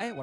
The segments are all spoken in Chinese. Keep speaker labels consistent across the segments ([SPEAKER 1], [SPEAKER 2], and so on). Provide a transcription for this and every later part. [SPEAKER 1] 哎我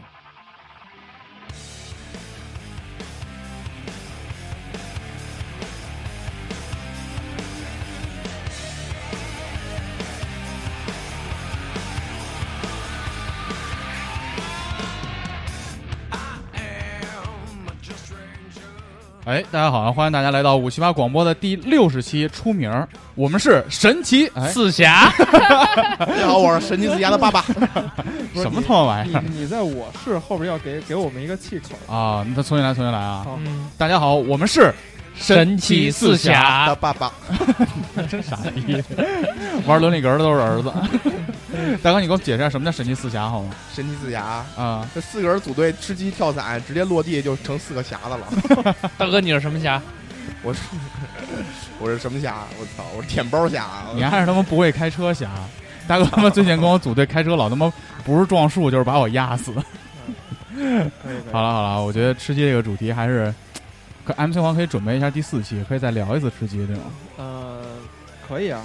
[SPEAKER 2] 有。哎，大家好啊，欢迎大家来到五七八广播的第六十期出名儿，我们是神奇哎
[SPEAKER 3] 四侠，
[SPEAKER 4] 大家好，我是神奇四侠的爸爸。
[SPEAKER 5] 不是
[SPEAKER 2] 什么他妈玩意
[SPEAKER 5] 你
[SPEAKER 2] 儿
[SPEAKER 5] 你在我是后边要给给我们一个气口，
[SPEAKER 2] 啊？那重新来，重新来啊！
[SPEAKER 5] 好
[SPEAKER 3] 嗯，
[SPEAKER 2] 大家好，我们是
[SPEAKER 3] 神奇四
[SPEAKER 4] 的
[SPEAKER 3] 侠，
[SPEAKER 4] 爸爸，
[SPEAKER 2] 真傻逼，玩伦理哏的都是儿子。 大哥，你给我解释一下什么叫神奇四侠好吗？
[SPEAKER 4] 神奇四侠，
[SPEAKER 2] 啊，
[SPEAKER 4] 这四个人组队吃鸡跳伞，直接落地就成四个匣子了。
[SPEAKER 3] 大哥你是什么侠？
[SPEAKER 4] 我是我是什么侠？我操，我是舔包啊侠。
[SPEAKER 2] 你还是他妈不会开车侠。大哥他妈最近跟我组队开车，老他妈不是撞树就是把我压死。
[SPEAKER 5] 可以可以。
[SPEAKER 2] 好了好了，我觉得吃鸡这个主题还是，可 MC 黄可以准备一下第四期，可以再聊一次吃鸡这种。
[SPEAKER 5] 呃，可以啊，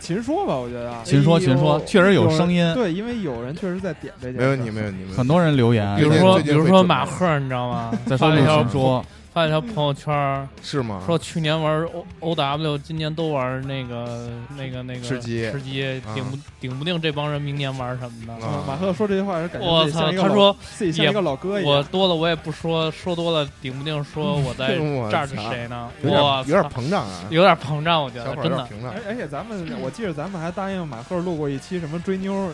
[SPEAKER 5] 秦说吧，我觉得啊
[SPEAKER 2] 秦说秦说，确实有
[SPEAKER 5] 人
[SPEAKER 2] 声音，
[SPEAKER 5] 对，因为有人确实在点这件事，
[SPEAKER 4] 没问题，没问题，没问
[SPEAKER 2] 很
[SPEAKER 4] 题。
[SPEAKER 2] 多人留言
[SPEAKER 3] 比如
[SPEAKER 4] 最近
[SPEAKER 3] 说
[SPEAKER 4] 最
[SPEAKER 3] 比
[SPEAKER 4] 近会
[SPEAKER 3] 如说
[SPEAKER 4] 准备
[SPEAKER 3] 马赫，你知道吗？
[SPEAKER 2] 在
[SPEAKER 3] 发
[SPEAKER 2] 说
[SPEAKER 3] 了
[SPEAKER 2] 陆
[SPEAKER 3] 一条
[SPEAKER 2] 神说，
[SPEAKER 3] 发了一条朋友圈，
[SPEAKER 4] 是吗？
[SPEAKER 3] 说去年玩 O O W，今年都玩那个那个那个
[SPEAKER 4] 吃鸡
[SPEAKER 3] 吃鸡，
[SPEAKER 4] 啊
[SPEAKER 3] 顶不顶不定这帮人明年玩什么呢？
[SPEAKER 4] 啊
[SPEAKER 5] 嗯马赫说这句话是感觉
[SPEAKER 3] 我
[SPEAKER 5] 自己
[SPEAKER 3] 操！
[SPEAKER 5] 像一个
[SPEAKER 3] 他
[SPEAKER 5] 老
[SPEAKER 3] 说
[SPEAKER 5] 自己像一个老哥一
[SPEAKER 3] 我
[SPEAKER 5] 样，
[SPEAKER 3] 多了我也不说，说多了顶不定说我在
[SPEAKER 4] 哎我
[SPEAKER 3] 这儿是
[SPEAKER 4] 操
[SPEAKER 3] 谁呢？
[SPEAKER 4] 有点
[SPEAKER 3] 我
[SPEAKER 4] 有点
[SPEAKER 3] 操
[SPEAKER 4] 膨胀啊，
[SPEAKER 3] 有点膨胀，我觉
[SPEAKER 4] 小
[SPEAKER 3] 得
[SPEAKER 4] 伙儿
[SPEAKER 3] 真
[SPEAKER 4] 有点
[SPEAKER 3] 的。
[SPEAKER 4] 膨胀
[SPEAKER 5] 而。而且咱们我记得咱们还答应马赫录过一期什么追妞儿，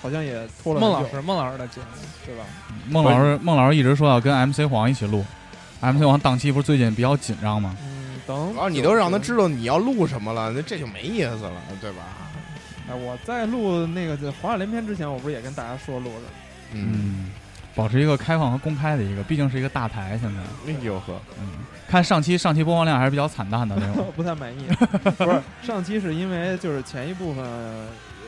[SPEAKER 5] 好像也拖了
[SPEAKER 3] 孟
[SPEAKER 5] 很
[SPEAKER 3] 老
[SPEAKER 5] 久
[SPEAKER 3] 师，孟老师的节目，
[SPEAKER 5] 对吧？
[SPEAKER 2] 孟老师孟老师一直说要跟 MC 黄一起录，MC 黄档期不是最近比较紧张吗？
[SPEAKER 5] 嗯，等
[SPEAKER 4] 主要你都让他知道你要录什么了，那这就没意思了，对吧？
[SPEAKER 5] 哎，我在录那个《华语连篇》之前，我不是也跟大家说录的，
[SPEAKER 4] 嗯，
[SPEAKER 2] 嗯，保持一个开放和公开的一个，毕竟是一个大台现在。
[SPEAKER 4] 哎呦呵，
[SPEAKER 2] 嗯，看上期上期播放量还是比较惨淡的 那种。
[SPEAKER 5] 不太 满意。不是上期是因为就是前一部分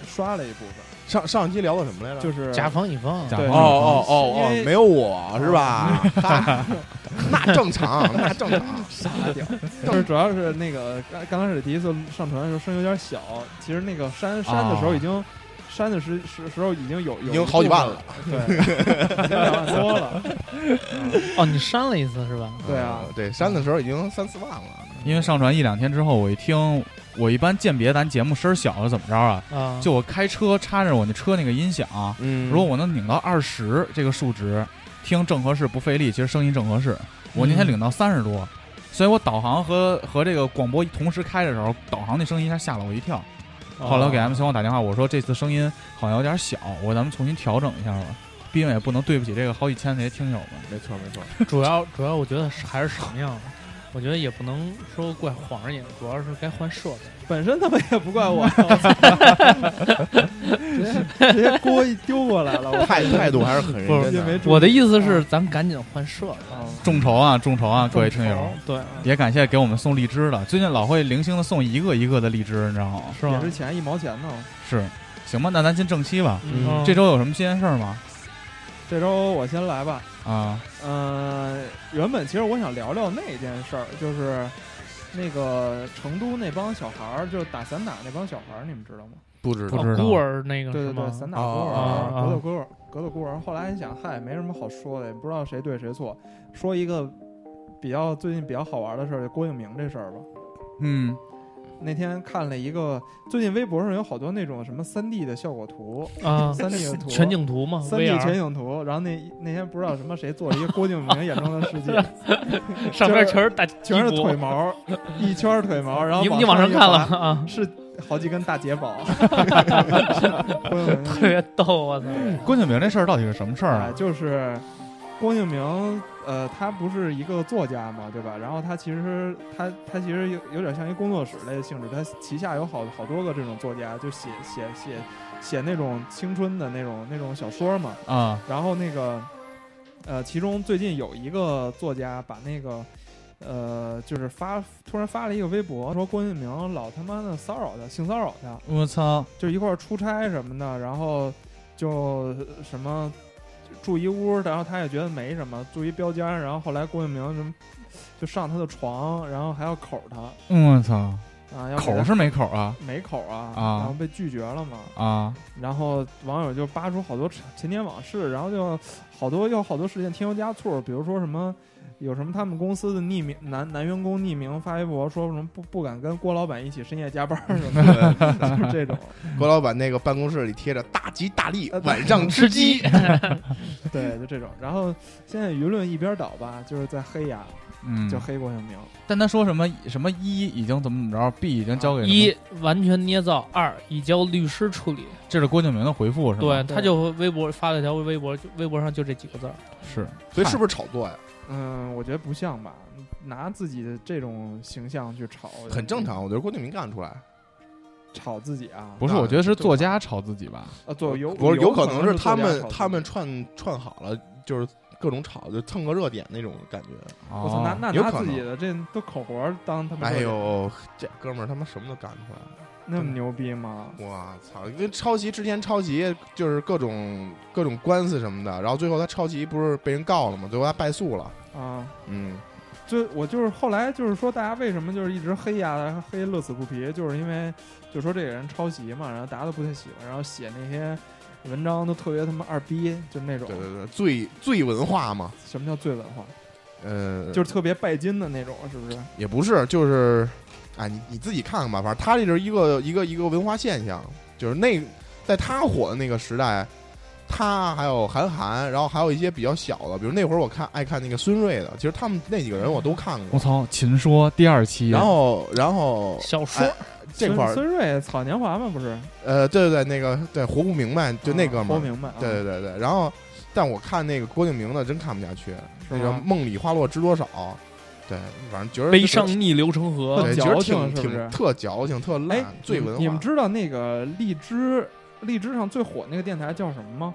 [SPEAKER 5] 刷了一部分，
[SPEAKER 4] 上上期聊到什么来着？
[SPEAKER 5] 就是
[SPEAKER 3] 方乙方
[SPEAKER 2] 甲
[SPEAKER 5] 对
[SPEAKER 2] 方
[SPEAKER 4] 哦哦哦哦
[SPEAKER 5] 因为，
[SPEAKER 4] 没有我是吧？哈那正常，那正常。
[SPEAKER 5] 傻屌，就是主要是那个刚刚开始第一次上传的时候声有点小，其实那个删删的时候已
[SPEAKER 2] 啊
[SPEAKER 5] 经删的时时时候已经有有
[SPEAKER 4] 已经好几万了，
[SPEAKER 5] 对，已经两万多了，
[SPEAKER 3] 哦，你删了一次是吧？
[SPEAKER 5] 对啊
[SPEAKER 4] 嗯，对，删的时候已经三四万了。
[SPEAKER 2] 因为上传一两天之后，我一听，我一般鉴别咱节目声儿小了怎么着啊？
[SPEAKER 3] 啊，
[SPEAKER 2] 就我开车插着我那车那个音响，
[SPEAKER 4] 嗯
[SPEAKER 2] 如果我能拧到二十这个数值，听正合适不费力，其实声音正合适。我那天
[SPEAKER 3] 嗯
[SPEAKER 2] 领到三十多，所以我导航和和这个广播同时开的时候，导航那声音一下吓了我一跳。
[SPEAKER 3] 哦
[SPEAKER 2] 后来我给 MC 黄打电话，我说这次声音好像有点小，我说咱们重新调整一下吧，毕竟也不能对不起这个好几千的这些听友们。
[SPEAKER 4] 没错没错，
[SPEAKER 3] 主要主要我觉得是还是省样，我觉得也不能说怪黄人家，主要是该换设备。
[SPEAKER 5] 本身他们也不怪我，我操直接直接锅一丢过来了，我
[SPEAKER 4] 态态度还是很
[SPEAKER 3] 不
[SPEAKER 4] 认
[SPEAKER 3] 是
[SPEAKER 4] 真
[SPEAKER 5] 也没
[SPEAKER 2] 啊
[SPEAKER 4] 的。
[SPEAKER 5] 注意
[SPEAKER 3] 我的意思是，咱赶紧换设备。
[SPEAKER 5] 啊
[SPEAKER 2] 众筹啊，众筹啊，各位听友
[SPEAKER 3] 众，筹对，
[SPEAKER 2] 也感谢给我们送荔枝的，最近老会零星的送一个一个的荔枝，你知道吗？
[SPEAKER 3] 是
[SPEAKER 5] 也
[SPEAKER 3] 吧
[SPEAKER 5] 是？钱一毛钱呢。
[SPEAKER 2] 是，行吧，那咱进正期吧。
[SPEAKER 4] 嗯
[SPEAKER 3] 嗯
[SPEAKER 2] 这周有什么新鲜事儿吗？
[SPEAKER 5] 这周我先来吧。
[SPEAKER 2] 啊，
[SPEAKER 5] 呃，原本其实我想聊聊那件事儿，就是那个成都那帮小孩儿，就是打散打那帮小孩儿，你们知道吗？
[SPEAKER 4] 不知
[SPEAKER 2] 不
[SPEAKER 3] 哦
[SPEAKER 2] 知道
[SPEAKER 3] 孤儿那个
[SPEAKER 5] 对
[SPEAKER 3] 是
[SPEAKER 5] 对
[SPEAKER 3] 吗
[SPEAKER 5] 对，？散打孤
[SPEAKER 4] 哦
[SPEAKER 3] 哦
[SPEAKER 5] 儿、啊
[SPEAKER 3] 哦
[SPEAKER 5] 格斗孤儿、格斗孤儿。后来一想，嗨，没什么好说的，也不知道谁对谁错。说一个比较最近比较好玩的事儿，就郭敬明这事儿吧。
[SPEAKER 2] 嗯，
[SPEAKER 5] 那天看了一个，最近微博上有好多那种什么三 D 的效果图、
[SPEAKER 3] 啊，
[SPEAKER 5] 三 D 的图、
[SPEAKER 3] 全景图嘛
[SPEAKER 5] 三 D 全
[SPEAKER 3] ，VR
[SPEAKER 5] 景图。然后那那天不知道什么谁做了一个郭敬明眼中的世界，
[SPEAKER 3] 上边全是大鸡
[SPEAKER 5] 全是
[SPEAKER 3] 脖
[SPEAKER 5] 腿毛，一圈儿腿毛，然后
[SPEAKER 3] 你你往上
[SPEAKER 5] 上一
[SPEAKER 3] 看了吗
[SPEAKER 5] 滑
[SPEAKER 3] 啊？
[SPEAKER 5] 是好几根大捷宝，嗯
[SPEAKER 3] 特别逗，啊我操！
[SPEAKER 2] 郭敬明这事儿到底是什么事儿
[SPEAKER 5] 啊
[SPEAKER 2] 啊，？
[SPEAKER 5] 就是郭敬明，呃，他不是一个作家嘛，对吧？然后他其实他他其实有有点像一工作室类的性质，他旗下有好好多个这种作家，就写写写写那种青春的那种那种小说嘛。
[SPEAKER 2] 啊，
[SPEAKER 5] 然后那个，呃，其中最近有一个作家把那个。呃，就是发突然发了一个微博，说郭敬明老他妈的骚扰他，性骚扰他，
[SPEAKER 2] 我操，
[SPEAKER 5] 就一块儿出差什么的，然后就什么住一屋，然后他也觉得没什么，住一标间儿，然后后来郭敬明什么就上他的床，然后还要口他
[SPEAKER 2] 嗯，我操，
[SPEAKER 5] 啊，要给他
[SPEAKER 2] 口是没口啊
[SPEAKER 5] 没口啊，
[SPEAKER 2] 啊
[SPEAKER 5] 然后被拒绝了嘛，
[SPEAKER 2] 啊，前
[SPEAKER 5] 然后网友就扒出好多陈陈年往事，然后就好多有好多事件添油加醋，比如说什么有什么他们公司的匿名男男员工匿名发微博说什么不不敢跟郭老板一起深夜加班儿什么的， 就是这种。
[SPEAKER 4] 郭老板那个办公室里贴着“大吉大利
[SPEAKER 5] 呃，对
[SPEAKER 4] 晚上吃鸡
[SPEAKER 5] 对，就这种。然后现在舆论一边倒吧，就是在黑呀，
[SPEAKER 2] 嗯，
[SPEAKER 5] 就黑郭敬明。
[SPEAKER 2] 但他说什么什么一已经怎么怎么着，B 已经交给什么
[SPEAKER 3] 一完全捏造，二已交律师处理。
[SPEAKER 2] 这是郭敬明的回复是吧？
[SPEAKER 3] 对，
[SPEAKER 5] 对
[SPEAKER 3] 他就微博发了条微博，就微博上就这几个字儿。
[SPEAKER 2] 是，”，
[SPEAKER 4] 所以是不是炒作呀？
[SPEAKER 5] 嗯，我觉得不像吧，拿自己的这种形象去炒，
[SPEAKER 4] 很正。常，我觉得郭敬明干得出来。
[SPEAKER 5] 炒自己啊，
[SPEAKER 2] 不是？
[SPEAKER 4] 那
[SPEAKER 2] 我觉得是作家炒自己吧？
[SPEAKER 5] 啊，对，有
[SPEAKER 4] 不是，有
[SPEAKER 5] 有
[SPEAKER 4] 可
[SPEAKER 5] 能
[SPEAKER 4] 能是
[SPEAKER 5] 作
[SPEAKER 4] 他
[SPEAKER 5] 家
[SPEAKER 4] 们
[SPEAKER 5] 炒自己
[SPEAKER 4] 他们串串好了，就是各种炒，就蹭个热点那种感觉。
[SPEAKER 5] 我操，拿
[SPEAKER 2] 哦，
[SPEAKER 5] 那
[SPEAKER 4] 有
[SPEAKER 5] 拿
[SPEAKER 4] 可
[SPEAKER 5] 自己
[SPEAKER 4] 能
[SPEAKER 5] 的这都口活儿当他们，
[SPEAKER 4] 哎，呦，这哥们儿他妈什么都干出来了。
[SPEAKER 5] 那么牛逼吗？
[SPEAKER 4] 我操！跟抄袭之前抄袭就是各种各种官司什么的，然后最后他抄袭不是被人告了吗？最后他败诉了。
[SPEAKER 5] 啊，
[SPEAKER 4] 嗯，
[SPEAKER 5] 就我就是后来就是说，大家为什么就是一直黑呀，黑乐此不疲，就是因为就说这个人抄袭嘛，然后大家都不太喜欢，然后写那些文章都特别他妈二逼，就是那种
[SPEAKER 4] 对对对，最最文化嘛，
[SPEAKER 5] 什么叫最文化，
[SPEAKER 4] 呃，
[SPEAKER 5] 就是特别拜金的那种，是不是？
[SPEAKER 4] 也不是，就是，哎，你你自己看看吧，反正他这就是一个一个一个文化现象，就是那在他火的那个时代，他还有韩寒，然后还有一些比较小的，比如那会儿我看爱看那个孙瑞的，其实他们那几个人我都看
[SPEAKER 2] 我
[SPEAKER 4] 过。
[SPEAKER 2] 操，《秦说》第二期，
[SPEAKER 4] 然后，然后
[SPEAKER 3] 小说
[SPEAKER 4] 哎这块
[SPEAKER 5] 孙
[SPEAKER 4] 儿，
[SPEAKER 5] 孙瑞草年华嘛，不是？
[SPEAKER 4] 呃，对对对，那个对活不明白，就那哥们
[SPEAKER 5] 说
[SPEAKER 4] 儿，
[SPEAKER 5] 明白啊，
[SPEAKER 4] 对对对对。然后，但我看那个郭敬明的真看不下去，
[SPEAKER 5] 是
[SPEAKER 4] 那个《
[SPEAKER 5] 吗？
[SPEAKER 4] 梦里花落知多少》，对，反正觉得
[SPEAKER 3] 悲伤逆流成河，
[SPEAKER 4] 对，
[SPEAKER 5] 特
[SPEAKER 4] 觉得
[SPEAKER 5] 矫情
[SPEAKER 4] 挺
[SPEAKER 5] 是不是
[SPEAKER 4] 挺特矫情，特
[SPEAKER 5] 哎
[SPEAKER 4] 烂，，最文化。
[SPEAKER 5] 你们知道那个荔枝荔枝上最火那个电台叫什么吗？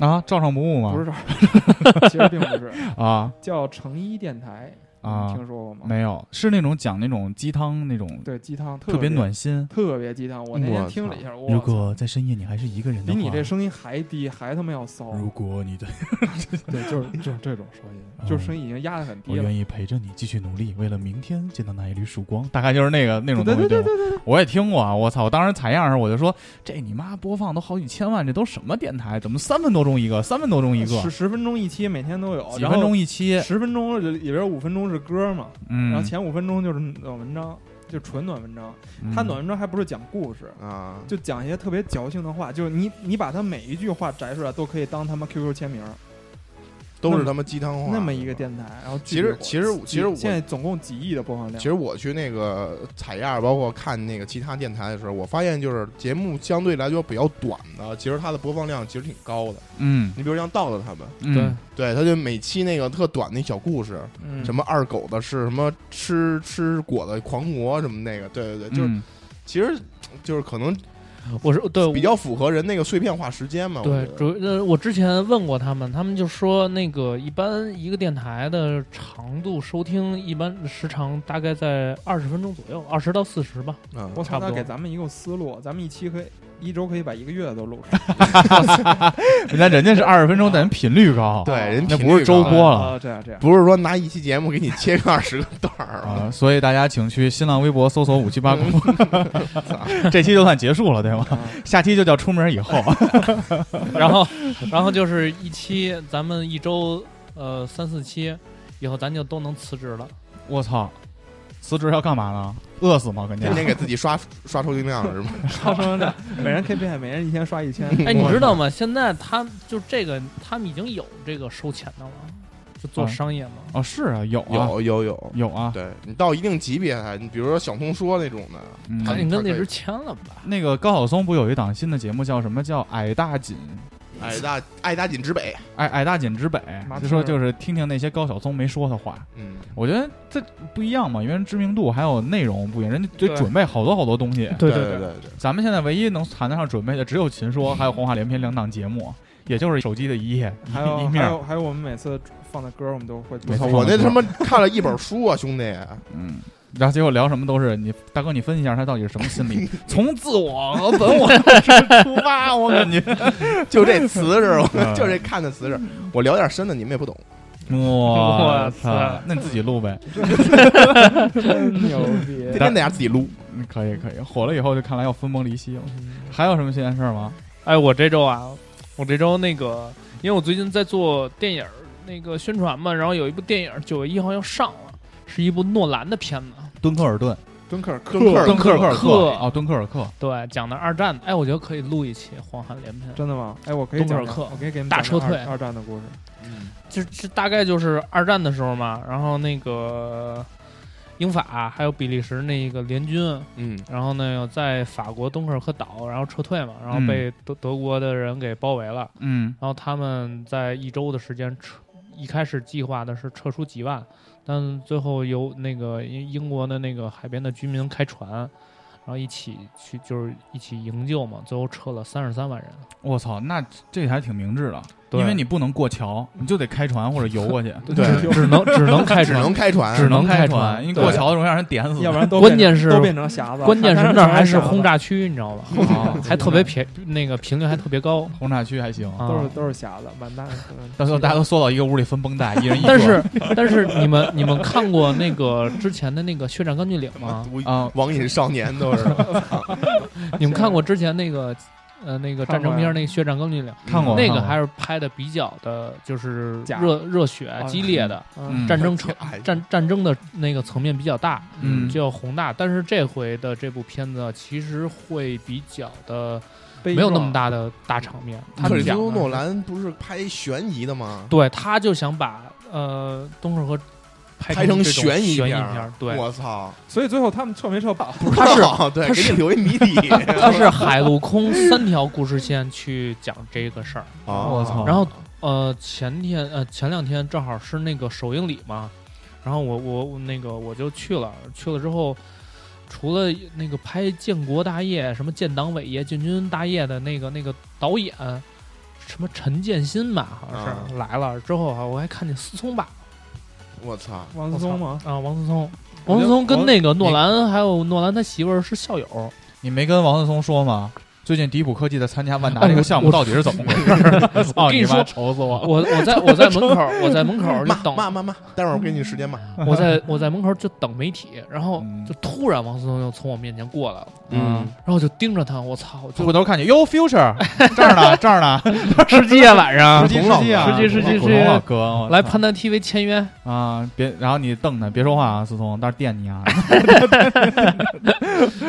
[SPEAKER 2] 啊，照常不误吗？
[SPEAKER 5] 不是， 其实并不是，
[SPEAKER 2] 啊
[SPEAKER 5] 叫成一电台
[SPEAKER 2] 啊
[SPEAKER 5] 你听说过吗？
[SPEAKER 2] 没有，是那种讲那种鸡汤那种，
[SPEAKER 5] 对，鸡汤特
[SPEAKER 2] 特别，暖心。
[SPEAKER 5] 特别鸡汤。我那天听了一下，我
[SPEAKER 2] 如果在深夜你还是一个人的
[SPEAKER 5] 比
[SPEAKER 2] 话，
[SPEAKER 5] 你这声音还低，还他妈要骚。
[SPEAKER 2] 如果你的，
[SPEAKER 5] 对，就是就是这种声音，就是声音已经压得很
[SPEAKER 2] 我
[SPEAKER 5] 低了
[SPEAKER 2] 愿。意陪着你继续努力，为了明天见到那一缕曙光，大概就是那个那种东
[SPEAKER 5] 对
[SPEAKER 2] 西。
[SPEAKER 5] 对对
[SPEAKER 2] 吧
[SPEAKER 5] 对对，对
[SPEAKER 2] 我也听过啊，我操！我当时采样的时候我就说，这你妈播放都好几千万，这都什么电台？怎么三分多钟一个，三分多钟一个，
[SPEAKER 5] 十十分钟一期，每天都有，
[SPEAKER 2] 几
[SPEAKER 5] 然
[SPEAKER 2] 分
[SPEAKER 5] 后
[SPEAKER 2] 钟一期？
[SPEAKER 5] 十分钟里边五分钟是歌嘛，
[SPEAKER 2] 嗯，
[SPEAKER 5] 然后前五分钟就是暖文章，就纯暖文章。
[SPEAKER 2] 嗯
[SPEAKER 5] 他暖文章还不是讲故事，
[SPEAKER 4] 啊，
[SPEAKER 5] 就讲一些特别矫情的话，就是你你把他每一句话摘出来，都可以当他妈 QQ 签名，
[SPEAKER 4] 都是他妈鸡汤话。
[SPEAKER 5] 那么一个
[SPEAKER 4] 是吧
[SPEAKER 5] 电台。然后
[SPEAKER 4] 其实其实我其实我
[SPEAKER 5] 现在总共几亿的播放量，
[SPEAKER 4] 其实我去那个采样，包括看那个其他电台的时候，我发现就是节目相对来说比较短的，其实它的播放量其实挺高的。
[SPEAKER 2] 嗯
[SPEAKER 4] 你比如像道道他们，
[SPEAKER 2] 嗯
[SPEAKER 4] 对，他就每期那个特短的小故事，
[SPEAKER 5] 嗯
[SPEAKER 4] 什么二狗子是什么吃吃果子狂魔什么那个，对对对，就是、
[SPEAKER 2] 嗯
[SPEAKER 4] 其实就是可能
[SPEAKER 3] 我是对
[SPEAKER 4] 比较符合人那个碎片化时间嘛。我
[SPEAKER 3] 对
[SPEAKER 4] 觉，得
[SPEAKER 3] 主呃，我之前问过他们，他们就说那个一般一个电台的长度收听一般时长大概在二十分钟左右，二十到四十 吧。
[SPEAKER 4] 嗯
[SPEAKER 2] 哦
[SPEAKER 5] 我操，
[SPEAKER 3] 差不
[SPEAKER 5] 那
[SPEAKER 3] 多
[SPEAKER 5] 给咱们一个思路，咱们一期可以一周可以把一个月都录出来。
[SPEAKER 2] 嗯人家人家是二十分
[SPEAKER 5] 啊
[SPEAKER 2] 钟，但人频率高，
[SPEAKER 4] 对， 人
[SPEAKER 2] 那
[SPEAKER 4] 频
[SPEAKER 2] 不
[SPEAKER 4] 率
[SPEAKER 2] 是周
[SPEAKER 4] 高
[SPEAKER 2] 播了。
[SPEAKER 5] 啊，这样这样，
[SPEAKER 4] 不是说拿一期节目给你切个二十个段儿啊。
[SPEAKER 2] 啊，所以大家请去新浪微博搜索五七 八广播，这期就算结束了，对吗？
[SPEAKER 5] 啊
[SPEAKER 2] 下期就叫出门以后，
[SPEAKER 4] 啊
[SPEAKER 3] 然后，然后就是一期，咱们一周呃三四期，以后咱就都能辞职了。
[SPEAKER 2] 我操，辞职要干嘛呢？饿死吗？跟家
[SPEAKER 4] 天天给自己刷刷收听量是吗？
[SPEAKER 5] 刷双量，每人 KPI 每人一天刷一千。
[SPEAKER 4] 嗯
[SPEAKER 3] 哎，你知道吗？现在他就这个，他们已经有这个收钱的了，就做
[SPEAKER 4] 啊
[SPEAKER 2] 嗯
[SPEAKER 3] 商业嘛。
[SPEAKER 2] 哦，是啊，有啊，
[SPEAKER 4] 有有有，
[SPEAKER 2] 有啊，
[SPEAKER 4] 对你到一定级别才，你比如说小通说那种的，
[SPEAKER 2] 嗯
[SPEAKER 3] 赶
[SPEAKER 4] 哎
[SPEAKER 3] 紧跟啊那
[SPEAKER 4] 他可以
[SPEAKER 3] 人签了吧。
[SPEAKER 2] 那个高晓松不有一档新的节目叫什么？叫《矮大紧
[SPEAKER 4] 矮大矮大紧直北，
[SPEAKER 2] 矮矮大紧之北》，
[SPEAKER 5] 妈
[SPEAKER 2] 就说
[SPEAKER 5] 吃
[SPEAKER 2] 就是听听那些高晓松没说的话。
[SPEAKER 4] 嗯，
[SPEAKER 2] 我觉得这不一样嘛，因为人知名度还有内容不一样，人家得
[SPEAKER 5] 对
[SPEAKER 2] 准备好多好多东西。
[SPEAKER 3] 对
[SPEAKER 4] 哎对
[SPEAKER 3] 对，
[SPEAKER 4] 对，
[SPEAKER 2] 咱们现在唯一能谈得上准备的，只有《秦说》还有《红话连篇》两档节目，也就是手机的一页
[SPEAKER 5] 还
[SPEAKER 2] 一一
[SPEAKER 5] 有
[SPEAKER 2] 面
[SPEAKER 5] 还
[SPEAKER 2] 儿。
[SPEAKER 5] 有还有，我们每次放的歌我们都会
[SPEAKER 2] 没
[SPEAKER 4] 我
[SPEAKER 2] 错
[SPEAKER 4] 我那
[SPEAKER 2] 没错
[SPEAKER 4] 他妈看了一本书啊，兄弟，
[SPEAKER 2] 嗯，然后结果聊什么都是你大哥，你分析一下他到底是什么心理？从自我和本我出发，我感觉
[SPEAKER 4] 就这词是吧？
[SPEAKER 2] 嗯
[SPEAKER 4] 就这看的词是，我聊点深的你们也不懂。
[SPEAKER 2] 我
[SPEAKER 3] 塞
[SPEAKER 2] 操，那你自己录呗，
[SPEAKER 5] 真牛逼！
[SPEAKER 4] 天天在家自己撸，
[SPEAKER 2] 嗯可以可以，火了以后就看来要分崩离析了。还有什么新鲜事儿吗？
[SPEAKER 3] 哎，我这周啊，我这周那个，因为我最近在做电影儿那个宣传嘛，然后有一部电影九月一号要上了，是一部诺兰的片子，
[SPEAKER 2] 敦刻尔顿，
[SPEAKER 5] 敦 刻尔克，
[SPEAKER 4] 敦刻 尔
[SPEAKER 2] 敦刻尔
[SPEAKER 3] 克
[SPEAKER 2] 克啊，敦刻尔克，
[SPEAKER 3] 对，讲的二战的。哎，我觉得可以录一期黄汉联片，
[SPEAKER 5] 真的吗？哎，我可以讲
[SPEAKER 3] 敦刻
[SPEAKER 5] 讲，
[SPEAKER 3] 尔克
[SPEAKER 5] 我可以给你们
[SPEAKER 3] 大
[SPEAKER 5] 讲
[SPEAKER 3] 撤
[SPEAKER 5] 讲
[SPEAKER 3] 退
[SPEAKER 5] 二二战的故事。
[SPEAKER 3] 就这大概就是二战的时候嘛，然后那个英法还有比利时那个联军，
[SPEAKER 4] 嗯，
[SPEAKER 3] 然后呢在法国敦刻尔克岛，然后撤退嘛，然后被德、德国的人给包围了，
[SPEAKER 2] 嗯
[SPEAKER 3] 然后他们在一周的时间撤，一开始计划的是撤出几万，但最后由那个英英国的那个海边的居民开船，然后一起去就是一起营救嘛，最后撤了三十三万人。
[SPEAKER 2] 我操，那这还挺明智的，
[SPEAKER 3] 对
[SPEAKER 2] 因为你不能过桥，你就得开船或者游过去，
[SPEAKER 4] 对，
[SPEAKER 3] 只能只能开
[SPEAKER 4] 只
[SPEAKER 3] 船
[SPEAKER 4] 能，开船，
[SPEAKER 3] 哎只能开
[SPEAKER 2] 开
[SPEAKER 3] 船
[SPEAKER 2] 因为
[SPEAKER 3] 对
[SPEAKER 2] 过桥容易让人点死，
[SPEAKER 5] 要不然都
[SPEAKER 3] 关
[SPEAKER 5] 变
[SPEAKER 3] 键
[SPEAKER 5] 成
[SPEAKER 3] 是
[SPEAKER 5] 都变成匣子，
[SPEAKER 3] 关键是
[SPEAKER 5] 海滩
[SPEAKER 3] 那儿
[SPEAKER 5] 上
[SPEAKER 3] 还是
[SPEAKER 5] 全匣子
[SPEAKER 3] 轰，炸区，你知道吧？
[SPEAKER 2] 啊
[SPEAKER 3] 还特别便，那个频率还特别高
[SPEAKER 2] 轰炸区还行，
[SPEAKER 3] 啊。
[SPEAKER 5] 都是都是匣子，满大街
[SPEAKER 2] 到
[SPEAKER 5] 都是
[SPEAKER 2] 时候大家都缩到一个屋里分绷带，一人一个。
[SPEAKER 3] 但是但是你们你们看过那个之前的那个《血战钢锯岭》 吗？
[SPEAKER 4] 我
[SPEAKER 2] 啊，
[SPEAKER 4] 网瘾少 年都是
[SPEAKER 3] 你们看过之前那个呃那个
[SPEAKER 5] 看
[SPEAKER 3] 战
[SPEAKER 5] 过
[SPEAKER 3] 争片
[SPEAKER 5] 呀
[SPEAKER 3] 儿那个《血战钢锯岭》？
[SPEAKER 2] 看过
[SPEAKER 4] 嗯
[SPEAKER 3] 那
[SPEAKER 2] 看
[SPEAKER 3] 个
[SPEAKER 2] 过
[SPEAKER 3] 还是拍的比较的，就是
[SPEAKER 5] 假
[SPEAKER 3] 热热血激烈的
[SPEAKER 2] 嗯
[SPEAKER 3] 战争场
[SPEAKER 4] 哦 哎
[SPEAKER 3] 战战争的那个层面比较大，
[SPEAKER 2] 嗯
[SPEAKER 3] 就要宏大。但是这回的这部片子其实会比较的
[SPEAKER 5] 没
[SPEAKER 3] 没有那么，大的大场面，他
[SPEAKER 4] 嗯克
[SPEAKER 3] 们嗯
[SPEAKER 4] 里斯
[SPEAKER 3] 讲的
[SPEAKER 4] 托
[SPEAKER 3] 是
[SPEAKER 4] 诺兰不是拍悬疑的吗？
[SPEAKER 3] 对，他就想把呃东刻尔克
[SPEAKER 4] 拍
[SPEAKER 3] 成
[SPEAKER 4] 成
[SPEAKER 3] 这种
[SPEAKER 4] 悬
[SPEAKER 3] 疑
[SPEAKER 4] 疑
[SPEAKER 3] 片
[SPEAKER 4] 片
[SPEAKER 3] 儿，
[SPEAKER 4] 儿
[SPEAKER 3] 对，
[SPEAKER 4] 我操，
[SPEAKER 5] 所以最后他们撤没撤 保？
[SPEAKER 4] 不知
[SPEAKER 3] 他是
[SPEAKER 4] 道， 对，
[SPEAKER 3] 他
[SPEAKER 4] 给
[SPEAKER 3] 是
[SPEAKER 4] 你留一谜 底。
[SPEAKER 3] 他是海陆空三条故事线去讲这个事儿。
[SPEAKER 4] 啊
[SPEAKER 2] 我操
[SPEAKER 3] 然后呃，前天呃前两天正好是那个首映礼嘛，然后我我我那个我就去了，去了之后。除了那个拍建国大业、什么建党伟业、建军大业的那个那个导演，什么陈建新吧，好像是、
[SPEAKER 4] 啊
[SPEAKER 3] 来了之后啊，我还看见思聪吧，
[SPEAKER 4] 我操，
[SPEAKER 5] 王思聪吗？
[SPEAKER 3] 啊，王思聪，
[SPEAKER 5] 我
[SPEAKER 3] 王思
[SPEAKER 5] 觉得
[SPEAKER 3] 聪跟
[SPEAKER 5] 王
[SPEAKER 3] 那个诺兰还有诺兰他媳妇儿是校友，
[SPEAKER 2] 你没跟王思聪说吗？最近迪普科技在参加万
[SPEAKER 3] 哎
[SPEAKER 2] 达这
[SPEAKER 3] 我
[SPEAKER 2] 个项目，到底是怎么回事？
[SPEAKER 3] 我
[SPEAKER 2] 哦
[SPEAKER 3] 跟
[SPEAKER 2] 你
[SPEAKER 3] 你说
[SPEAKER 2] 妈，愁死我了！
[SPEAKER 3] 我我在我在门口，我在门口就
[SPEAKER 4] 骂骂
[SPEAKER 3] 等，
[SPEAKER 4] 骂骂，待会儿我给你时间骂。
[SPEAKER 3] 我在我在门口就等媒体，然后
[SPEAKER 2] 嗯
[SPEAKER 3] 就突然王思聪就从我面前过来了，
[SPEAKER 2] 嗯，
[SPEAKER 3] 然后我就盯着他，我操，我就
[SPEAKER 2] 回头看见，哟，future 这儿呢，这儿呢，
[SPEAKER 3] 吃鸡啊晚上
[SPEAKER 2] 实际
[SPEAKER 4] 古董
[SPEAKER 2] 实际啊，
[SPEAKER 3] 老师实际实际
[SPEAKER 2] 古董老哥，我操
[SPEAKER 3] 来潘丹 TV 签约，
[SPEAKER 2] 啊！别，然后你瞪他，别说话啊，思聪，到时候电你啊！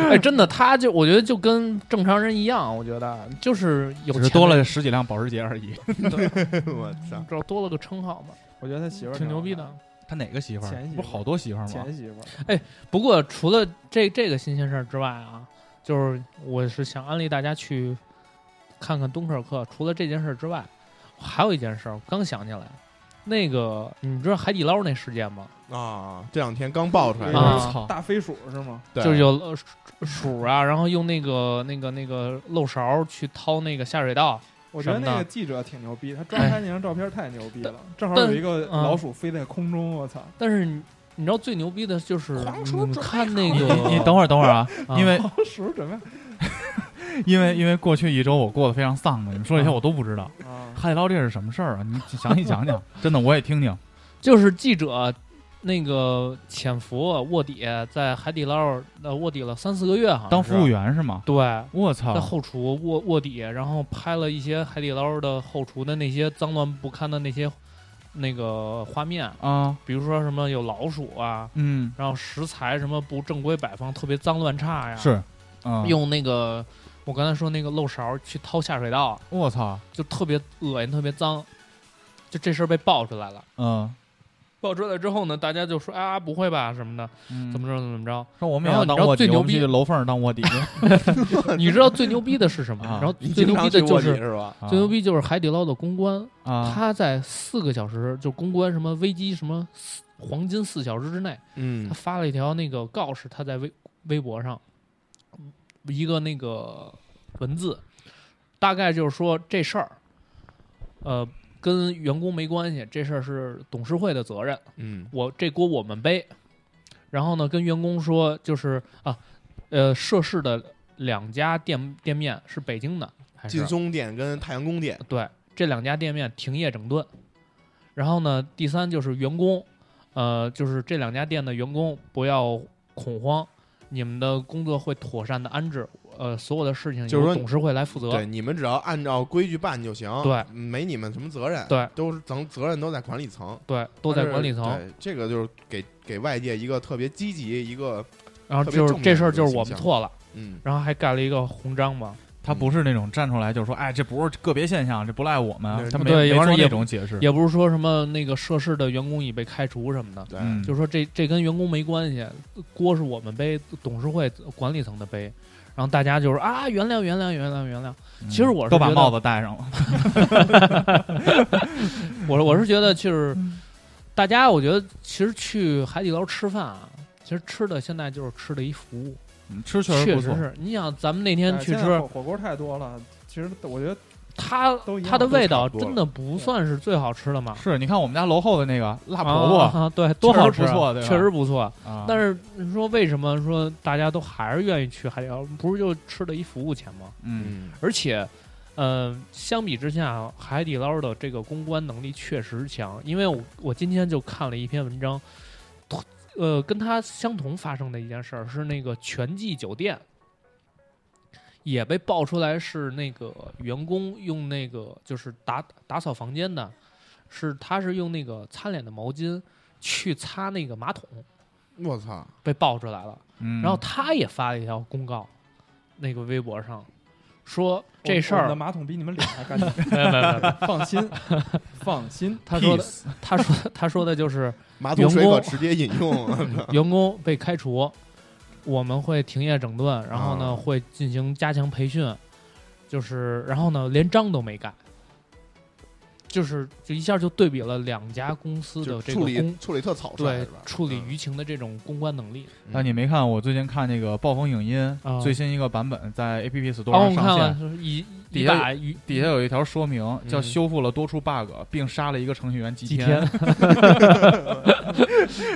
[SPEAKER 3] 哎，真的，他就我觉得就跟正常人一样，我觉得就是有
[SPEAKER 2] 只
[SPEAKER 3] 钱的
[SPEAKER 2] 是多了十几辆保时捷而已。
[SPEAKER 4] 我操，
[SPEAKER 3] 知道多了个称号嘛，
[SPEAKER 5] 我觉得他媳妇儿
[SPEAKER 3] 挺牛逼的。
[SPEAKER 2] 他哪个媳妇儿
[SPEAKER 5] 前媳？妇
[SPEAKER 2] 不
[SPEAKER 5] 儿
[SPEAKER 2] 是好多媳妇儿吗？
[SPEAKER 5] 前媳妇儿，
[SPEAKER 3] 不过除了这这个新鲜事儿之外啊，就是我是想安利大家去看看敦刻尔克。除了这件事儿之外，还有一件事儿，我刚想起来，那个你知道海底捞那事件吗？
[SPEAKER 4] 啊，这两天刚爆出来
[SPEAKER 3] 啊
[SPEAKER 4] 的，
[SPEAKER 2] 我操！
[SPEAKER 5] 大飞鼠是吗？
[SPEAKER 4] 对
[SPEAKER 3] 就是有呃鼠鼠啊，然后用那个那个那个漏勺去掏那个下水道，
[SPEAKER 5] 我觉得那个记者挺牛逼，他抓拍那张照片太牛逼了，
[SPEAKER 3] 哎
[SPEAKER 5] 正好有一个老鼠飞在空中，我操！
[SPEAKER 3] 但是你。你知道最牛逼的就是
[SPEAKER 4] 狂出
[SPEAKER 3] 你
[SPEAKER 4] 准
[SPEAKER 3] 看那
[SPEAKER 2] 你
[SPEAKER 3] 个，
[SPEAKER 2] 你你等会儿，等会儿啊，
[SPEAKER 3] 啊
[SPEAKER 2] 因为
[SPEAKER 5] 老 鼠准备
[SPEAKER 2] 因为因为过去一周我过得非常丧的，你们说这
[SPEAKER 3] 嗯
[SPEAKER 2] 些我都不知道。
[SPEAKER 5] 啊，
[SPEAKER 2] 海底捞这是什么事儿啊？你详细讲讲，真的我 也听听。
[SPEAKER 3] 啊就是记者那个潜伏卧底在海底捞呃卧底了三四个月，好像
[SPEAKER 2] 当
[SPEAKER 3] 是
[SPEAKER 2] 服务员是吗？
[SPEAKER 3] 对，
[SPEAKER 2] 我操
[SPEAKER 3] 在！后厨卧卧底，然后拍了一些海底捞的后厨的那些脏乱不堪的那些那个画面，
[SPEAKER 2] 啊，
[SPEAKER 3] 比如说什么有老鼠啊，
[SPEAKER 2] 嗯，
[SPEAKER 3] 然后食材什么不正规摆放，特别脏乱差呀。
[SPEAKER 2] 是，嗯，
[SPEAKER 3] 啊用那个我刚才说那个漏勺去掏下水道，
[SPEAKER 2] 我操，
[SPEAKER 3] 就特别恶心，特别脏。就这事儿被爆出来了，
[SPEAKER 2] 嗯，
[SPEAKER 3] 爆出来之后呢，大家就说啊不会吧什么的，怎
[SPEAKER 2] 怎
[SPEAKER 3] 么着怎么着。
[SPEAKER 2] 说我们
[SPEAKER 3] 嗯然
[SPEAKER 2] 也
[SPEAKER 3] 后
[SPEAKER 2] 要
[SPEAKER 3] 你
[SPEAKER 2] 当
[SPEAKER 3] 知道
[SPEAKER 2] 卧底，
[SPEAKER 3] 最牛
[SPEAKER 2] 我们去
[SPEAKER 3] 逼
[SPEAKER 2] 楼缝儿当卧底，
[SPEAKER 3] 你知道最牛逼的是什么？
[SPEAKER 2] 啊
[SPEAKER 3] 然后
[SPEAKER 4] 嗯你
[SPEAKER 3] 最
[SPEAKER 4] 经
[SPEAKER 3] 牛逼的
[SPEAKER 4] 常去
[SPEAKER 3] 就
[SPEAKER 4] 卧底
[SPEAKER 3] 是
[SPEAKER 4] 是吧？
[SPEAKER 2] 啊
[SPEAKER 3] 最牛逼就是海底捞的公关，
[SPEAKER 2] 啊！
[SPEAKER 3] 他在四个小时就公关什么危机什么四黄金四小时之内，
[SPEAKER 4] 嗯
[SPEAKER 3] 他发了一条那个告示，他在微微博上嗯一个那个文字，大概就是说这事儿，呃，跟员工没关系，这事儿是董事会的责任，
[SPEAKER 4] 嗯，
[SPEAKER 3] 我这锅我们背。然后呢，跟员工说就是啊，呃，涉事的两家店店面是北京的，还是
[SPEAKER 4] 劲松店跟太阳宫店，
[SPEAKER 3] 对，这两家店面停业整顿。然后呢，第三就是员工，呃，就是这两家店的员工不要恐慌，你们的工作会妥善的安置，呃，所有的事情
[SPEAKER 4] 就是
[SPEAKER 3] 由
[SPEAKER 4] 说
[SPEAKER 3] 董事会来负责。
[SPEAKER 4] 对，你们只要按照规矩办就行，
[SPEAKER 3] 对，
[SPEAKER 4] 没你们什么责任，
[SPEAKER 3] 对
[SPEAKER 4] 都是责责任都在管理层，
[SPEAKER 3] 对，都在管理层。
[SPEAKER 4] 但是对，这个就是给给外界一个特别积极一个，
[SPEAKER 3] 然后
[SPEAKER 4] 特别
[SPEAKER 3] 就是
[SPEAKER 4] 正面
[SPEAKER 3] 这
[SPEAKER 4] 的
[SPEAKER 3] 事儿
[SPEAKER 4] 一个
[SPEAKER 3] 就是我们
[SPEAKER 4] 形象
[SPEAKER 3] 错了，
[SPEAKER 4] 嗯，
[SPEAKER 3] 然后还盖了一个红章嘛。
[SPEAKER 2] 他不是那种站出来就说，哎，这不是个别现象，这不赖我们，啊
[SPEAKER 4] 对
[SPEAKER 2] 他没
[SPEAKER 3] 对
[SPEAKER 2] 没
[SPEAKER 3] 完事儿
[SPEAKER 2] 做
[SPEAKER 3] 也
[SPEAKER 2] 那种解释。
[SPEAKER 3] 也不是说什么那个涉事的员工已被开除什么的，
[SPEAKER 4] 对，
[SPEAKER 2] 嗯，
[SPEAKER 3] 就是说这这跟员工没关系，锅是我们背，董事会管理层的背。然后大家就是啊，原谅原谅原谅原谅。
[SPEAKER 2] 嗯
[SPEAKER 3] 其实我是
[SPEAKER 2] 都把
[SPEAKER 3] 觉得
[SPEAKER 2] 帽子戴上了。
[SPEAKER 3] 我我是觉得就是，
[SPEAKER 5] 嗯
[SPEAKER 3] 大家我觉得其实去海底捞吃饭啊，其实吃的现在就是吃的一服务，
[SPEAKER 2] 嗯吃确实
[SPEAKER 3] 确
[SPEAKER 2] 不
[SPEAKER 3] 实
[SPEAKER 2] 错，
[SPEAKER 3] 是。你想咱们那
[SPEAKER 5] 哎
[SPEAKER 3] 天去
[SPEAKER 5] 现在
[SPEAKER 3] 吃，
[SPEAKER 5] 火火锅太多了，其实我觉得
[SPEAKER 3] 它
[SPEAKER 5] 都一样
[SPEAKER 3] 它的
[SPEAKER 5] 都差
[SPEAKER 3] 味道
[SPEAKER 4] 不多了
[SPEAKER 3] 真的不算是最好吃的嘛。
[SPEAKER 2] 是你看我们家楼后的那个辣
[SPEAKER 3] 大
[SPEAKER 2] 婆婆，
[SPEAKER 3] 啊，对，多好吃啊，
[SPEAKER 2] 不错对吧
[SPEAKER 3] 确实不错。
[SPEAKER 2] 啊
[SPEAKER 3] 但是你说为什么说大家都还是愿意去海底捞？不是就吃了一服务钱吗？
[SPEAKER 2] 嗯，
[SPEAKER 4] 嗯，
[SPEAKER 3] 而且，呃，相比之下，海底捞的这个公关能力确实强。因为我我今天就看了一篇文章，呃，跟它相同发生的一件事儿是那个全季酒店。也被爆出来是那个员工用那个就是打打扫房间的，是他是用那个擦脸的毛巾去擦那个马桶，
[SPEAKER 4] 我操，
[SPEAKER 3] 被爆出来了。
[SPEAKER 2] 嗯
[SPEAKER 3] 然后他也发了一条公告，那个微博上说
[SPEAKER 5] 我
[SPEAKER 3] 这事
[SPEAKER 5] 我们的
[SPEAKER 3] 儿，
[SPEAKER 5] 马桶比你们脸还干净，
[SPEAKER 3] 没有没有没有，
[SPEAKER 5] 放 心，放心。
[SPEAKER 3] 他说的
[SPEAKER 4] Peace
[SPEAKER 3] 他说他说的就是
[SPEAKER 4] 马桶水
[SPEAKER 3] 员
[SPEAKER 4] 可
[SPEAKER 3] 工
[SPEAKER 4] 直接饮用，
[SPEAKER 3] 员工被开除，我们会停业整顿，然后
[SPEAKER 4] 啊
[SPEAKER 3] 呢会进行加强培训，就是然后呢连章都没盖。就是就一下就对比了两家公司
[SPEAKER 4] 就
[SPEAKER 3] 的这个
[SPEAKER 4] 处理
[SPEAKER 3] 公
[SPEAKER 4] 处理特草率，
[SPEAKER 3] 对
[SPEAKER 4] 是吧？
[SPEAKER 3] 处理
[SPEAKER 4] 嗯，
[SPEAKER 3] 舆情的这种公关能力。
[SPEAKER 2] 但你没看我最近看那个暴风影音
[SPEAKER 3] 嗯啊
[SPEAKER 2] 最新一个版本在 A P P Store
[SPEAKER 3] 然后我
[SPEAKER 2] 上
[SPEAKER 3] 看
[SPEAKER 2] 上
[SPEAKER 3] 了
[SPEAKER 2] 线，
[SPEAKER 3] 就是一
[SPEAKER 2] 底
[SPEAKER 3] 一
[SPEAKER 2] 下
[SPEAKER 3] 把舆
[SPEAKER 2] 底下有一条说明叫
[SPEAKER 3] 嗯
[SPEAKER 2] 修复了多处 bug，并杀了一个程序员吉
[SPEAKER 3] 几天，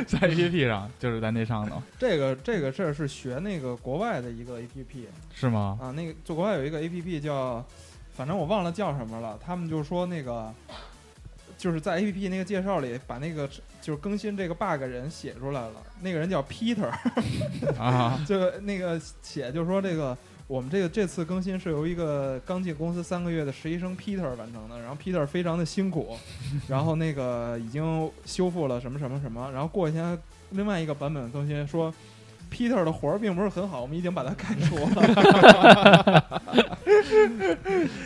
[SPEAKER 2] 在 A P P 上，就是在那上头，
[SPEAKER 5] 这个这个事儿是学那个国外的一个 A P P
[SPEAKER 2] 是吗？
[SPEAKER 5] 啊，那个就国外有一个 A P P 叫，反正我忘了叫什么了，他们就说那个。就是在 A P P 那个介绍里，把那个就是更新这个 bug 人写出来了。那个人叫 Peter，
[SPEAKER 2] 啊，
[SPEAKER 5] 就那个写就说这个我们这个这次更新是由一个刚进公司三个月的实习生 Peter 完成的，然后 Peter 非常的辛 苦，然后那个已经修复了什么什么什么，然后过一天另外一个版本更新说。Peter 的活儿并不是很好，我们已经把他开 除了。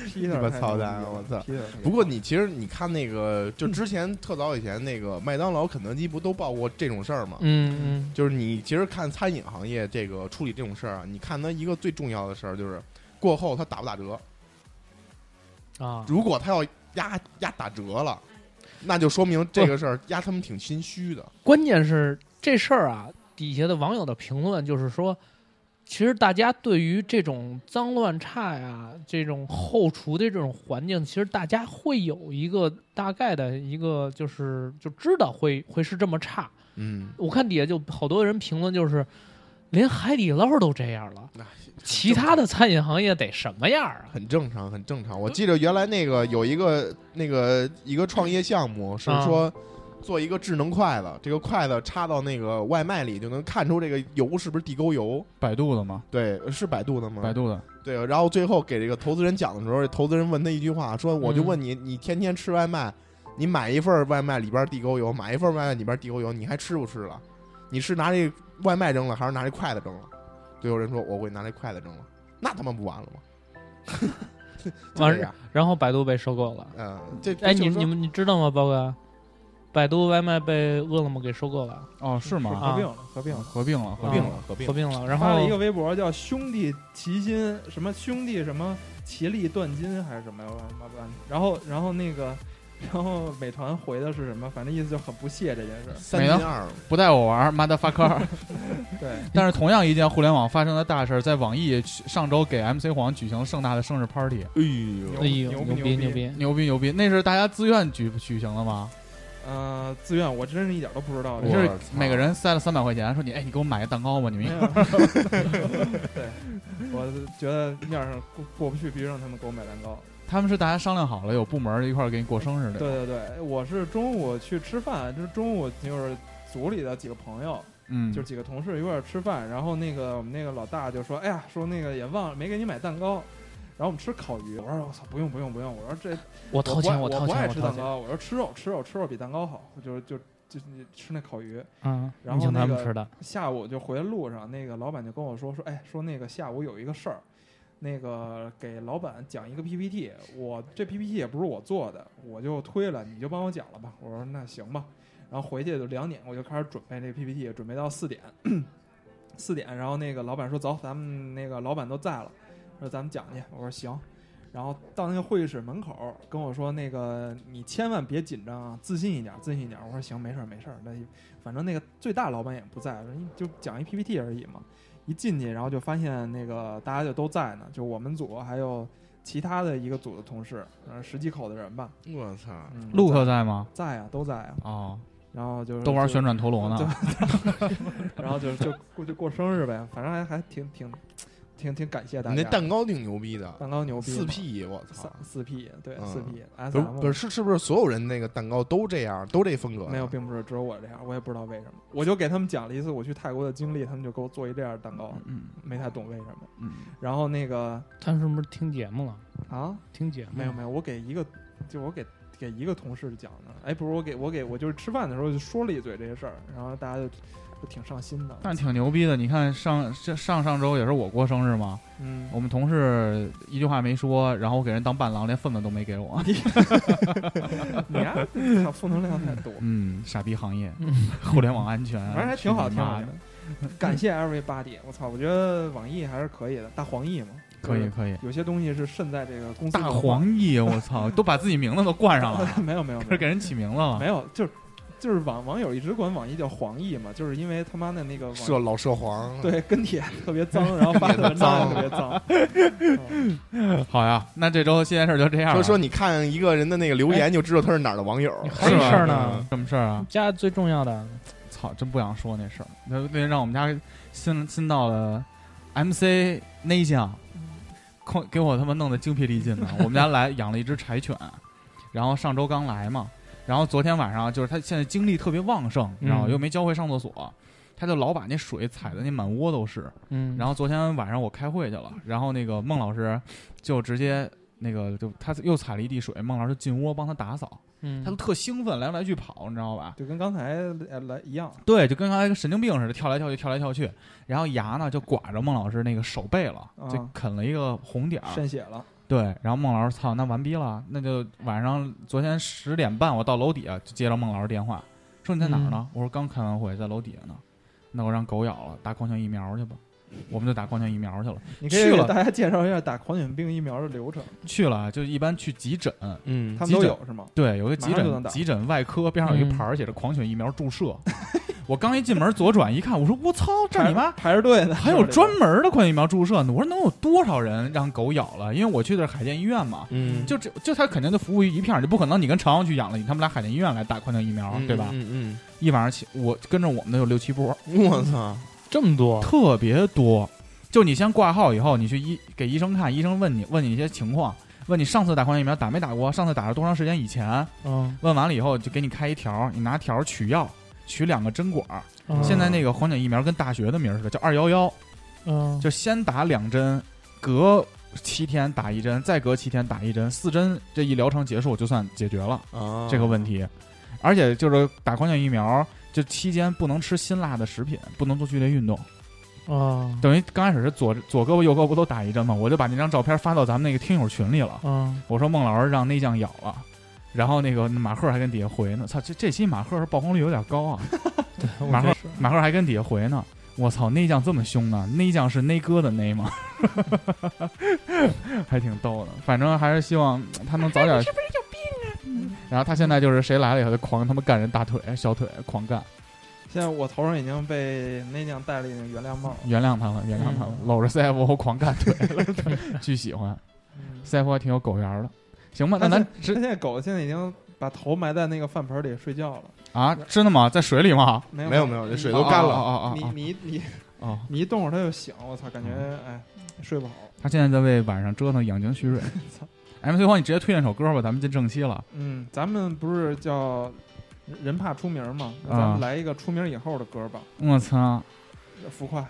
[SPEAKER 5] Peter，
[SPEAKER 4] 我
[SPEAKER 5] 太
[SPEAKER 4] 操
[SPEAKER 5] 牛逼
[SPEAKER 4] 蛋
[SPEAKER 5] 了
[SPEAKER 4] 我操
[SPEAKER 5] Peter 太牛
[SPEAKER 4] 不过
[SPEAKER 5] 逼了
[SPEAKER 4] 你其实你看那个，就之前特早以前那个麦当劳、肯德基不都报过这种事儿吗？
[SPEAKER 3] 嗯嗯，
[SPEAKER 4] 就是你其实看餐饮行业这个处理这种事儿啊，你看它一个最重要的事儿就是过后它打不打折。
[SPEAKER 2] 嗯
[SPEAKER 3] 啊，
[SPEAKER 4] 如果它要压压打折了，那就说明这个事儿压他们挺心虚的。
[SPEAKER 3] 关键是这事儿啊，底下的网友的评论就是说，其实大家对于这种脏乱差呀、这种后厨的这种环境，其实大家会有一个大概的一个，就是就知道会会是这么差。
[SPEAKER 4] 嗯，
[SPEAKER 3] 我看底下就好多人评论，就是连海底捞都这样了，
[SPEAKER 4] 那
[SPEAKER 3] 其他的餐饮行业得什么样啊？
[SPEAKER 4] 很正常，很正常。我记得原来那个有一个那个一个创业项目是说。做一个智能筷子，这个筷子插到那个外卖里，就能看出这个油是不是地沟油。
[SPEAKER 2] 百度的吗？
[SPEAKER 4] 对，是百度的吗？
[SPEAKER 2] 百度的，
[SPEAKER 4] 对，然后最后给这个投资人讲的时候，投资人问他一句话，说：“我就
[SPEAKER 5] 嗯
[SPEAKER 4] 问你，你天天吃外卖，你买一份外卖里边地沟油，买一份外卖里边地沟油，你还吃不吃了？你是拿这外卖扔了，还是拿这筷子扔了？”最后人说：“我会拿这筷子扔了。”那他妈不完了吗？ 就这
[SPEAKER 3] 完
[SPEAKER 4] 样，，
[SPEAKER 3] 然后百度被收购了。
[SPEAKER 4] 嗯，这
[SPEAKER 3] 哎，
[SPEAKER 4] 就
[SPEAKER 3] 你
[SPEAKER 4] 是说
[SPEAKER 3] 你们你知道吗，包哥？百度外卖被饿了么给收购了，
[SPEAKER 2] 哦，是
[SPEAKER 5] 是
[SPEAKER 2] 吗？
[SPEAKER 5] 合
[SPEAKER 4] 啊
[SPEAKER 5] 并了，合并了。
[SPEAKER 2] 合并
[SPEAKER 3] 啊
[SPEAKER 2] 了，合
[SPEAKER 4] 合
[SPEAKER 2] 并
[SPEAKER 4] 并
[SPEAKER 2] 了，
[SPEAKER 4] 了，合并
[SPEAKER 3] 合
[SPEAKER 4] 了，
[SPEAKER 3] 并了。然后
[SPEAKER 5] 发了一个微博叫“兄弟齐心”，什么兄弟什么齐力断金还是什么呀？什么乱七然后然后那个，然后美团回的是什么？反正意思就很不屑这件事儿。
[SPEAKER 4] 三斤二了。
[SPEAKER 2] 不带我玩，motherfucker。
[SPEAKER 5] 对，
[SPEAKER 2] 但是同样一件互联网发生的大事儿，在网易上周给 MC 黄举行盛大的生日 party，
[SPEAKER 4] 哎呦，
[SPEAKER 5] 牛
[SPEAKER 3] 哎呦，
[SPEAKER 5] 牛
[SPEAKER 3] 牛
[SPEAKER 5] 逼
[SPEAKER 3] 牛
[SPEAKER 5] 逼！
[SPEAKER 3] 逼！
[SPEAKER 2] 牛逼牛逼！那是大家自愿举举行的吗？
[SPEAKER 5] 呃，自愿我真是一点都不知道这
[SPEAKER 2] 你
[SPEAKER 5] 事儿。
[SPEAKER 2] 是
[SPEAKER 4] 我操
[SPEAKER 2] 每个人塞了三百块钱，说你哎，你给我买个蛋糕吧，你们
[SPEAKER 5] 没
[SPEAKER 2] 一
[SPEAKER 5] 有，对，我觉得面儿上过过不去，必须让他们给我买蛋糕。
[SPEAKER 2] 他们是大家商量好了，有部门儿一块儿给你过生日的。
[SPEAKER 5] 对对对，我是中午去吃饭，就是中午就是组里的几个朋友，
[SPEAKER 2] 嗯，
[SPEAKER 5] 就是几个同事一块儿吃饭，然后那个我们那个老大就说：“哎呀，说那个也忘了没给你买蛋糕。”然后我们吃烤鱼，我说我操，不用不用不用，我说这
[SPEAKER 3] 我掏钱，
[SPEAKER 5] 我不爱
[SPEAKER 3] 掏
[SPEAKER 5] 不爱
[SPEAKER 3] 钱，我
[SPEAKER 5] 吃
[SPEAKER 3] 掏
[SPEAKER 5] 蛋
[SPEAKER 3] 钱。
[SPEAKER 5] 糕，我说吃肉吃肉吃肉比蛋糕好，就是就就你吃那烤鱼。
[SPEAKER 3] 嗯，
[SPEAKER 5] 然后
[SPEAKER 3] 你请他
[SPEAKER 5] 那
[SPEAKER 3] 们
[SPEAKER 5] 个
[SPEAKER 3] 吃的，
[SPEAKER 5] 下午就回路上，那个老板就跟我说说，哎，说那个下午有一个事儿，那个给老板讲一个 PPT，我这 PPT 也不是我做的，我就推了，你就帮我讲了吧。我说那行吧，然后回去就两点我就开始准备这 PPT，准备到四点， 四点，然后那个老板说走，咱们那个老板都在了，说咱们讲去，我说行。然后到那个会议室门口跟我说：“那个你千万别紧张啊，自信一点，自信一点。”我说：“行，没事儿，没事儿。”那反正那个最大老板也不在，就讲一 PPT 而已嘛。一进去，然后就发现那个大家就都在呢，就我们组还有其他的一个组的同事，呃，十几口的人吧。
[SPEAKER 4] 我操，
[SPEAKER 5] 嗯，
[SPEAKER 2] 陆克在吗？
[SPEAKER 5] 在啊，都在啊。
[SPEAKER 2] 哦，
[SPEAKER 5] 然后就是
[SPEAKER 2] 都玩
[SPEAKER 5] 就
[SPEAKER 2] 旋转陀 螺呢。
[SPEAKER 5] 然后就就过就过生日呗，反正还还挺挺挺挺感谢大
[SPEAKER 4] 你
[SPEAKER 5] 家。
[SPEAKER 4] 那蛋糕挺牛逼的，
[SPEAKER 5] 蛋糕牛逼嘛，
[SPEAKER 4] 四 P，我
[SPEAKER 5] 三
[SPEAKER 4] 操！
[SPEAKER 5] 四 P 对
[SPEAKER 4] 嗯
[SPEAKER 5] 四 P
[SPEAKER 4] 不
[SPEAKER 5] S
[SPEAKER 4] 是
[SPEAKER 5] M
[SPEAKER 4] 不是是是不是所有人那个蛋糕都这样，都这风格？
[SPEAKER 5] 没有，，并不是只有我这样，我也不知道为什么。我就给他们讲了一次我去泰国的经历，他们就给我做一这样的蛋糕，
[SPEAKER 2] 嗯
[SPEAKER 5] 没太懂为什么。
[SPEAKER 2] 嗯，
[SPEAKER 5] 然后那个
[SPEAKER 3] 他是不是听节目了？
[SPEAKER 5] 啊，
[SPEAKER 3] 听节目
[SPEAKER 5] 没有没有，我给一个，就我给给一个同事讲的，哎，不是我给我给我就是吃饭的时候就说了一嘴这些事儿，然后大家就就挺上心的。
[SPEAKER 2] 但挺牛逼的。你看上上上上周也是我过生日嘛，
[SPEAKER 5] 嗯，
[SPEAKER 2] 我们同事一句话没说，然后我给人当伴郎，连份子都没给 我。
[SPEAKER 5] 你呀、操负能量太多，
[SPEAKER 2] 哦嗯，傻逼行业，互联网安全，
[SPEAKER 5] 嗯
[SPEAKER 2] 嗯
[SPEAKER 5] 反正还挺好，
[SPEAKER 2] 去
[SPEAKER 5] 挺
[SPEAKER 2] 你妈
[SPEAKER 5] 好的。感谢 everybody，我操，我觉得网易还是可以的，大黄易嘛，
[SPEAKER 2] 可以。可以。
[SPEAKER 5] 有些东西是渗在这个公司
[SPEAKER 2] 大
[SPEAKER 5] 文化
[SPEAKER 2] 黄奕，我操，都把自己名字都冠上了，
[SPEAKER 5] 没有没有没
[SPEAKER 2] 这
[SPEAKER 5] 有
[SPEAKER 2] 给人起名字了
[SPEAKER 5] 没。有，就是就是网网友一直管网易叫黄易嘛，就是因为他妈的那个网
[SPEAKER 4] 涉老涉黄，，啊
[SPEAKER 5] 对跟帖特别 脏，然后发的文章也特别脏。嗯
[SPEAKER 2] 好呀，那这周新鲜事儿就这样啊哎了。
[SPEAKER 4] 说说你看一个人的那个留言就知道他是哪儿的网友，
[SPEAKER 3] 还有一事儿呢，
[SPEAKER 2] 什么事儿啊？
[SPEAKER 3] 家最重要的
[SPEAKER 2] 操，真不想说那事儿。那那让我们家新新到了 MC 内向，控给我他妈弄得精疲力尽的。我们家来养了一只柴犬，然后上周刚来嘛，然后昨天晚上就是它现在精力特别旺盛，
[SPEAKER 3] 嗯
[SPEAKER 2] 然后又没教会上厕所，它就老把那水踩的那满窝都是。
[SPEAKER 3] 嗯，
[SPEAKER 2] 然后昨天晚上我开会去了，然后那个孟老师就直接。那个就他又踩了一地水，孟老师进窝帮他打扫，
[SPEAKER 3] 嗯
[SPEAKER 2] 他都特兴奋，来回来去跑，你知道吧？
[SPEAKER 5] 就跟刚才呃来一样，
[SPEAKER 2] 对，就跟刚才跟神经病似的，跳来跳去，跳来跳去。然后牙呢就刮着孟老师那个手背了，就
[SPEAKER 5] 啊
[SPEAKER 2] 啃了一个红点儿。
[SPEAKER 5] 渗血了，
[SPEAKER 2] 对，然后孟老师操，那完逼了，那就晚上昨天十点半，我到楼底下就接到孟老师电话，说你在哪儿
[SPEAKER 5] 嗯
[SPEAKER 2] 呢？我说刚开完会，在楼底下呢。那我让狗咬了，打狂犬疫苗去吧。我们就打狂犬疫苗去了，
[SPEAKER 5] 你可以
[SPEAKER 2] 去
[SPEAKER 5] 给
[SPEAKER 2] 了
[SPEAKER 5] 大家介绍一下打狂犬病疫苗的流程，
[SPEAKER 2] 去了就一般去急诊，
[SPEAKER 4] 嗯
[SPEAKER 5] 他们
[SPEAKER 2] 急
[SPEAKER 5] 都
[SPEAKER 2] 诊
[SPEAKER 5] 有是吗？
[SPEAKER 2] 对，有个急
[SPEAKER 5] 马上就
[SPEAKER 2] 诊
[SPEAKER 5] 能打嗯
[SPEAKER 2] 急诊外科边上有一牌儿写着狂犬疫苗注射。 我刚一进门左转一看，我说我操，这儿你妈
[SPEAKER 5] 排着队呢，
[SPEAKER 2] 还有专门的冠疫苗注射呢。我说能有多少人让狗咬了？因为我去的是海淀医院嘛，
[SPEAKER 4] 嗯，
[SPEAKER 2] 就这就他肯定就服务于一片儿，就不可能你跟朝阳区养了，你他们俩海淀医院来打狂犬疫苗，对吧？
[SPEAKER 4] 嗯
[SPEAKER 2] 一晚上起我跟着我们的有六七波，
[SPEAKER 4] 嗯，我操，
[SPEAKER 3] 这么多，
[SPEAKER 2] 特别多。就你先挂号以后，你去医给医生看，医生问你问你一些情况，问你上次打狂犬疫苗打没打过，上次打是多长时间以前，
[SPEAKER 3] 嗯，
[SPEAKER 2] 问完了以后就给你开一条，你拿条取药，取两个针管儿。
[SPEAKER 3] 嗯
[SPEAKER 2] 现在那个狂犬疫苗跟大学的名儿似的，叫二幺幺。
[SPEAKER 3] 嗯
[SPEAKER 2] 就先打两针，隔七天打一针，再隔七天打一针，四针这一疗程结束就算解决了
[SPEAKER 4] 啊，
[SPEAKER 2] 这个问题。而且就是打狂犬疫苗，这期间不能吃辛辣的食品，不能做剧烈运动。
[SPEAKER 3] 啊
[SPEAKER 2] 等于刚开始是左左胳膊右胳膊都打一针嘛，我就把那张照片发到咱们那个听友群里了。
[SPEAKER 3] 啊
[SPEAKER 2] 我说孟老师让内将咬了，然后那个马赫还跟底下回呢，操，这这期马赫是曝光率有点高 啊。
[SPEAKER 3] 我
[SPEAKER 2] 马
[SPEAKER 3] 觉得
[SPEAKER 2] 赫
[SPEAKER 3] 是
[SPEAKER 2] 马赫还跟底下回呢，我操，内将这么凶呢？内将是内哥的内吗？ 还挺逗的，反正还是希望嗯他能早 点。是不是有病啊？然后他现在就是谁来了以后就狂他妈干人大腿、小腿，狂干。
[SPEAKER 5] 现在我头上已经被那将戴了一顶原谅帽，
[SPEAKER 2] 原谅他们，原谅他们，
[SPEAKER 3] 嗯
[SPEAKER 2] 搂着 CFO 狂干腿，
[SPEAKER 3] 嗯
[SPEAKER 2] 巨喜欢 CFO 还挺有狗缘儿的。行吧，那
[SPEAKER 5] 他
[SPEAKER 2] 咱
[SPEAKER 5] 现
[SPEAKER 2] 直
[SPEAKER 5] 他现在狗现在已经把头埋在那个饭盆里睡觉了。
[SPEAKER 2] 啊，真的吗？在水里吗？
[SPEAKER 5] 没
[SPEAKER 4] 没有没有这水
[SPEAKER 2] 都干了
[SPEAKER 5] 啊
[SPEAKER 2] 啊啊啊嗯
[SPEAKER 5] 你你你
[SPEAKER 2] 哦，
[SPEAKER 5] 你一动会儿它就醒，我操，感觉哎睡不好。
[SPEAKER 2] 他现在在为晚上折腾养精蓄锐。MC 黄，你直接推荐首歌吧，咱们进正期了。
[SPEAKER 5] 嗯，咱们不是叫人怕出名嘛，那咱
[SPEAKER 2] 啊
[SPEAKER 5] 们来一个出名以后的歌吧，
[SPEAKER 2] 我操，
[SPEAKER 5] 浮夸。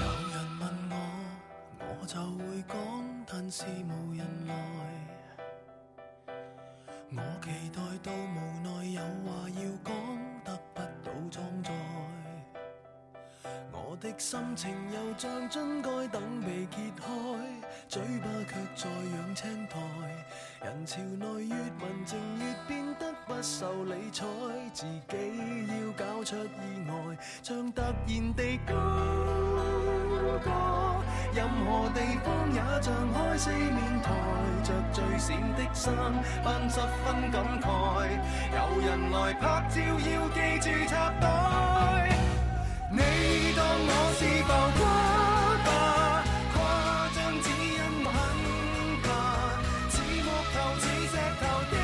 [SPEAKER 6] 有人問我，我就會講，但是無人來。我期待到無奈，有話要講，得不到裝載。我的心情又像樽蓋等被揭開，嘴巴卻在養青苔。人潮內越文靜越變得不受理睬，自己要搞出意外，像突然地高歌，任何地方也像開四面台，着最閃的衫，扮十分感慨。有人來拍照要記住插袋，你當我是浮誇吧？誇張只因很怕。似木頭似石頭的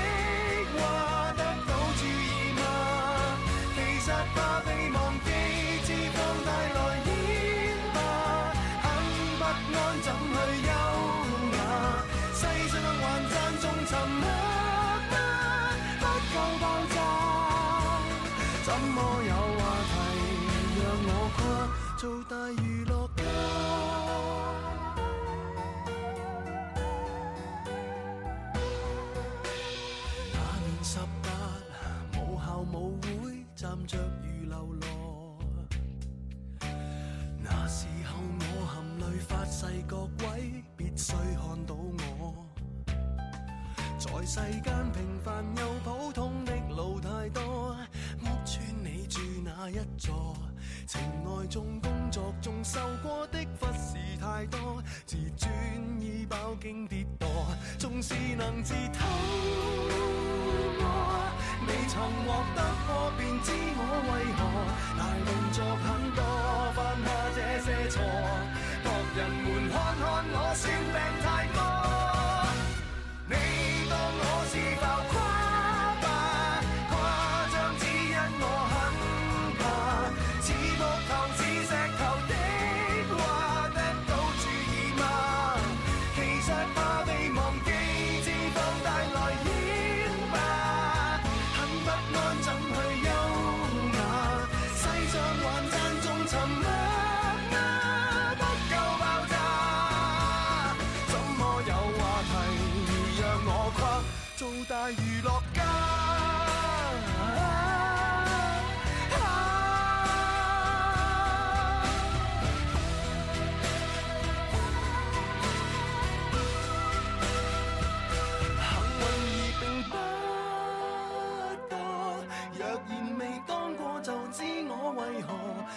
[SPEAKER 6] 話，得到注意嗎？其實怕被忘記，自放大來演吧。很不安，怎去優雅？世上還讚仲沉默嗎？不夠爆炸，怎麼有話題讓我誇？做大娛樂家。那年十八，母校舞會，站着如流羅。那時候我含淚發誓，各位必須看到我。在世間平凡又普通的路太多，屋村你住哪一座？情愛中、工作中受過的忽視太多，自尊已飽經跌墮，縱是能自偷我，未曾獲得過，便知我為何大動作很多，犯下這些錯，各人們看看我算病太多。你當我是浮誇吧？誇張只因我很怕，似木頭似石頭的話，得到注意嗎？其實怕被忘記，自放大來演吧。很不安，怎去優雅？世上還讚仲沉默嗎？不夠爆炸。怎麼有話題讓我跨做大娛樂家？幸運兒並不多，若然未當過就知我為何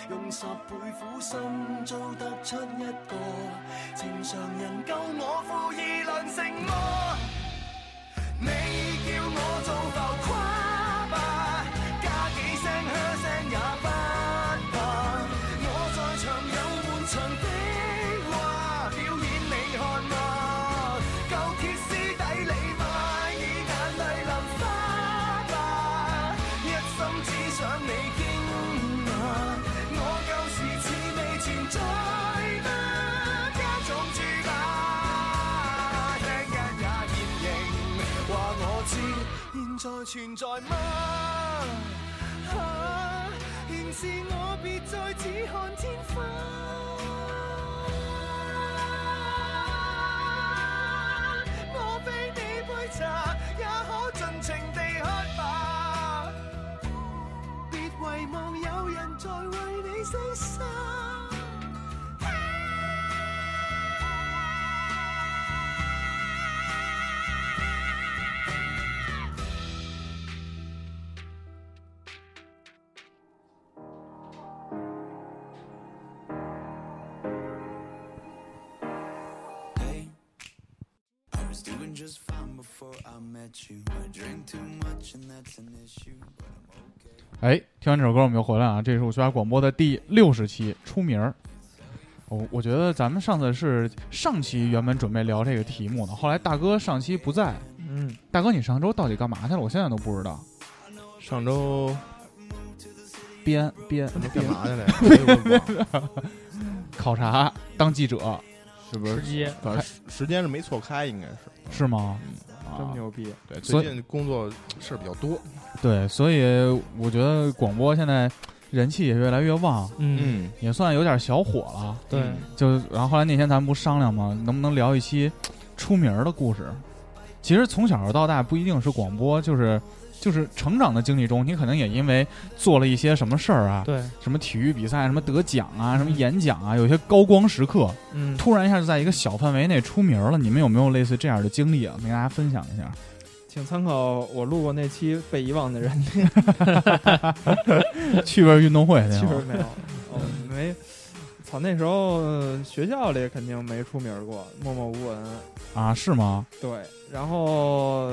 [SPEAKER 6] 用十倍苦心做得出一個正常人，夠我負義論成魔。你叫我做浮誇吧，加幾聲噓聲也不怕。我在場有滿場的話，表演你看嗎？舊鐵絲底你快以眼淚淋花吧，一心只想你驚訝。我舊時似未存在嗎？加重注吧，聽日也現形。話我知，現在存在嗎？啊，仍是我別再只看天花。我俾你杯茶，也可盡情地喝吧。別遺忘有人在為你犧牲。 was doing just fine before I met you. I drink too much and that's an issue, but I'm okay.
[SPEAKER 2] 哎，听完这首歌我们又回来啊，这是我学广播的第六十期出名儿。我我觉得咱们上次是上期原本准备聊这个题目呢，后来大哥上期不在，
[SPEAKER 5] 嗯，
[SPEAKER 2] 大哥你上周到底干嘛去了？我现在都不知道。
[SPEAKER 4] 上周
[SPEAKER 2] 编编
[SPEAKER 4] 干嘛 去了呀？我也忘了
[SPEAKER 2] 考察当记者
[SPEAKER 4] 是不
[SPEAKER 3] 吃
[SPEAKER 4] 是？
[SPEAKER 3] 鸡，
[SPEAKER 4] 反正时时间是没错开，应该是。
[SPEAKER 2] 是吗？
[SPEAKER 5] 嗯真
[SPEAKER 2] 啊，
[SPEAKER 5] 牛逼，
[SPEAKER 4] 对，
[SPEAKER 2] 所
[SPEAKER 4] 最
[SPEAKER 2] 以
[SPEAKER 4] 近工作事儿比较多。
[SPEAKER 2] 啊对，所以我觉得广播现在人气也越来越旺，
[SPEAKER 3] 嗯，
[SPEAKER 4] 嗯，
[SPEAKER 2] 也算有点小火了。
[SPEAKER 3] 对，
[SPEAKER 5] 嗯
[SPEAKER 2] 就然后后来那天咱们不商量吗？能不能聊一期出名儿的故事？其实从小到大不一定是广播，就是就是成长的经历中，你可能也因为做了一些什么事儿啊，
[SPEAKER 3] 对，
[SPEAKER 2] 什么体育比赛、什么得奖啊、什么演讲啊，有一些高光时刻，
[SPEAKER 3] 嗯，
[SPEAKER 2] 突然一下就在一个小范围内出名儿了。你们有没有类似这样的经历啊？跟大家分享一下。
[SPEAKER 5] 请参考我录过那期《被遗忘的人》
[SPEAKER 2] 去过运动会去
[SPEAKER 5] 其实
[SPEAKER 2] 吗？
[SPEAKER 5] 没有，哦，没。操，那时候呃学校里肯定没出名儿过，默默无闻。
[SPEAKER 2] 啊，是吗？
[SPEAKER 5] 对，然后，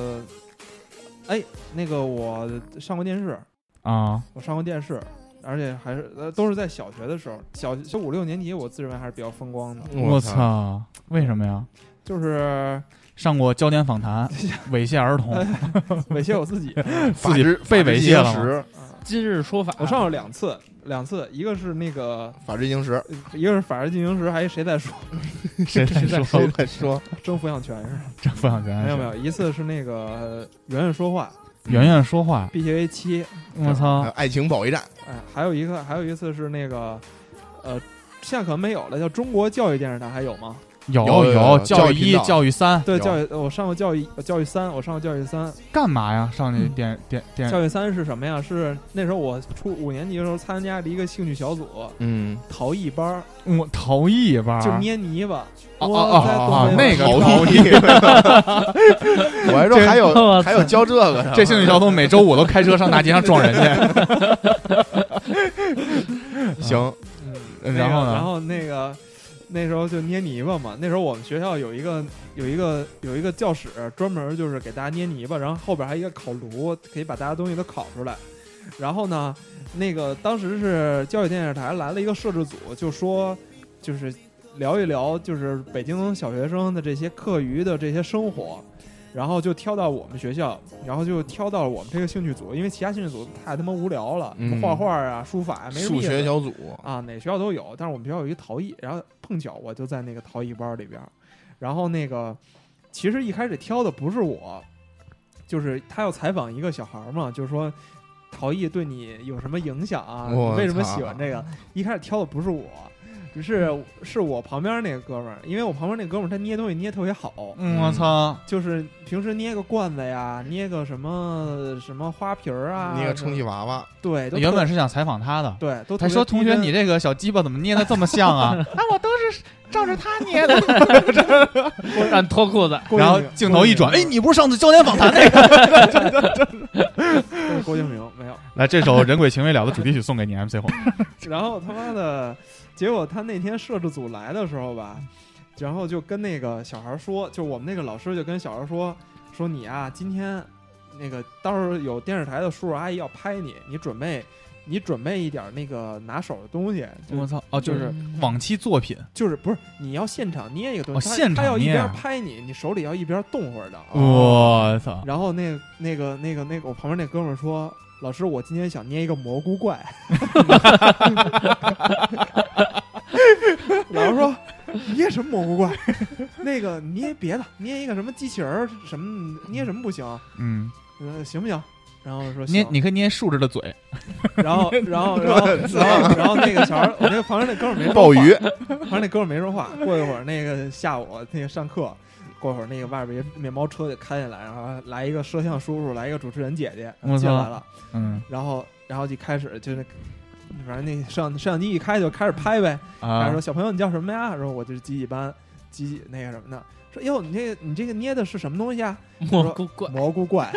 [SPEAKER 5] 哎，那个我上过电视，
[SPEAKER 2] 啊，
[SPEAKER 5] 我上过电视，而且还是呃都是在小学的时候，小小五六年级，我自认为还是比较风光的，
[SPEAKER 4] 嗯
[SPEAKER 2] 我！操！为什么呀？
[SPEAKER 5] 就是
[SPEAKER 2] 上过焦点访谈，猥亵儿童，
[SPEAKER 5] 猥亵我自己。
[SPEAKER 2] 自己被猥亵了吗。
[SPEAKER 5] 啊
[SPEAKER 3] 今日说法，
[SPEAKER 5] 我上过两次，两次，一个是那个，呃
[SPEAKER 4] 法制进行
[SPEAKER 2] 啊
[SPEAKER 4] 时，
[SPEAKER 5] 一个是《法制进行时》，还谁在说
[SPEAKER 2] 谁在说
[SPEAKER 4] 在说？
[SPEAKER 5] 争抚养权是吧？
[SPEAKER 2] 这不想全？
[SPEAKER 5] 没有没有，一次哎是那个呃圆圆说话
[SPEAKER 2] 圆圆说话，
[SPEAKER 5] ，BTV 七，
[SPEAKER 2] 我操
[SPEAKER 4] 还有！呃爱情保卫战，
[SPEAKER 5] 哎，还有一个，还有一次是那个，呃，现在可能没有了，叫中国教育电视台，还有吗？
[SPEAKER 2] 有
[SPEAKER 4] 有有有
[SPEAKER 2] 教
[SPEAKER 4] 教
[SPEAKER 2] 育
[SPEAKER 4] 育
[SPEAKER 2] 一
[SPEAKER 4] 频、道
[SPEAKER 2] 教育三，
[SPEAKER 5] 对，
[SPEAKER 4] 有
[SPEAKER 5] 教育，呃我上过教育，呃教育三，我上过教育三，
[SPEAKER 2] 干嘛呀？上去电电电
[SPEAKER 5] 教育三是什么呀？是那时候我初五年级的时候参加了一个兴趣小组，
[SPEAKER 4] 嗯，
[SPEAKER 5] 陶艺班儿，
[SPEAKER 2] 我陶艺吧？
[SPEAKER 5] 就捏泥巴。
[SPEAKER 2] 哦
[SPEAKER 5] 我
[SPEAKER 2] 哦
[SPEAKER 5] 在
[SPEAKER 2] 哦哦
[SPEAKER 5] 东，
[SPEAKER 2] 那
[SPEAKER 5] 北
[SPEAKER 2] 个
[SPEAKER 5] 玩
[SPEAKER 2] 陶
[SPEAKER 4] 逃
[SPEAKER 2] 艺。
[SPEAKER 4] 逸。啊 我还说还有还有教这个呢，
[SPEAKER 2] 这兴趣小组每周五都开车上大街上撞人 去，
[SPEAKER 4] 行，
[SPEAKER 5] 那个
[SPEAKER 2] 然后
[SPEAKER 5] 然
[SPEAKER 2] 呢？
[SPEAKER 5] 后那个那时候就捏泥巴嘛。那时候我们学校有一个有一个有一个教室，专门就是给大家捏泥巴，然后后边还有一个烤炉，可以把大家东西都烤出来。然后呢，那个当时是教育电视台来了一个摄制组，就说就是聊一聊就是北京小学生的这些课余的这些生活。然后就挑到我们学校，然后就挑到了我们这个兴趣组，因为其他兴趣组太他妈无聊了，什么
[SPEAKER 4] 嗯
[SPEAKER 5] 画画啊、书法啊，没什
[SPEAKER 4] 数
[SPEAKER 5] 么意思
[SPEAKER 4] 学小组，
[SPEAKER 5] 啊，哪学校都有，但是我们学校有一陶艺，然后碰巧我就在那个陶艺班里边儿，然后那个其实一开始挑的不是我，就是他要采访一个小孩儿嘛，就是说陶艺对你有什么影响啊？
[SPEAKER 4] 我
[SPEAKER 5] 你为什么
[SPEAKER 4] 操
[SPEAKER 5] 喜欢这个？一开始挑的不是我，是是我旁边那个哥们儿，因为我旁边那哥们儿他捏东西捏特别好，
[SPEAKER 2] 嗯，我操！
[SPEAKER 5] 就是平时捏个罐子呀，捏个什么什么花瓶儿啊，
[SPEAKER 4] 捏个
[SPEAKER 5] 什
[SPEAKER 4] 充
[SPEAKER 5] 么
[SPEAKER 4] 气娃娃，
[SPEAKER 5] 对，都
[SPEAKER 2] 原
[SPEAKER 5] 特
[SPEAKER 2] 本是想采访他的，
[SPEAKER 5] 对都特
[SPEAKER 2] 还
[SPEAKER 5] 别
[SPEAKER 2] 说同学
[SPEAKER 5] 逼真
[SPEAKER 2] 你这个小鸡巴怎么捏的这么像 啊？啊，我都是照着他捏的。
[SPEAKER 3] 让 你脱裤子，
[SPEAKER 5] 郭敬
[SPEAKER 2] 然后
[SPEAKER 5] 明
[SPEAKER 2] 镜
[SPEAKER 5] 郭
[SPEAKER 2] 头一
[SPEAKER 5] 敬
[SPEAKER 2] 转，
[SPEAKER 5] 明
[SPEAKER 2] 哎，你不是上次焦点访谈那个？
[SPEAKER 5] 对郭敬明没 有。
[SPEAKER 2] 来，这首《人鬼情未了》的主题曲送给你，MC 红。
[SPEAKER 5] 然后他妈的，结果他那天摄制组来的时候吧，然后就跟那个小孩说，就我们那个老师就跟小孩说，说你啊，今天那个到时候有电视台的叔叔阿姨要拍你，你准备你准备一点那个拿手的东西，就
[SPEAKER 2] 我操！哦，就
[SPEAKER 5] 就是
[SPEAKER 2] 是往期作品。
[SPEAKER 5] 就是不是你要现场捏一个东
[SPEAKER 2] 哦
[SPEAKER 5] 西，他
[SPEAKER 2] 现场
[SPEAKER 5] 他要一
[SPEAKER 2] 捏
[SPEAKER 5] 边
[SPEAKER 2] 啊
[SPEAKER 5] 拍你，你手里要一边动会儿的。
[SPEAKER 2] 我操！
[SPEAKER 5] 然后那个那个那个那个我旁边那哥们儿说。老师，我今天想捏一个蘑菇怪。老师说：“捏什么蘑菇怪？那个你捏别的，捏一个什么机器人儿什么，捏什么不行？
[SPEAKER 2] 嗯，
[SPEAKER 5] 呃，行不行？”然后说：“
[SPEAKER 2] 捏
[SPEAKER 5] 行
[SPEAKER 2] 你可以捏竖着的嘴。
[SPEAKER 5] 然后，然后，然后，然后，然后那个小孩儿，我那旁边那哥们儿没说话
[SPEAKER 4] 鲍鱼，
[SPEAKER 5] 反正那哥们儿没说话。过一会儿，那个下午那个上课，过一会儿那个外边一面包车就开进来，然后来一个摄像叔叔，来一个主持人姐姐
[SPEAKER 2] 我操
[SPEAKER 5] 进来了，
[SPEAKER 2] 嗯
[SPEAKER 5] 然后然后就开始就是，反正那摄像摄像机一开就开始拍呗。然后
[SPEAKER 2] 啊
[SPEAKER 5] 说小朋友你叫什么呀？说我就是几几班几几那个什么的。说哟你这个你这个捏的是什么东西啊？
[SPEAKER 3] 蘑菇怪，
[SPEAKER 5] 蘑菇怪。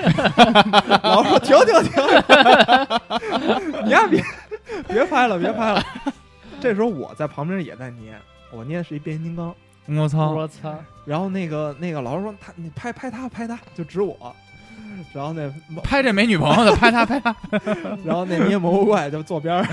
[SPEAKER 5] 老师说停停停， 你呀别别拍了别拍了。这时候我在旁边也在捏，我捏的是一变形金刚。
[SPEAKER 2] 我操，
[SPEAKER 3] 我操！
[SPEAKER 5] 然后那个那个老师说他你拍拍他拍他就指我，然后那
[SPEAKER 2] 拍这没女朋友的，拍他拍他，
[SPEAKER 5] 然后那捏蘑菇怪就坐边儿，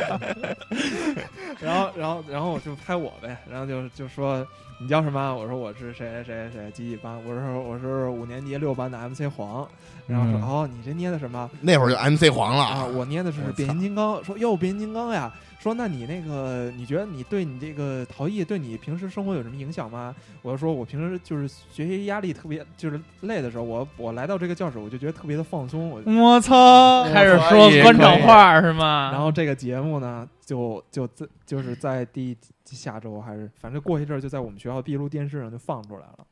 [SPEAKER 5] 然后然后然后我就拍我呗，然后就就说你叫什么？我说我是谁谁谁谁几几班，我说我是五年级六班的 MC 黄，然后说、
[SPEAKER 2] 嗯
[SPEAKER 5] 哦你这捏的什么
[SPEAKER 4] 那会儿就 MC 黄了
[SPEAKER 5] 啊？我捏的是
[SPEAKER 2] 我操
[SPEAKER 5] 变形金刚，说哟变形金刚呀。说，那你那个，你觉得你对你这个陶艺对你平时生活有什么影响吗？我说，我平时就是学习压力特别，就是累的时候，我我来到这个教室，我就觉得特别的放松，我
[SPEAKER 2] 我操，
[SPEAKER 3] 开始说官
[SPEAKER 2] 可
[SPEAKER 3] 场
[SPEAKER 2] 以
[SPEAKER 3] 话儿是吗？
[SPEAKER 5] 然后这个节目呢，就就在就是在第下周还是反正过一阵儿就在我们学校闭路电视上就放出来了，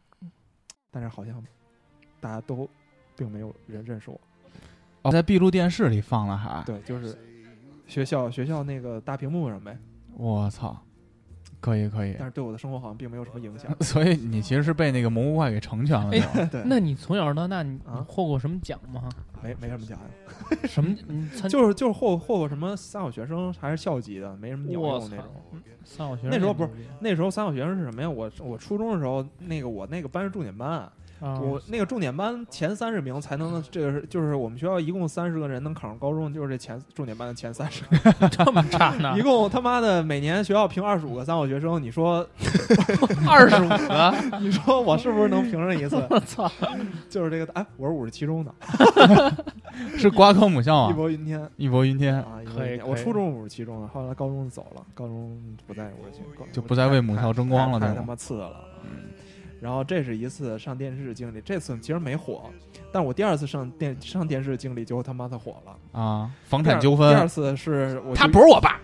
[SPEAKER 5] 但是好像大家都并没有人认识我。
[SPEAKER 2] 哦在闭路电视里放了还，
[SPEAKER 5] 对，就是学校学校那个大屏幕上呗，
[SPEAKER 2] 我操，可以可以
[SPEAKER 5] 但。是对我的生活好像并没有什么影响。
[SPEAKER 2] 所以你其实是被那个蘑菇怪给成全了，
[SPEAKER 3] 哎
[SPEAKER 2] 是吧
[SPEAKER 5] 对，
[SPEAKER 3] 那你从小到大你
[SPEAKER 5] 啊
[SPEAKER 3] 获过什么奖吗？
[SPEAKER 5] 没没什么奖，
[SPEAKER 3] 什么？你参
[SPEAKER 5] 就是就是获获过什么三好学生还是校级的，没什么鸟
[SPEAKER 3] 我
[SPEAKER 5] 用
[SPEAKER 3] 操
[SPEAKER 5] 那种。！
[SPEAKER 3] 嗯三好学生
[SPEAKER 5] 那时候
[SPEAKER 3] 也
[SPEAKER 5] 不是
[SPEAKER 3] 牛逼
[SPEAKER 5] 那时候三好学生是什么呀？我我初中的时候，那个我那个班是重点班啊、
[SPEAKER 3] 啊
[SPEAKER 5] 我那个重点班前三十名才能，这个是就是我们学校一共三十个人能考上高中，就是这前重点班的前三十。
[SPEAKER 3] 这么差
[SPEAKER 2] 啊
[SPEAKER 3] 呢
[SPEAKER 5] 一，共他妈的每年学校评二十五个三好学生，你说
[SPEAKER 3] 二十五个，
[SPEAKER 5] 你说我是不是能评上一次？
[SPEAKER 3] 我操！
[SPEAKER 5] 就是这个，哎，我是五十七中的，
[SPEAKER 2] 是瓜科母校
[SPEAKER 5] 义
[SPEAKER 2] 啊，
[SPEAKER 5] 博云天
[SPEAKER 2] 义博云天
[SPEAKER 5] 啊，义博
[SPEAKER 3] 可以
[SPEAKER 5] 云天
[SPEAKER 3] 可以
[SPEAKER 5] 我初中五十七中的，后来高中走了，高中不在五十七，高
[SPEAKER 2] 就不再为母校争光了，
[SPEAKER 5] 太
[SPEAKER 2] 对嗯
[SPEAKER 5] 太他
[SPEAKER 2] 吗？
[SPEAKER 5] 妈次了。然后这是一次上电视的经历，这次其实没火，但我第二次上电上电视的经历就他妈的火了。
[SPEAKER 2] 啊，房
[SPEAKER 5] 第二
[SPEAKER 2] 产纠
[SPEAKER 5] 第二
[SPEAKER 2] 纷，
[SPEAKER 5] 次是我
[SPEAKER 2] 他
[SPEAKER 5] 就
[SPEAKER 2] 不是我爸，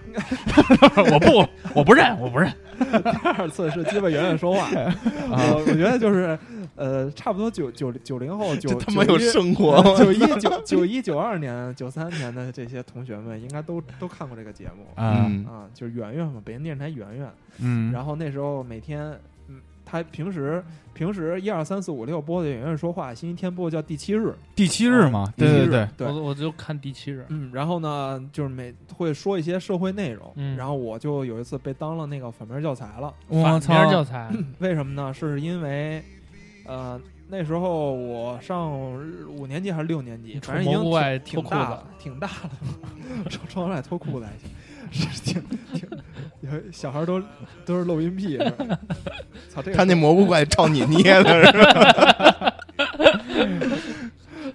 [SPEAKER 2] 我不，我不认，我不认。
[SPEAKER 5] 第二次是鸡巴圆圆说话，我我觉得就是，呃，差不多九九九零后九呃
[SPEAKER 4] 这他妈有生活，
[SPEAKER 5] 九一九一九一九二年九三年的这些同学们应该都都看过这个节目
[SPEAKER 2] 啊，
[SPEAKER 3] 嗯
[SPEAKER 5] 啊，就是圆圆嘛，北京电视台圆圆。
[SPEAKER 2] 嗯，
[SPEAKER 5] 然后那时候每天，嗯，他平时平时一二三四五六播的圆圆说话，星期天播的叫第七日，
[SPEAKER 2] 第七日嘛，
[SPEAKER 5] 啊
[SPEAKER 2] 对对对，
[SPEAKER 5] 对
[SPEAKER 3] 我，我就看第七人，
[SPEAKER 5] 嗯，然后呢，就是每会说一些社会内容，
[SPEAKER 3] 嗯
[SPEAKER 5] 然后我就有一次被当了那个反面教材了。
[SPEAKER 2] 我
[SPEAKER 3] 反面教
[SPEAKER 2] 操，
[SPEAKER 3] 材，
[SPEAKER 5] 为什么呢？是因为，呃，那时候我上五年级还是六年级，
[SPEAKER 3] 你
[SPEAKER 5] 反正已
[SPEAKER 3] 出
[SPEAKER 5] 经
[SPEAKER 3] 蘑菇外
[SPEAKER 5] 挺挺
[SPEAKER 3] 脱裤
[SPEAKER 5] 大
[SPEAKER 3] 子
[SPEAKER 5] 了，挺大了，穿穿外脱裤子还行，是挺挺，有小孩都都是露阴屁，是吧操这个
[SPEAKER 4] 他那蘑菇怪照你捏的是吧？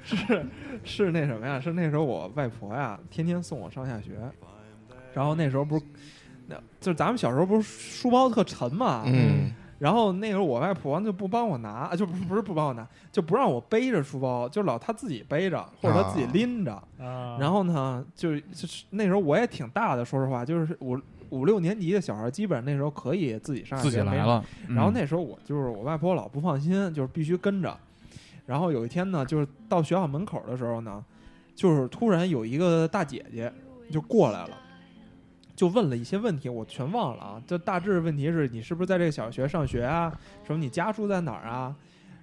[SPEAKER 5] 是是那什么呀？是那时候我外婆呀，天天送我上下学，然后那时候不是，那就是咱们小时候不是书包特沉嘛，
[SPEAKER 4] 嗯，
[SPEAKER 5] 然后那时候我外婆就不帮我拿，啊就不不是不帮我拿，就不让我背着书包，就老她自己背着或者她自己拎
[SPEAKER 2] 啊
[SPEAKER 5] 着。然
[SPEAKER 3] 然
[SPEAKER 5] 后呢，就就是那时候我也挺大的，说实话，就是五五六年级的小孩，基本上那时候可以自己上
[SPEAKER 2] 自己
[SPEAKER 5] 学没
[SPEAKER 2] 来。了。嗯
[SPEAKER 5] 然后那时候我就是我外婆老不放心，就是必须跟着。然后有一天呢，就是到学校门口的时候呢，就是突然有一个大姐姐就过来了，就问了一些问题，我全忘了啊。就大致问题是你是不是在这个小学上学啊？什么你家住在哪儿啊？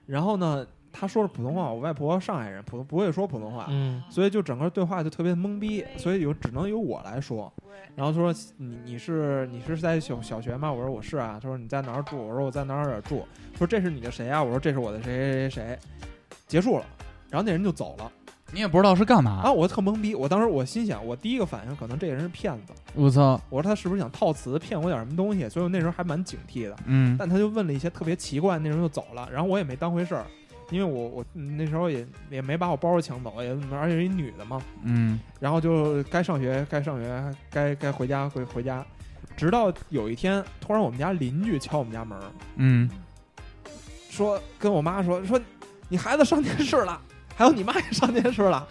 [SPEAKER 5] 然后呢，她说是普通话，我外婆上海人，普不会说普通话，
[SPEAKER 3] 嗯，
[SPEAKER 5] 所以就整个对话就特别懵逼，所以有只能由我来说。然后他说你你是你是在小小学吗？我说我是啊。他说你在哪儿住？我说我在哪儿哪儿住。他说这是你的谁啊？我说这是我的谁谁谁谁。结束了，然后那人就走了
[SPEAKER 2] 你也不知道是干嘛
[SPEAKER 5] 啊！，我特懵逼，我当时我心想，我第一个反应可能这个人是骗子，
[SPEAKER 2] 我操，
[SPEAKER 5] 我说他是不是想套词骗我点什么东西？所以我那时候还蛮警惕的。
[SPEAKER 2] 嗯，
[SPEAKER 5] 但他就问了一些特别奇怪，那人就走了，然后我也没当回事儿，因为我我嗯那时候也也没把我包抢走，也而且是一女的嘛，
[SPEAKER 2] 嗯，
[SPEAKER 5] 然后就该上学该上学，该该回家回回家，直到有一天，突然我们家邻居敲我们家门儿，
[SPEAKER 2] 嗯，
[SPEAKER 5] 说跟我妈说说你孩子上电视了，还有你妈也上电视了。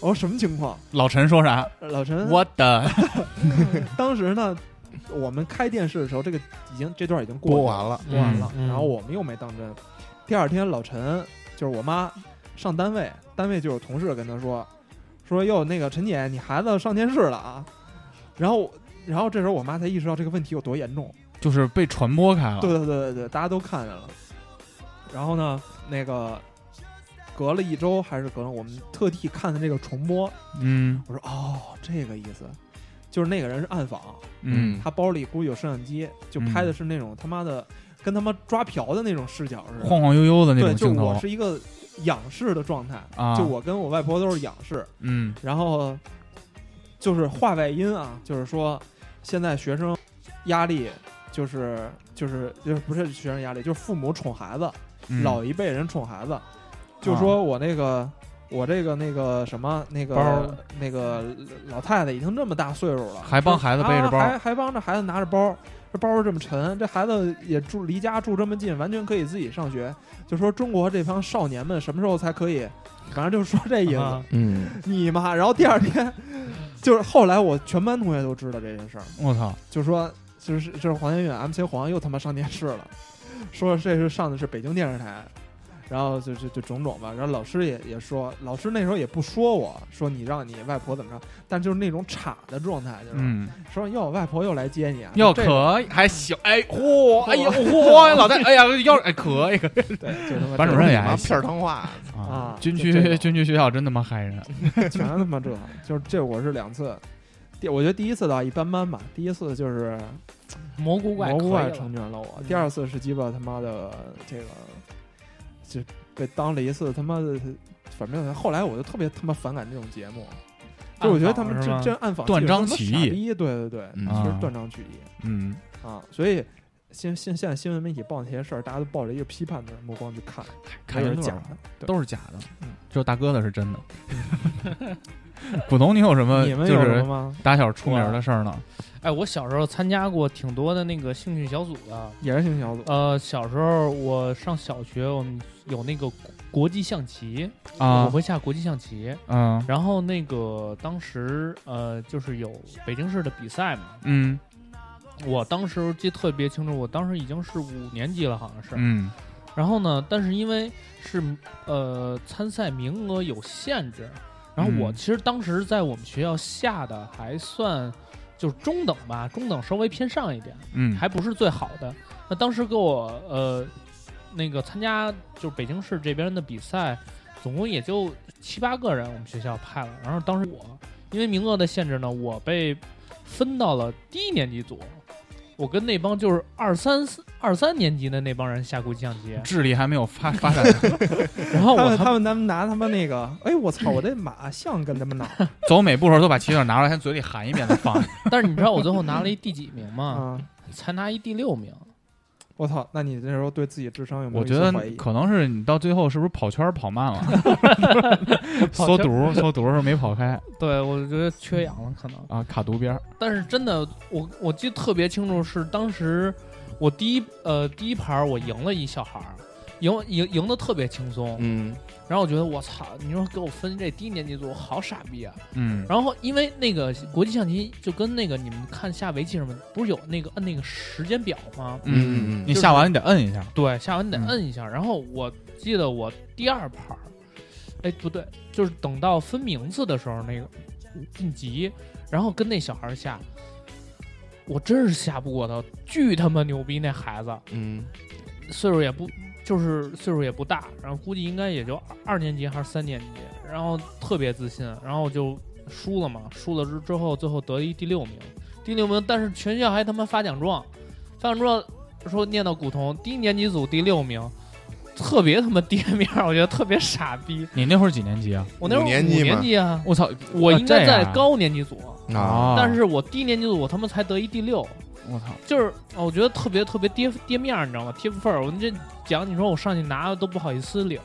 [SPEAKER 5] 我说什么情况？
[SPEAKER 2] 老陈说啥？
[SPEAKER 5] 老陈，
[SPEAKER 2] 我的，
[SPEAKER 5] 当时呢，我们开电视的时候，这个已经这段已经过
[SPEAKER 4] 播
[SPEAKER 5] 去
[SPEAKER 4] 完了，
[SPEAKER 5] 播完了，
[SPEAKER 3] 嗯
[SPEAKER 5] 然后我们又没当真。第二天，老陈就是我妈上单位，单位就有同事跟她说，说哟那个陈姐，你孩子上电视了啊。然后，然后这时候我妈才意识到这个问题有多严重。
[SPEAKER 2] 就是被传播开了。
[SPEAKER 5] 对对对对对，大家都看见了。然后呢，那个隔了一周还是隔了，我们特地看的这个重播，
[SPEAKER 2] 嗯，
[SPEAKER 5] 我说哦，这个意思。就是那个人是暗访，
[SPEAKER 2] 嗯
[SPEAKER 5] 他包里估计有摄像机，就
[SPEAKER 2] 嗯
[SPEAKER 5] 拍的是那种他妈的跟他妈抓瓢的那种视角似的，
[SPEAKER 2] 晃晃悠悠的那
[SPEAKER 5] 对，
[SPEAKER 2] 种
[SPEAKER 5] 就
[SPEAKER 2] 镜
[SPEAKER 5] 我
[SPEAKER 2] 头
[SPEAKER 5] 是一个仰视的状态，
[SPEAKER 2] 啊，
[SPEAKER 5] 就我跟我外婆都是仰视，
[SPEAKER 2] 嗯
[SPEAKER 5] 然后就是话外音啊，就是说现在学生压力就是就是就是不是学生压力，就是父母宠孩子，
[SPEAKER 2] 嗯啊
[SPEAKER 5] 老一辈人宠孩子，就说我那个。我这个那个什么那
[SPEAKER 2] 包
[SPEAKER 5] 个
[SPEAKER 2] 儿
[SPEAKER 5] 那个老太太已经这么大岁数了，
[SPEAKER 2] 还帮孩子背着包
[SPEAKER 5] 啊还还帮着孩子拿着包，这包这么沉，这孩子也住离家住这么近，完全可以自己上学。就说中国这帮少年们什么时候才可以，反正就是说这意思。
[SPEAKER 3] 啊
[SPEAKER 4] 嗯，
[SPEAKER 5] 你妈！然后第二天， 就是后来我全班同学都知道这件事儿，
[SPEAKER 2] 我操，
[SPEAKER 5] 就说就是这是黄先运 MC 黄又他妈上电视了，说这是上的是北京电视台。然后就就就种种吧，然后老师也也说，老师那时候也不说我说你让你外婆怎么着，但就是那种岔的状态，就是、
[SPEAKER 2] 嗯，
[SPEAKER 5] 说哟，外婆又来接你啊，
[SPEAKER 2] 要
[SPEAKER 5] 这
[SPEAKER 2] 可以还行，哎嚯，哎呀嚯， 老大，哎呀要哎可以可以
[SPEAKER 5] 对，就他妈
[SPEAKER 2] 班主
[SPEAKER 5] 这
[SPEAKER 2] 任也
[SPEAKER 4] 妈
[SPEAKER 2] 还
[SPEAKER 4] 片儿汤话，
[SPEAKER 5] 啊
[SPEAKER 2] 军
[SPEAKER 5] 就这
[SPEAKER 2] 区
[SPEAKER 5] 种
[SPEAKER 2] 军区学校真他妈害人，
[SPEAKER 5] 全他妈这，就是这我是两次，第我觉得第一次倒一般般吧，第一次就是
[SPEAKER 3] 蘑菇怪
[SPEAKER 5] 蘑菇
[SPEAKER 3] 可
[SPEAKER 5] 怪
[SPEAKER 3] 以了
[SPEAKER 5] 成全了我，
[SPEAKER 3] 嗯
[SPEAKER 5] 第二次是鸡巴他妈的这个就被当了一次他妈的，反正后来我就特别他妈反感这种节目，就我觉得他们
[SPEAKER 3] 暗访是
[SPEAKER 5] 这
[SPEAKER 3] 吗
[SPEAKER 5] 这暗访
[SPEAKER 2] 断章
[SPEAKER 5] 基
[SPEAKER 2] 取义
[SPEAKER 5] 本上都傻逼对对对，
[SPEAKER 4] 嗯
[SPEAKER 5] 其
[SPEAKER 2] 啊
[SPEAKER 5] 实断章取义
[SPEAKER 2] 嗯，
[SPEAKER 5] 啊，所以。现现现在新闻媒体报那些事儿，大家都抱着一个批判的目光去看，
[SPEAKER 2] 看
[SPEAKER 5] 没有
[SPEAKER 2] 人
[SPEAKER 5] 人
[SPEAKER 2] 乐
[SPEAKER 5] 讲
[SPEAKER 2] 儿啊
[SPEAKER 5] 的。对
[SPEAKER 2] 都是假的
[SPEAKER 5] 嗯，
[SPEAKER 2] 只有大哥的是真的。古潼，你有什么
[SPEAKER 5] 你们
[SPEAKER 2] 呃就
[SPEAKER 5] 有什么
[SPEAKER 2] 是
[SPEAKER 5] 吗？
[SPEAKER 2] 打小出名儿的事儿呢？
[SPEAKER 3] 哎，我小时候参加过挺多的那个兴趣小组的。
[SPEAKER 5] 也是性小组
[SPEAKER 3] 呃，小时候我上小学，我们有那个国际象棋，我
[SPEAKER 2] 啊，
[SPEAKER 3] 会下国际象棋。
[SPEAKER 2] 嗯
[SPEAKER 3] 然后那个当时呃，就是有北京市的比赛嘛，
[SPEAKER 2] 嗯
[SPEAKER 3] 我当时记得特别清楚，我当时已经是五年级了，好像是。
[SPEAKER 2] 嗯
[SPEAKER 3] 然后呢，但是因为是呃参赛名额有限制，然后我
[SPEAKER 2] 嗯
[SPEAKER 3] 其实当时在我们学校下的还算就是中等吧，中等稍微偏上一点，
[SPEAKER 2] 嗯，
[SPEAKER 3] 还不是最好的。那当时给我呃那个参加就是北京市这边的比赛，总共也就七八个人，我们学校派了。然后当时我因为名额的限制呢，我被分到了低年级组。我跟那帮就是二三四二三年级的那帮人下国际象棋，
[SPEAKER 2] 智力还没有发发展，
[SPEAKER 3] 然
[SPEAKER 2] 哦
[SPEAKER 3] 后
[SPEAKER 5] 他
[SPEAKER 3] 我
[SPEAKER 5] 们他们他们拿他妈那个，哎我操，我这马像跟他们脑
[SPEAKER 2] 走每步的时候都把棋子拿出来，先嘴里含一遍再放。
[SPEAKER 3] 但是你知道我最后拿了一第几名吗？
[SPEAKER 5] 啊！
[SPEAKER 3] 才拿一第六名。
[SPEAKER 5] 我操，那你那时候对自己智商有没有
[SPEAKER 2] 我
[SPEAKER 5] 一
[SPEAKER 2] 觉
[SPEAKER 5] 丝
[SPEAKER 2] 得
[SPEAKER 5] 怀疑？
[SPEAKER 2] 可能是你到最后是不是跑圈儿跑慢 了，缩毒缩毒是没跑开
[SPEAKER 3] 对，我觉得缺氧了可能。
[SPEAKER 2] 啊，卡毒边儿。
[SPEAKER 3] 但是真的，我我记得特别清楚，是当时我第一呃第一盘我赢了一小孩儿，赢赢赢得特别轻松。
[SPEAKER 4] 嗯
[SPEAKER 3] 然后我觉得我操，你说给我分这低年级组，我好傻逼啊！
[SPEAKER 2] 嗯
[SPEAKER 3] 然后因为那个国际象棋就跟那个你们看下围棋什么，不是有那个摁那个时间表吗？
[SPEAKER 4] 嗯
[SPEAKER 2] 你下完你得摁一下，
[SPEAKER 3] 对，下完你得
[SPEAKER 2] 嗯
[SPEAKER 3] 摁一下。然后我记得我第二盘儿，哎，不对，就是等到分名次的时候，那个晋级，然后跟那小孩儿下，我真是下不过他，巨他妈牛逼！那孩子
[SPEAKER 4] 嗯
[SPEAKER 3] 岁数也不，就是岁数也不大，然后估计应该也就二二年级还是三年级，然后特别自信，然后就输了嘛，输了之之后，最后得一第六名，第六名，但是全校还他妈发奖状，发奖状说念到古潼低年级组第六名。特别他妈跌面儿，我觉得特别傻逼。
[SPEAKER 2] 你那会儿几年级啊？
[SPEAKER 3] 我那会儿
[SPEAKER 4] 五
[SPEAKER 3] 五
[SPEAKER 4] 年级嘛
[SPEAKER 3] 年级啊，
[SPEAKER 2] 我操，
[SPEAKER 3] 我应该在
[SPEAKER 2] 啊
[SPEAKER 3] 高年级组，
[SPEAKER 2] 这样啊，
[SPEAKER 3] 但是我低年级组我他妈才得一第六，
[SPEAKER 2] 我操，
[SPEAKER 3] 就是哦我觉得特别特别跌跌面儿，你知道吗？贴不分儿。我这奖你说我上去拿都不好意思领，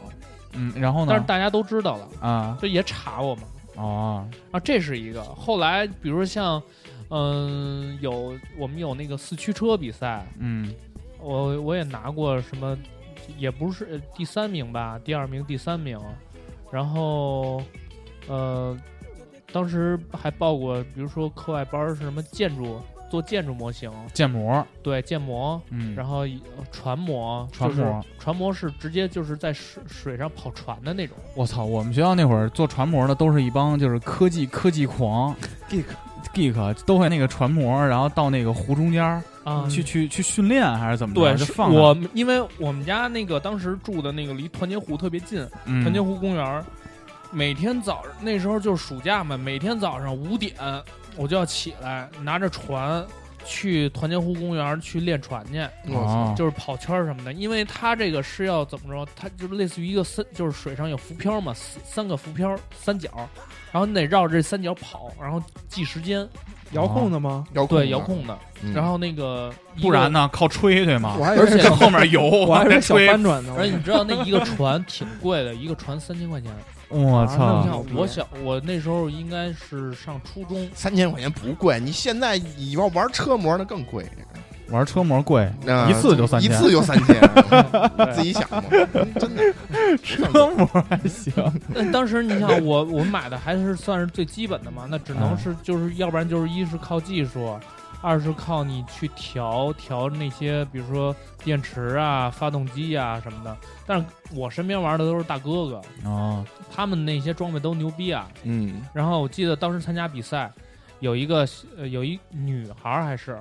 [SPEAKER 2] 嗯，然后呢？
[SPEAKER 3] 但是大家都知道了，
[SPEAKER 2] 啊
[SPEAKER 3] 就也查我嘛。
[SPEAKER 2] 哦，
[SPEAKER 3] 啊，这是一个。后来比如说像，嗯、有我们有那个四驱车比赛，
[SPEAKER 2] 嗯
[SPEAKER 3] 我我也拿过什么，也不是呃第三名吧，第二名、第三名，然后呃，当时还报过，比如说课外班儿是什么建筑，做建筑模型，，
[SPEAKER 2] 建模，
[SPEAKER 3] 对，建模，
[SPEAKER 2] 嗯，
[SPEAKER 3] 然后呃船模，
[SPEAKER 2] 船
[SPEAKER 3] 就是
[SPEAKER 2] 模
[SPEAKER 3] 船模是直接就是在水水上跑船的那种，
[SPEAKER 2] 我操，我们学校那会儿做船模的都是一帮就是科技科技狂
[SPEAKER 5] Geek
[SPEAKER 2] geek 都会那个船模，然后到那个湖中间儿
[SPEAKER 3] 啊。
[SPEAKER 2] 去去去训练还是怎么着？
[SPEAKER 3] 对，
[SPEAKER 2] 就是放
[SPEAKER 3] 我们因为我们家那个当时住的那个离团结湖特别近，团结
[SPEAKER 2] 嗯
[SPEAKER 3] 湖公园儿，每天早那时候就是暑假嘛，每天早上五点我就要起来拿着船去团结湖公园去练船去，
[SPEAKER 2] 啊，
[SPEAKER 3] 就是跑圈儿什么的。因为它这个是要怎么着，它就是类似于一个三，就是水上有浮漂嘛，三三个浮漂三角，然后你得绕着这三角跑，然后计时间，
[SPEAKER 5] 遥控的吗？
[SPEAKER 4] 遥控
[SPEAKER 3] 对
[SPEAKER 4] 的
[SPEAKER 3] 遥，控的。
[SPEAKER 4] 嗯
[SPEAKER 3] 然后那个一个
[SPEAKER 2] 不然？呢？靠吹对吗
[SPEAKER 5] 我？还以
[SPEAKER 3] 而
[SPEAKER 5] 为
[SPEAKER 3] 且
[SPEAKER 2] 这后面游，
[SPEAKER 5] 我还以为小
[SPEAKER 2] 吹，
[SPEAKER 5] 帆船呢。
[SPEAKER 3] 而且你知道那一个船挺贵的，一个船三千块钱。
[SPEAKER 2] 我
[SPEAKER 5] 啊
[SPEAKER 3] 你
[SPEAKER 5] 那
[SPEAKER 2] 操！
[SPEAKER 5] 么
[SPEAKER 3] 想，我小我那时候应该是上初中，
[SPEAKER 4] 三千块钱不贵，你现在你要玩车模那更贵，
[SPEAKER 2] 玩车模贵，
[SPEAKER 4] 那
[SPEAKER 2] 一次就三
[SPEAKER 4] 一
[SPEAKER 2] 千，
[SPEAKER 4] 次就三千，
[SPEAKER 3] 对
[SPEAKER 4] 自己想吧，真的
[SPEAKER 2] 车模 还行。
[SPEAKER 3] 但呃当时你想我我买的还是算是最基本的嘛，那只
[SPEAKER 4] 啊
[SPEAKER 3] 能是就是要不然就是一是靠技术，二是靠你去调调那些比如说电池啊、发动机啊什么的。但是我身边玩的都是大哥哥，
[SPEAKER 2] 哦，
[SPEAKER 3] 他们那些装备都牛逼啊。
[SPEAKER 4] 嗯，
[SPEAKER 3] 然后我记得当时参加比赛，有一个呃有一女孩儿还是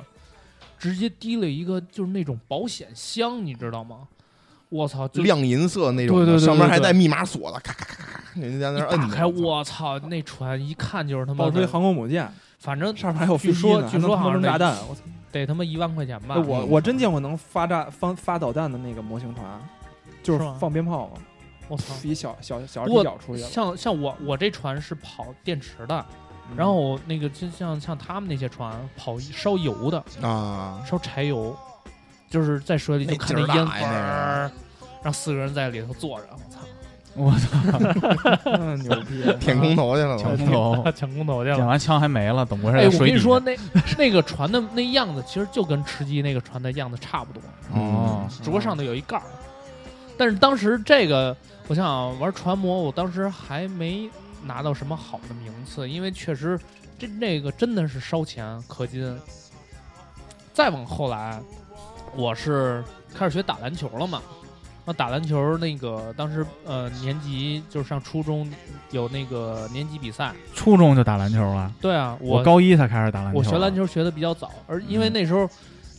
[SPEAKER 3] 直接提了一个就是那种保险箱，你知道吗？我操，就
[SPEAKER 4] 亮银色那种的，
[SPEAKER 3] 对对对对
[SPEAKER 4] 上面还
[SPEAKER 3] 对
[SPEAKER 4] 带密码锁的，咔咔咔咔，人家在那儿
[SPEAKER 3] 一
[SPEAKER 4] 摁
[SPEAKER 3] 打
[SPEAKER 4] 着
[SPEAKER 3] 开，我操，那船一看就是他妈
[SPEAKER 5] 爆出一
[SPEAKER 3] 的
[SPEAKER 5] 航空母舰，
[SPEAKER 3] 反正
[SPEAKER 5] 上面还有
[SPEAKER 3] 据
[SPEAKER 5] 飞
[SPEAKER 3] 说
[SPEAKER 5] 机呢
[SPEAKER 3] 据说
[SPEAKER 5] 还能
[SPEAKER 3] 好像
[SPEAKER 5] 扔
[SPEAKER 3] 得
[SPEAKER 5] 炸弹。我操！
[SPEAKER 3] 得他妈一万块钱吧嗯
[SPEAKER 5] 哎。我我真见过能发炸发发导弹的那个模型船，就是
[SPEAKER 3] 是吗
[SPEAKER 5] 放鞭炮嘛，
[SPEAKER 3] 我操！
[SPEAKER 5] 一小小小
[SPEAKER 3] 不
[SPEAKER 5] 二
[SPEAKER 3] 过
[SPEAKER 5] 咬出去了。
[SPEAKER 3] 像像我我这船是跑电池的，
[SPEAKER 5] 嗯
[SPEAKER 3] 然后我那个就像像他们那些船跑烧油的，
[SPEAKER 4] 啊，
[SPEAKER 3] 烧柴油，就是在水里就
[SPEAKER 4] 那
[SPEAKER 3] 看
[SPEAKER 4] 劲儿
[SPEAKER 3] 烟
[SPEAKER 4] 大
[SPEAKER 3] 花
[SPEAKER 4] 呀那个
[SPEAKER 3] 儿，让四个人在里头坐着，我操，
[SPEAKER 2] 我操！
[SPEAKER 5] 嗯牛逼，
[SPEAKER 4] 舔空投去了
[SPEAKER 2] 抢
[SPEAKER 4] 都，
[SPEAKER 2] 空投，
[SPEAKER 3] 抢空投去
[SPEAKER 2] 捡
[SPEAKER 3] 了。
[SPEAKER 2] 完枪还没了，怎么回事？
[SPEAKER 3] 哎，我
[SPEAKER 2] 水
[SPEAKER 3] 跟
[SPEAKER 2] 底
[SPEAKER 3] 你说，，那那个船的那样子，其实就跟吃鸡那个船的样子差不多。
[SPEAKER 2] 哦，
[SPEAKER 3] 只不过上头有一盖儿。但是当时这个，我想啊玩船模，我当时还没拿到什么好的名次，因为确实这那个真的是烧钱氪金。再往后来，我是开始学打篮球了嘛。那打篮球那个当时呃年级就是上初中有那个年级比赛，
[SPEAKER 2] 初中就打篮球了，
[SPEAKER 3] 对啊，
[SPEAKER 2] 我
[SPEAKER 3] 我
[SPEAKER 2] 高一才开始打篮球。
[SPEAKER 3] 我学篮，球啊学的比较早，而因为
[SPEAKER 2] 嗯
[SPEAKER 3] 那时候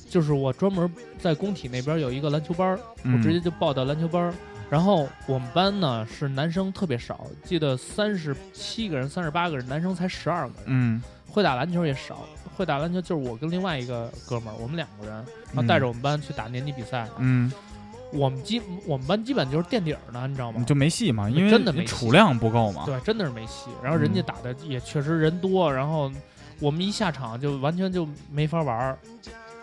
[SPEAKER 3] 就是我专门在工体那边有一个篮球班儿，我直接
[SPEAKER 2] 嗯，
[SPEAKER 3] 就报到篮球班儿。然后我们班呢是男生特别少，记得三十七个人、三十八个人，男生才十二个人。
[SPEAKER 2] 嗯，
[SPEAKER 3] 会打篮球也少，会打篮球就是我跟另外一个哥们儿，我们两个人，然啊后带着我们班去打年级比赛。
[SPEAKER 2] 嗯，
[SPEAKER 3] 我们基我们班基本就是垫底儿的，你知道吗
[SPEAKER 2] 嗯你？就没戏嘛，因为
[SPEAKER 3] 真的没戏
[SPEAKER 2] 储量不够嘛。
[SPEAKER 3] 对，真的是没戏。然后人家
[SPEAKER 2] 嗯
[SPEAKER 3] 打的也确实人多，然后我们一下场就完全就没法玩儿。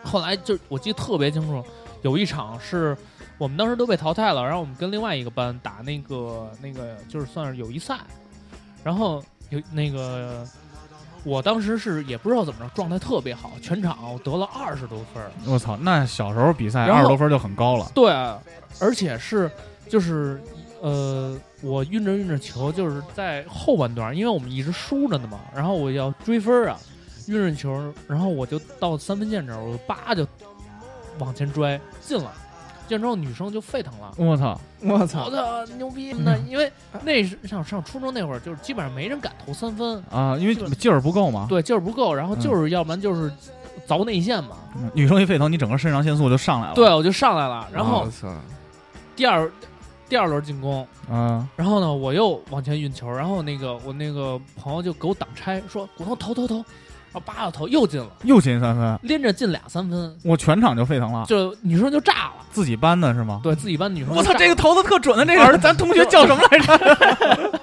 [SPEAKER 3] 后来就我记得特别清楚，有一场是我们当时都被淘汰了，然后我们跟另外一个班打那个那个就是算是友谊赛，然后有那个。我当时是也不知道怎么着，状态特别好，全场我得了二十多分儿。
[SPEAKER 2] 我操，那小时候比赛
[SPEAKER 3] 然后
[SPEAKER 2] 二十多分就很高了。
[SPEAKER 3] 对，而且是就是呃，我运着运着球，就是在后半段，因为我们一直输着呢嘛，然后我要追分儿啊，运着球，然后我就到三分线这儿，我叭就往前追进了，进了之后女生就沸腾了。
[SPEAKER 2] 我操，
[SPEAKER 5] 我
[SPEAKER 3] 我
[SPEAKER 5] 操！
[SPEAKER 3] 操，牛逼呢！因为那是上上初中那会儿，就是基本上没人敢投三分，
[SPEAKER 2] 啊，因为
[SPEAKER 3] 就是
[SPEAKER 2] 劲儿不够嘛。
[SPEAKER 3] 对，就是不够，然后就是要不然就是凿内线嘛。
[SPEAKER 2] 嗯，女生一沸腾，你整个肾上腺素就上来了。
[SPEAKER 3] 对，，我就上来了，然后
[SPEAKER 4] 我操
[SPEAKER 3] 第二第二轮进攻，
[SPEAKER 2] 嗯，
[SPEAKER 3] 然后呢，我又往前运球，然后那个我那个朋友就给我挡拆，说骨头投投投，然后叭我投又进了，
[SPEAKER 2] 又进三分，
[SPEAKER 3] 连着进俩三分，
[SPEAKER 2] 我全场就沸腾了。
[SPEAKER 3] 就女生就炸了，
[SPEAKER 2] 自己班的是吗？
[SPEAKER 3] 对自己班女生就
[SPEAKER 2] 我操，
[SPEAKER 3] 炸
[SPEAKER 2] 这个投的特准的这个人，咱同学叫什么来着？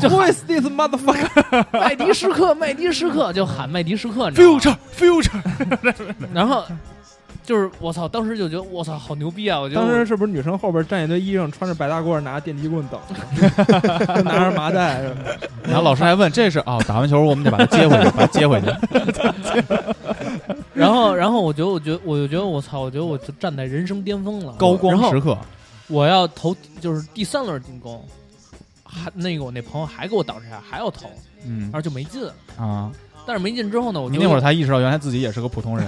[SPEAKER 3] 就
[SPEAKER 5] Who
[SPEAKER 3] 喊
[SPEAKER 5] is this motherfucker？
[SPEAKER 3] 麦迪时刻，麦迪时刻就喊麦迪时刻，你知道吗
[SPEAKER 2] future future，
[SPEAKER 3] 然后就是我操，当时就觉得我操好牛逼啊！我觉得
[SPEAKER 5] 当
[SPEAKER 3] 我
[SPEAKER 5] 时是不是女生后边站一堆医生，穿着白大褂，拿着电击棍等着，就 拿着麻袋什么的？
[SPEAKER 2] 然后老师还问这是哦，打完球我们得把他接回去，把他接回去。
[SPEAKER 3] 然后然后我觉得我觉得我就觉得我操，我觉得我就站在人生巅峰了，
[SPEAKER 2] 高
[SPEAKER 3] 然
[SPEAKER 2] 光
[SPEAKER 3] 后
[SPEAKER 2] 时刻，
[SPEAKER 3] 我要投就是第三轮进攻，还那个我那朋友还给我挡拆，还要投，
[SPEAKER 2] 嗯
[SPEAKER 3] 然后就没进。
[SPEAKER 2] 啊，
[SPEAKER 3] 但是没进之后呢，我
[SPEAKER 2] 你
[SPEAKER 3] 就
[SPEAKER 2] 那会儿才意识到原 来自己也是个普通人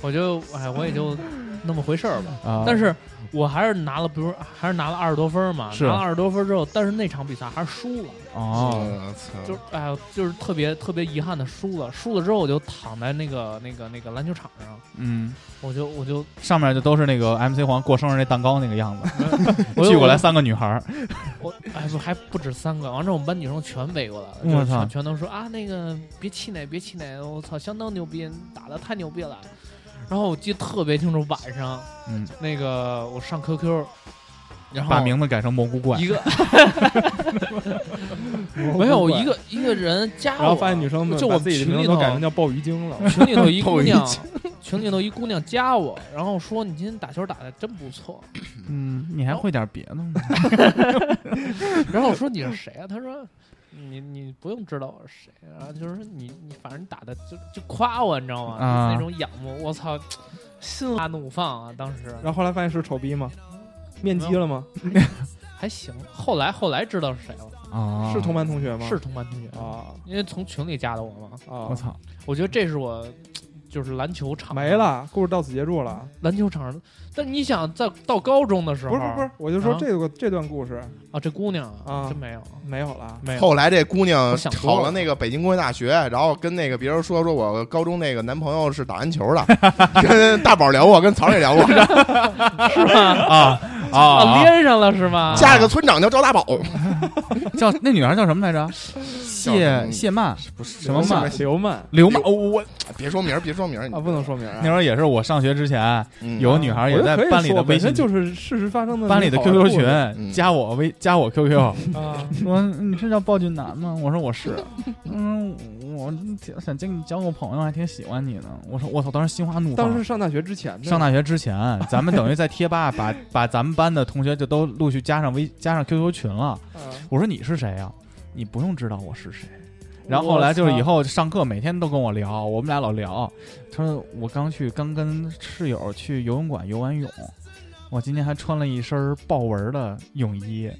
[SPEAKER 3] 我就我就哎，我也就那么回事儿吧。
[SPEAKER 2] 啊。
[SPEAKER 3] 但是我还是拿了，比如还是拿了二十多分嘛，
[SPEAKER 2] 是
[SPEAKER 3] 拿了二十多分之后，但是那场比赛还是输了，
[SPEAKER 2] 哦，
[SPEAKER 4] 我操
[SPEAKER 3] 就是哎呦，就是特别特别遗憾的输了，输了之后我就躺在那个那个那个篮球场上，
[SPEAKER 2] 嗯，
[SPEAKER 3] 我就我就
[SPEAKER 2] 上面就都是那个 MC 黄过生日那蛋糕那个样子，
[SPEAKER 3] 我就
[SPEAKER 2] 聚过来三个女孩儿，
[SPEAKER 3] 我哎不还不止三个，完之后我们班女生全围过来了，
[SPEAKER 2] 我
[SPEAKER 3] 就是
[SPEAKER 2] 操
[SPEAKER 3] 全全都说啊那个别气馁别气馁，我操相当牛逼，打的太牛逼了。然后我记得特别清楚，晚上
[SPEAKER 2] 嗯，
[SPEAKER 3] 那个我上 QQ，然后
[SPEAKER 2] 把名字改成蘑菇怪，
[SPEAKER 3] 一 个
[SPEAKER 5] 没
[SPEAKER 3] 没有一，个一个人加我，
[SPEAKER 5] 然后发现女生们
[SPEAKER 3] 就我
[SPEAKER 5] 把
[SPEAKER 3] 们
[SPEAKER 5] 自己的
[SPEAKER 3] 群里
[SPEAKER 5] 名字
[SPEAKER 3] 头
[SPEAKER 5] 都改成叫鲍鱼精了。
[SPEAKER 3] 群里头一
[SPEAKER 4] 鲍
[SPEAKER 3] 姑
[SPEAKER 4] 鱼
[SPEAKER 3] 娘，群里头一姑娘加我，然后说你今天打球打的真不 错。
[SPEAKER 2] 嗯，你还会点别的吗？
[SPEAKER 3] 然后我说你是谁啊？她说你你不用知道我是谁，然后就是说你你反正打的就就夸我，你知道吗？
[SPEAKER 2] 啊
[SPEAKER 3] 就是那种仰慕，我操，心花怒放啊！当时
[SPEAKER 5] 然后后来发现是丑逼吗？面基了吗？
[SPEAKER 3] 还行，后来后来知道是谁了，
[SPEAKER 2] 啊，
[SPEAKER 5] 是同班同学吗？
[SPEAKER 3] 是同班同学，
[SPEAKER 2] 哦
[SPEAKER 5] 啊
[SPEAKER 3] 因为从群里加的我嘛。
[SPEAKER 5] 啊！
[SPEAKER 2] 我操，
[SPEAKER 3] 我觉得这是我就是篮球场
[SPEAKER 5] 没，了，故事到此结束了。
[SPEAKER 3] 篮球场上。但你想在到高中的时候，
[SPEAKER 5] 不是不是不是，我就说
[SPEAKER 3] 啊
[SPEAKER 5] 这个这段故事
[SPEAKER 3] 啊，这姑娘
[SPEAKER 5] 啊
[SPEAKER 3] 真没有
[SPEAKER 5] 没有了。
[SPEAKER 2] 哎
[SPEAKER 3] 没有。
[SPEAKER 4] 后来这姑娘
[SPEAKER 3] 我想多了
[SPEAKER 4] 考了那个北京工业大学，然后跟那个别人说说我高中那个男朋友是打篮球 的，跟大宝聊过，跟曹也聊过，
[SPEAKER 3] 是吧？
[SPEAKER 2] 啊啊
[SPEAKER 3] 啊，
[SPEAKER 2] 啊，
[SPEAKER 3] 连上了是吗？
[SPEAKER 4] 下一个村长叫赵大宝，
[SPEAKER 2] 叫那女孩叫什么来着？谢
[SPEAKER 4] 么
[SPEAKER 2] 谢曼，
[SPEAKER 4] 不是
[SPEAKER 2] 什么曼？
[SPEAKER 5] 刘曼
[SPEAKER 2] 刘曼，哦我
[SPEAKER 4] 别说名儿，别说名儿，
[SPEAKER 5] 啊，不能说名啊
[SPEAKER 2] 那。时候也是我上学之前，
[SPEAKER 4] 嗯
[SPEAKER 2] 有女孩
[SPEAKER 5] 我
[SPEAKER 2] 也
[SPEAKER 5] 觉得
[SPEAKER 2] 在
[SPEAKER 5] 可以
[SPEAKER 2] 班里的
[SPEAKER 5] 说
[SPEAKER 2] 微
[SPEAKER 5] 本
[SPEAKER 2] 信
[SPEAKER 5] 身就是事实发生的。
[SPEAKER 2] 班里的 QQ 群
[SPEAKER 4] 嗯
[SPEAKER 2] 加我微加我 QQ，
[SPEAKER 3] 啊，
[SPEAKER 2] 说嗯你是叫暴君男吗？我说我是，嗯，我挺想跟你交个朋友，还挺喜欢你呢。我说我操，当时心花怒放。
[SPEAKER 5] 当时上大学之前，
[SPEAKER 2] 上大学之前，咱们等于在贴吧把把咱们班的同学就都陆续加上微加上 QQ 群了。
[SPEAKER 5] 啊
[SPEAKER 2] 我说你是谁呀、你不用知道我是谁。然后后来就是以后上课每天都跟我聊，我们俩老聊。他说我刚去刚跟室友去游泳馆游完泳，我今天还穿了一身豹纹的泳衣。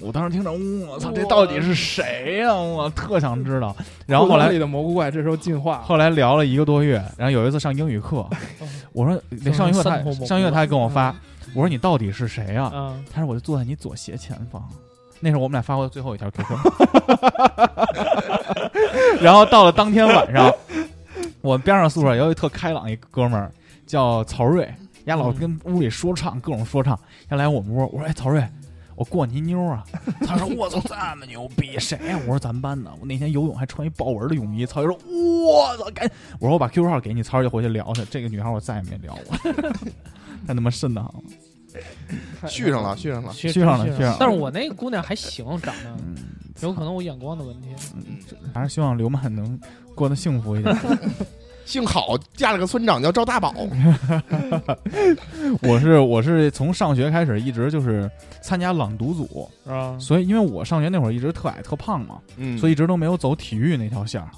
[SPEAKER 2] 我当时听着，我操，这到底是谁呀、我特想知 道。然后后来
[SPEAKER 5] 里的蘑菇怪这时候进化了，
[SPEAKER 2] 后来聊了一个多月，然后有一次上英语课，我说那嗯上英语课他
[SPEAKER 3] 三头猛
[SPEAKER 2] 上英语课嗯他还跟我发，我说你到底是谁啊？
[SPEAKER 3] 嗯，
[SPEAKER 2] 他说我就坐在你左斜前方。那是我们俩发过的最后一条 QQ，然后到了当天晚上，我们边上宿舍有一特开朗一哥们儿叫曹睿，丫老
[SPEAKER 3] 嗯
[SPEAKER 2] 跟屋里说唱各种说唱，要来我们屋，我说哎曹睿，我过你妞啊，他说我操这么牛逼，谁呀、我说咱们班的，我那天游泳还穿一豹纹的泳衣，曹睿说我操，赶紧，我说我把 QQ 号给你，曹睿就回去聊去，这个女孩我再也没聊过， 太他妈瘆得慌了，
[SPEAKER 4] 续上了，续啊上了，
[SPEAKER 3] 续
[SPEAKER 2] 续上了续上了
[SPEAKER 3] 但是我那个姑娘还行，长得
[SPEAKER 2] 嗯。
[SPEAKER 3] 有可能我眼光的问题。
[SPEAKER 4] 嗯
[SPEAKER 2] 还是希望刘曼能过得幸福一点。
[SPEAKER 4] 幸好嫁了个村长叫赵大宝，
[SPEAKER 2] 嗯我是我是从上学开始一直就是参加朗读组，
[SPEAKER 3] 是吧？
[SPEAKER 2] 所以因为我上学那会儿一直特矮特胖嘛，
[SPEAKER 4] 嗯，
[SPEAKER 2] 所
[SPEAKER 4] 以
[SPEAKER 2] 以一直都没有走体育那条线儿。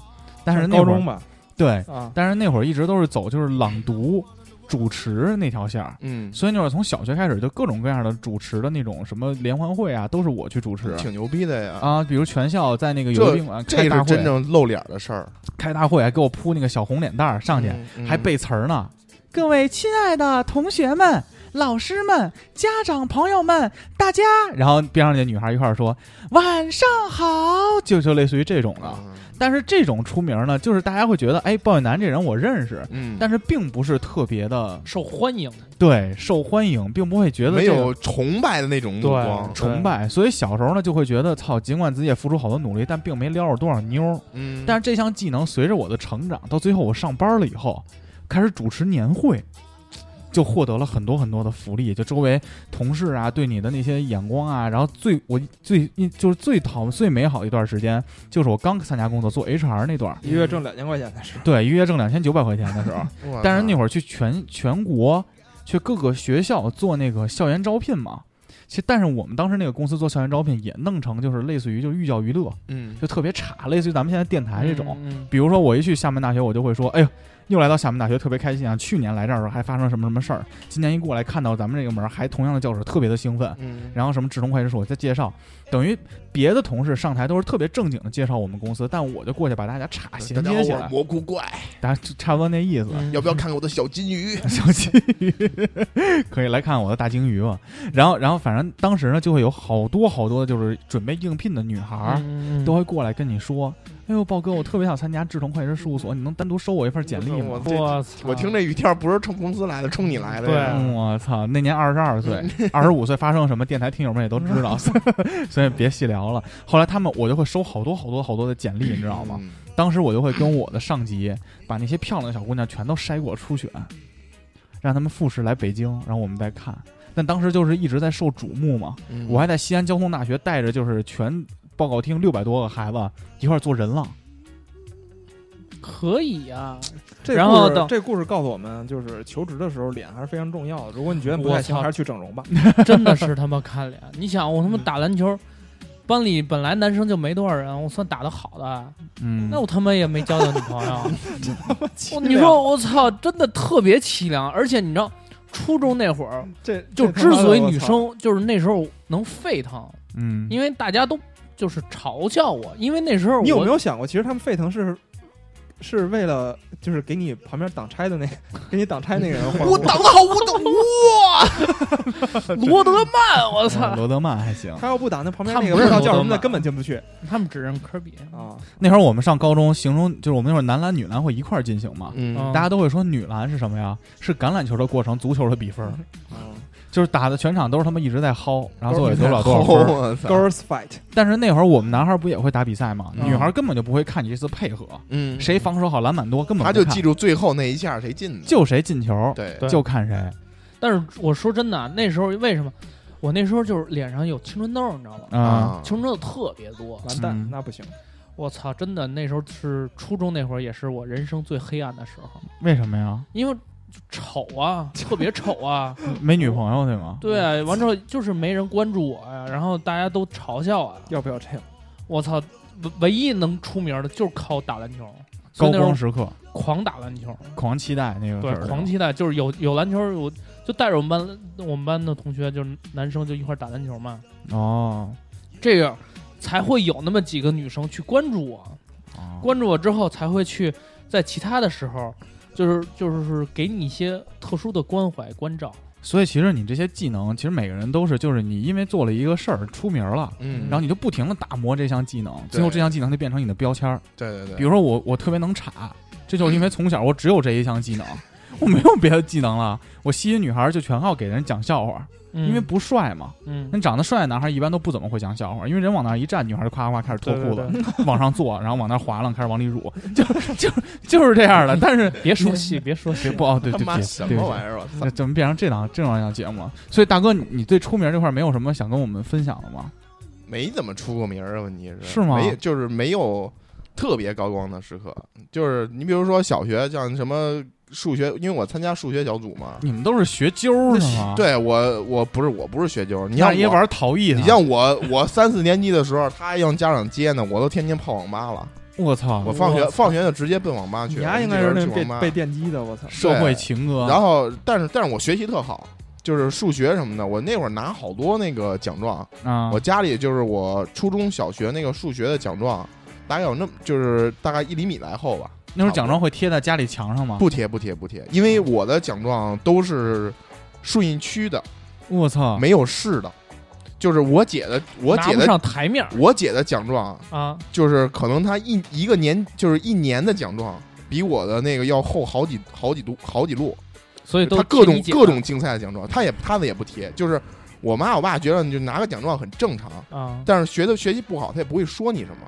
[SPEAKER 2] 但是那
[SPEAKER 5] 高
[SPEAKER 2] 会
[SPEAKER 5] 中
[SPEAKER 2] 儿
[SPEAKER 5] 吧
[SPEAKER 2] 对，
[SPEAKER 5] 啊，
[SPEAKER 2] 但是那会儿一直都是走就是朗读、主持那条线儿。
[SPEAKER 4] 嗯，
[SPEAKER 2] 所以那会儿从小学开始就各种各样的主持的那种什么联欢会啊，都是我去主持
[SPEAKER 4] 挺牛逼的呀，
[SPEAKER 2] 啊。比如全校在那个
[SPEAKER 4] 这
[SPEAKER 2] 游泳馆
[SPEAKER 4] 这
[SPEAKER 2] 开
[SPEAKER 4] 是
[SPEAKER 2] 大
[SPEAKER 4] 真
[SPEAKER 2] 会，
[SPEAKER 4] 正露脸的事儿，
[SPEAKER 2] 开大会还给我铺那个小红脸蛋儿上去，
[SPEAKER 4] 嗯
[SPEAKER 2] 还背词儿呢。各位亲爱的同学们、老师们、家长朋友们，大家，然后边上那女孩一块儿说“晚上好”，就就类似于这种的。，
[SPEAKER 4] 嗯
[SPEAKER 2] 但是这种出名呢，就是大家会觉得，哎，鲍雨男这人我认识，
[SPEAKER 4] 嗯，
[SPEAKER 2] 但是并不是特别的
[SPEAKER 3] 受欢迎，
[SPEAKER 2] 对受欢迎，并不会觉得
[SPEAKER 4] 没
[SPEAKER 2] 这个
[SPEAKER 4] 有崇拜的那种目
[SPEAKER 5] 对
[SPEAKER 4] 光，
[SPEAKER 2] 崇拜，所以小时候呢就会觉得，操，尽管自己也付出好多努力，但并没撩着多少妞儿。
[SPEAKER 4] 嗯，
[SPEAKER 2] 但是这项技能随着我的成长，到最后我上班了以后，开始主持年会，就获得了很多很多的福利，就周围同事啊对你的那些眼光啊，然后最我最印就是最讨最美好的一段时间，就是我刚参加工作做 HR 那段儿，
[SPEAKER 5] 一月挣两千块钱的时候，
[SPEAKER 2] 对，一个月挣两千九百块钱的时候，
[SPEAKER 4] 我
[SPEAKER 2] 但是那
[SPEAKER 4] 操
[SPEAKER 2] 会儿去全全国去各个学校做那个校园招聘嘛。其实，但是我们当时那个公司做校园招聘也弄成就是类似于就是寓教于乐，
[SPEAKER 4] 嗯，
[SPEAKER 2] 就特别差，类似于咱们现在电台这种。
[SPEAKER 3] 嗯，
[SPEAKER 2] 比如说我一去厦门大学，我就会说，哎呦，又来到厦门大学，特别开心啊！去年来这儿的时候还发生了什么什么事儿，今年一过来看到咱们这个门儿还同样的教室，特别的兴奋。
[SPEAKER 4] 嗯
[SPEAKER 2] 然后什么志同会之处再介绍，等于别的同事上台都是特别正经的介绍我们公司，但我就过去把大家岔衔
[SPEAKER 4] 大家好，
[SPEAKER 2] 接
[SPEAKER 4] 我
[SPEAKER 2] 起
[SPEAKER 4] 是
[SPEAKER 2] 来，
[SPEAKER 4] 蘑菇怪，
[SPEAKER 2] 大家差不多那
[SPEAKER 3] 嗯
[SPEAKER 2] 意思。
[SPEAKER 4] 要不要看看我的小金鱼？
[SPEAKER 2] 小金鱼，可以来看我的大鲸鱼嘛。 然后，然后反正当时呢，就会有好多好多就是准备应聘的女孩儿、
[SPEAKER 3] 嗯
[SPEAKER 2] 都会过来跟你说：“哎呦，豹哥，我特别想参加志同会社事务所，你能单独收我一份简历吗
[SPEAKER 4] 我这
[SPEAKER 3] 我操
[SPEAKER 4] 我听这语调不是冲公司来的，冲你来的。
[SPEAKER 3] 对
[SPEAKER 4] 这
[SPEAKER 2] 嗯？”我操，那年二十二岁，二十五岁发生什么，电台听友们也都知道， 所以所以别细聊了。后来他们我就会收好多好多好多的简历，你知道
[SPEAKER 4] 个
[SPEAKER 2] 吗？
[SPEAKER 4] 嗯
[SPEAKER 2] 当时我就会跟我的上级把那些漂亮的小姑娘全都筛过初选，让他们复试来北京，然后我们再看。但当时就是一直在受瞩目嘛，
[SPEAKER 4] 嗯
[SPEAKER 2] 我还在西安交通大学带着就是全报告厅六百多个孩子一块儿做人浪。
[SPEAKER 3] 可以啊呀，
[SPEAKER 5] 这
[SPEAKER 3] 然后
[SPEAKER 5] 故事
[SPEAKER 3] 等
[SPEAKER 5] 这故事告诉我们，就是求职的时候脸还是非常重要的。如果你觉得不
[SPEAKER 3] 我
[SPEAKER 5] 太行，
[SPEAKER 3] 操
[SPEAKER 5] 还是去整 容吧。
[SPEAKER 3] 真的是他妈看脸。你想，我他妈打篮球，班里本来男生就没多少人，我算打的好的，
[SPEAKER 2] 嗯，
[SPEAKER 3] 那我他妈也没交到女朋友。我你说我操，真的特别凄凉。而且你知道，初中那会儿，
[SPEAKER 5] 这
[SPEAKER 3] 就
[SPEAKER 5] 这他
[SPEAKER 3] 之
[SPEAKER 5] 妈的
[SPEAKER 3] 所以
[SPEAKER 5] 我
[SPEAKER 3] 女
[SPEAKER 5] 操
[SPEAKER 3] 生就是那时候能沸腾，
[SPEAKER 2] 嗯，
[SPEAKER 3] 因为大家都就是嘲笑我，因为那时候
[SPEAKER 5] 你有没
[SPEAKER 3] 有
[SPEAKER 5] 有想过，其实他们沸腾是是为了就是给你旁边挡拆的那给你挡拆那个人换
[SPEAKER 4] 我
[SPEAKER 5] 工
[SPEAKER 4] 挡的好，我挡哇！
[SPEAKER 3] 罗德曼？ 我操，
[SPEAKER 2] 嗯
[SPEAKER 5] 嗯
[SPEAKER 2] 罗德曼还行。
[SPEAKER 5] 他要不挡，那旁边
[SPEAKER 3] 他
[SPEAKER 5] 那个
[SPEAKER 3] 不
[SPEAKER 5] 不
[SPEAKER 3] 是
[SPEAKER 5] 知道叫
[SPEAKER 3] 罗德
[SPEAKER 5] 什么的
[SPEAKER 3] 曼
[SPEAKER 5] 根本进不去
[SPEAKER 3] 他们只认科比。
[SPEAKER 4] 嗯
[SPEAKER 5] 啊。
[SPEAKER 2] 那会儿我们上高中，形容就是我们那会儿男篮女篮会一块儿进行嘛，
[SPEAKER 4] 嗯
[SPEAKER 3] 嗯
[SPEAKER 2] 大家都会说女篮是什么呀？是橄榄球的过程，足球的比分，
[SPEAKER 5] 嗯
[SPEAKER 2] 就是打的全场都是他妈一直在薅，然后最后也得不了多少分儿。
[SPEAKER 4] 我操！
[SPEAKER 5] Girls fight，
[SPEAKER 2] 但是那会儿我们男孩儿不也会打比赛吗？
[SPEAKER 5] 嗯
[SPEAKER 2] 女孩儿根本就不会看你这次配合，
[SPEAKER 4] 嗯，
[SPEAKER 2] 谁防守好篮板多，根本
[SPEAKER 4] 他
[SPEAKER 2] 不
[SPEAKER 4] 就
[SPEAKER 2] 看
[SPEAKER 4] 记住最后那一下谁进的。
[SPEAKER 2] 就谁进球，
[SPEAKER 4] 对
[SPEAKER 3] 对
[SPEAKER 2] 就看谁。
[SPEAKER 3] 但是我说真的啊，那时候为什么我那时候就是脸上有青春痘，你知道
[SPEAKER 5] 嗯
[SPEAKER 3] 吗？
[SPEAKER 2] 啊，
[SPEAKER 3] 青春痘特别多，
[SPEAKER 5] 完蛋，
[SPEAKER 2] 嗯
[SPEAKER 5] 那不行。
[SPEAKER 3] 我操，真的那时候是初中那会儿，也是我人生最黑暗的时候，
[SPEAKER 2] 为什么呀？
[SPEAKER 3] 因为就丑啊，特别丑啊，
[SPEAKER 2] 没女朋友对吗？
[SPEAKER 3] 对啊，完之后就是没人关注我呀、然后大家都嘲笑我、
[SPEAKER 5] 要不要这样？
[SPEAKER 3] 我操，唯唯一能出名的就是靠打篮球，所以那
[SPEAKER 2] 高
[SPEAKER 3] 时候
[SPEAKER 2] 光嗯时刻，
[SPEAKER 3] 狂打篮球，
[SPEAKER 2] 狂期待那个
[SPEAKER 3] 对
[SPEAKER 2] 事，儿，
[SPEAKER 3] 狂期待就是有有篮球，我就带着我们班我们班的同学，就是男生就一块儿打篮球嘛，
[SPEAKER 2] 哦。
[SPEAKER 3] 这样才会有那么几个女生去关注我，
[SPEAKER 2] 哦
[SPEAKER 3] 关注我之后才会去在其他的时候，就是就是给你一些特殊的关怀关照。
[SPEAKER 2] 所以其实你这些技能，其实每个人都是，就是你因为做了一个事儿出名了，
[SPEAKER 4] 嗯，
[SPEAKER 2] 然后你就不停的打磨这项技能，
[SPEAKER 4] 对
[SPEAKER 2] 最后这项技能就变成你的标签儿。
[SPEAKER 4] 对对对，
[SPEAKER 2] 比如说我，我特别能插，这就是因为从小我只有这一项技能， 我没有别的技能了。我吸引女孩儿就全靠给人讲笑话，
[SPEAKER 3] 嗯
[SPEAKER 2] 因为不帅嘛。
[SPEAKER 3] 嗯
[SPEAKER 2] 那长得帅的男孩一般都不怎么会讲笑话，因为人往那儿一站，女孩夸夸开始脱裤子，往上坐，然后往那儿滑浪，开始往 里乳，就就就是这样的。但是
[SPEAKER 3] 别说戏， 别说
[SPEAKER 2] 别
[SPEAKER 3] 戏，
[SPEAKER 2] 不哦，对
[SPEAKER 4] 他
[SPEAKER 2] 对
[SPEAKER 4] 妈
[SPEAKER 2] 对，
[SPEAKER 4] 什么玩
[SPEAKER 2] 意
[SPEAKER 4] 意儿？我操！
[SPEAKER 2] 那怎么变成这档这种样节目了？所以大哥，你你对出名这块没有什么想跟我们分享的吗？
[SPEAKER 4] 没怎么出过名儿啊，问题是
[SPEAKER 2] 是吗
[SPEAKER 4] 没，就是没有特别高光的时刻。就是你比如说小学，像什么数学，因为我参加数学小组嘛。
[SPEAKER 2] 你们都是学究是吗？，
[SPEAKER 4] 对我，我不是我不是学究，你
[SPEAKER 2] 啊你让
[SPEAKER 4] 像
[SPEAKER 2] 爷
[SPEAKER 4] 我
[SPEAKER 2] 玩啊陶艺的，
[SPEAKER 4] 你像我，我三四年级的时候，他让家长接呢，我都天天泡网吧了。
[SPEAKER 2] 啊我操
[SPEAKER 4] 我，放学
[SPEAKER 3] 哇
[SPEAKER 4] 放学就直接奔网吧去。
[SPEAKER 5] 你丫应该
[SPEAKER 4] 我就
[SPEAKER 5] 是那
[SPEAKER 4] 去
[SPEAKER 5] 被
[SPEAKER 4] 网吧
[SPEAKER 5] 被电击的，我操！
[SPEAKER 2] 社会啊情歌，
[SPEAKER 4] 然后，但是但是我学习特好，就是数学什么的，我那会儿拿好多那个奖状。
[SPEAKER 2] 啊，
[SPEAKER 4] 我家里就是我初中小学那个数学的奖状，大概有那么就是大概一厘米来厚吧。
[SPEAKER 2] 那会儿奖状会贴在家里墙上吗？
[SPEAKER 4] 不贴不贴不贴，因为我的奖状都是顺义区的，
[SPEAKER 2] 我操，
[SPEAKER 4] 没有市的。就是我姐的，我
[SPEAKER 3] 啊拿
[SPEAKER 4] 姐
[SPEAKER 3] 不
[SPEAKER 4] 的，
[SPEAKER 3] 上台面儿
[SPEAKER 4] 我姐的奖状
[SPEAKER 3] 啊，
[SPEAKER 4] 就是可能她一一个年就是一年的奖状。比我的那个要厚好几好几度好几路，
[SPEAKER 3] 所以都
[SPEAKER 4] 她各
[SPEAKER 3] 替
[SPEAKER 4] 种
[SPEAKER 3] 你解
[SPEAKER 4] 各种
[SPEAKER 3] 难
[SPEAKER 4] 竞赛的奖状，她也她的也不贴，就是我妈我爸觉得你就拿个奖状很正常，
[SPEAKER 3] 啊，
[SPEAKER 4] 但是学的学习不好，他也不会说你什么。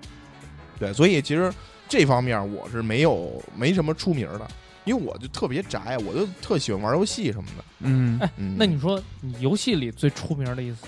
[SPEAKER 4] 对，所以其实这方面我是没有没什么出名的，因为我就特别宅，我就特喜欢玩游戏什么的。
[SPEAKER 2] 嗯，
[SPEAKER 4] 嗯，
[SPEAKER 3] 那你说你游戏里最出名的一次，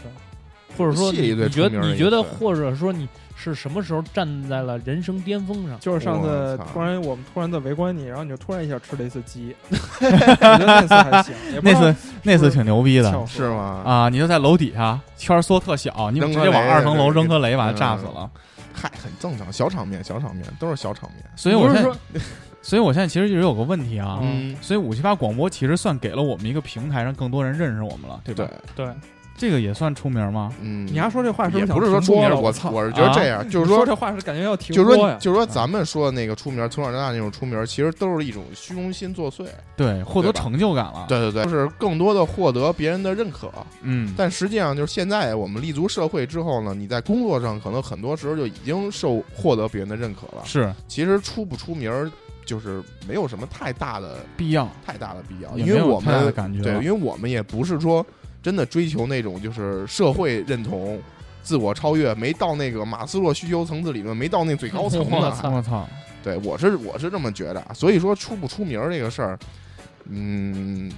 [SPEAKER 3] 或者说
[SPEAKER 4] 游戏
[SPEAKER 3] 你
[SPEAKER 4] 里最
[SPEAKER 3] 你觉
[SPEAKER 4] 出
[SPEAKER 3] 得
[SPEAKER 4] 名的
[SPEAKER 3] 你觉
[SPEAKER 4] 一
[SPEAKER 3] 得，
[SPEAKER 4] 次
[SPEAKER 3] 或者说你是什么时候站在了人生巅峰上？
[SPEAKER 5] 就是上
[SPEAKER 4] 我
[SPEAKER 5] 次
[SPEAKER 4] 操
[SPEAKER 5] 突然我们突然在围观你，然后你就突然一下吃了一次鸡， 我 觉得那次还行，也不
[SPEAKER 2] 那
[SPEAKER 5] 知道
[SPEAKER 2] 次那次
[SPEAKER 5] 是
[SPEAKER 2] 挺牛逼的，
[SPEAKER 5] 巧合
[SPEAKER 4] 是？吗？
[SPEAKER 2] 啊，你就在楼底下，圈儿缩特小，你们直接往二层楼扔颗雷，把它炸死了。
[SPEAKER 4] 嗨，很正常，小场面，小场面都是小场面。
[SPEAKER 2] 所以
[SPEAKER 3] 不
[SPEAKER 2] 我
[SPEAKER 3] 是
[SPEAKER 2] 现在
[SPEAKER 3] 说，
[SPEAKER 2] 所以我现在其实一直有个问题啊，
[SPEAKER 4] 嗯，
[SPEAKER 2] 所以五七八广播其实算给了我们一个平台，让更多人认识我们了，对吧？
[SPEAKER 4] 对，
[SPEAKER 3] 对，
[SPEAKER 2] 这个也算出名吗？
[SPEAKER 4] 嗯，
[SPEAKER 5] 你丫说这话是
[SPEAKER 4] 也
[SPEAKER 5] 不
[SPEAKER 4] 不是
[SPEAKER 5] 是
[SPEAKER 4] 说
[SPEAKER 5] 想
[SPEAKER 4] 出
[SPEAKER 5] 停
[SPEAKER 4] 名
[SPEAKER 5] 播
[SPEAKER 4] 儿，
[SPEAKER 5] 了？
[SPEAKER 4] 我
[SPEAKER 5] 操！
[SPEAKER 4] 我是觉得这
[SPEAKER 2] 啊
[SPEAKER 4] 样，就是
[SPEAKER 5] 你说
[SPEAKER 4] 说
[SPEAKER 5] 这话是感觉要停
[SPEAKER 4] 就是
[SPEAKER 5] 播
[SPEAKER 4] 说
[SPEAKER 5] 呀，
[SPEAKER 4] 就是说咱们说的那个出名儿，从小到大那种出名儿，其实都是一种虚荣心作祟。
[SPEAKER 2] 对，获得
[SPEAKER 4] 对吧
[SPEAKER 2] 成就感了。，
[SPEAKER 4] 对对对，就是更多的获得别人的认可。
[SPEAKER 2] 嗯，
[SPEAKER 4] 但实际上，就是现在我们立足社会之后呢，你在工作上可能很多时候就已经受获得别人的认可了。
[SPEAKER 2] 是
[SPEAKER 4] 其实出不出名儿，就是没有什么太大的
[SPEAKER 2] 必要，
[SPEAKER 4] 太大的必要，
[SPEAKER 2] 也
[SPEAKER 4] 因为
[SPEAKER 2] 没有
[SPEAKER 4] 我
[SPEAKER 2] 太大的
[SPEAKER 4] 们
[SPEAKER 2] 感觉
[SPEAKER 4] 对，
[SPEAKER 2] 了
[SPEAKER 4] 因为我们也不是说真的追求那种就是社会认同、自我超越，没到那个马斯洛需求层次理论，没到那最高层
[SPEAKER 3] 我
[SPEAKER 4] 呢。
[SPEAKER 3] 操
[SPEAKER 2] 我操，
[SPEAKER 4] 对，我是我是这么觉得啊。所以说出不出名儿这个事儿，嗯，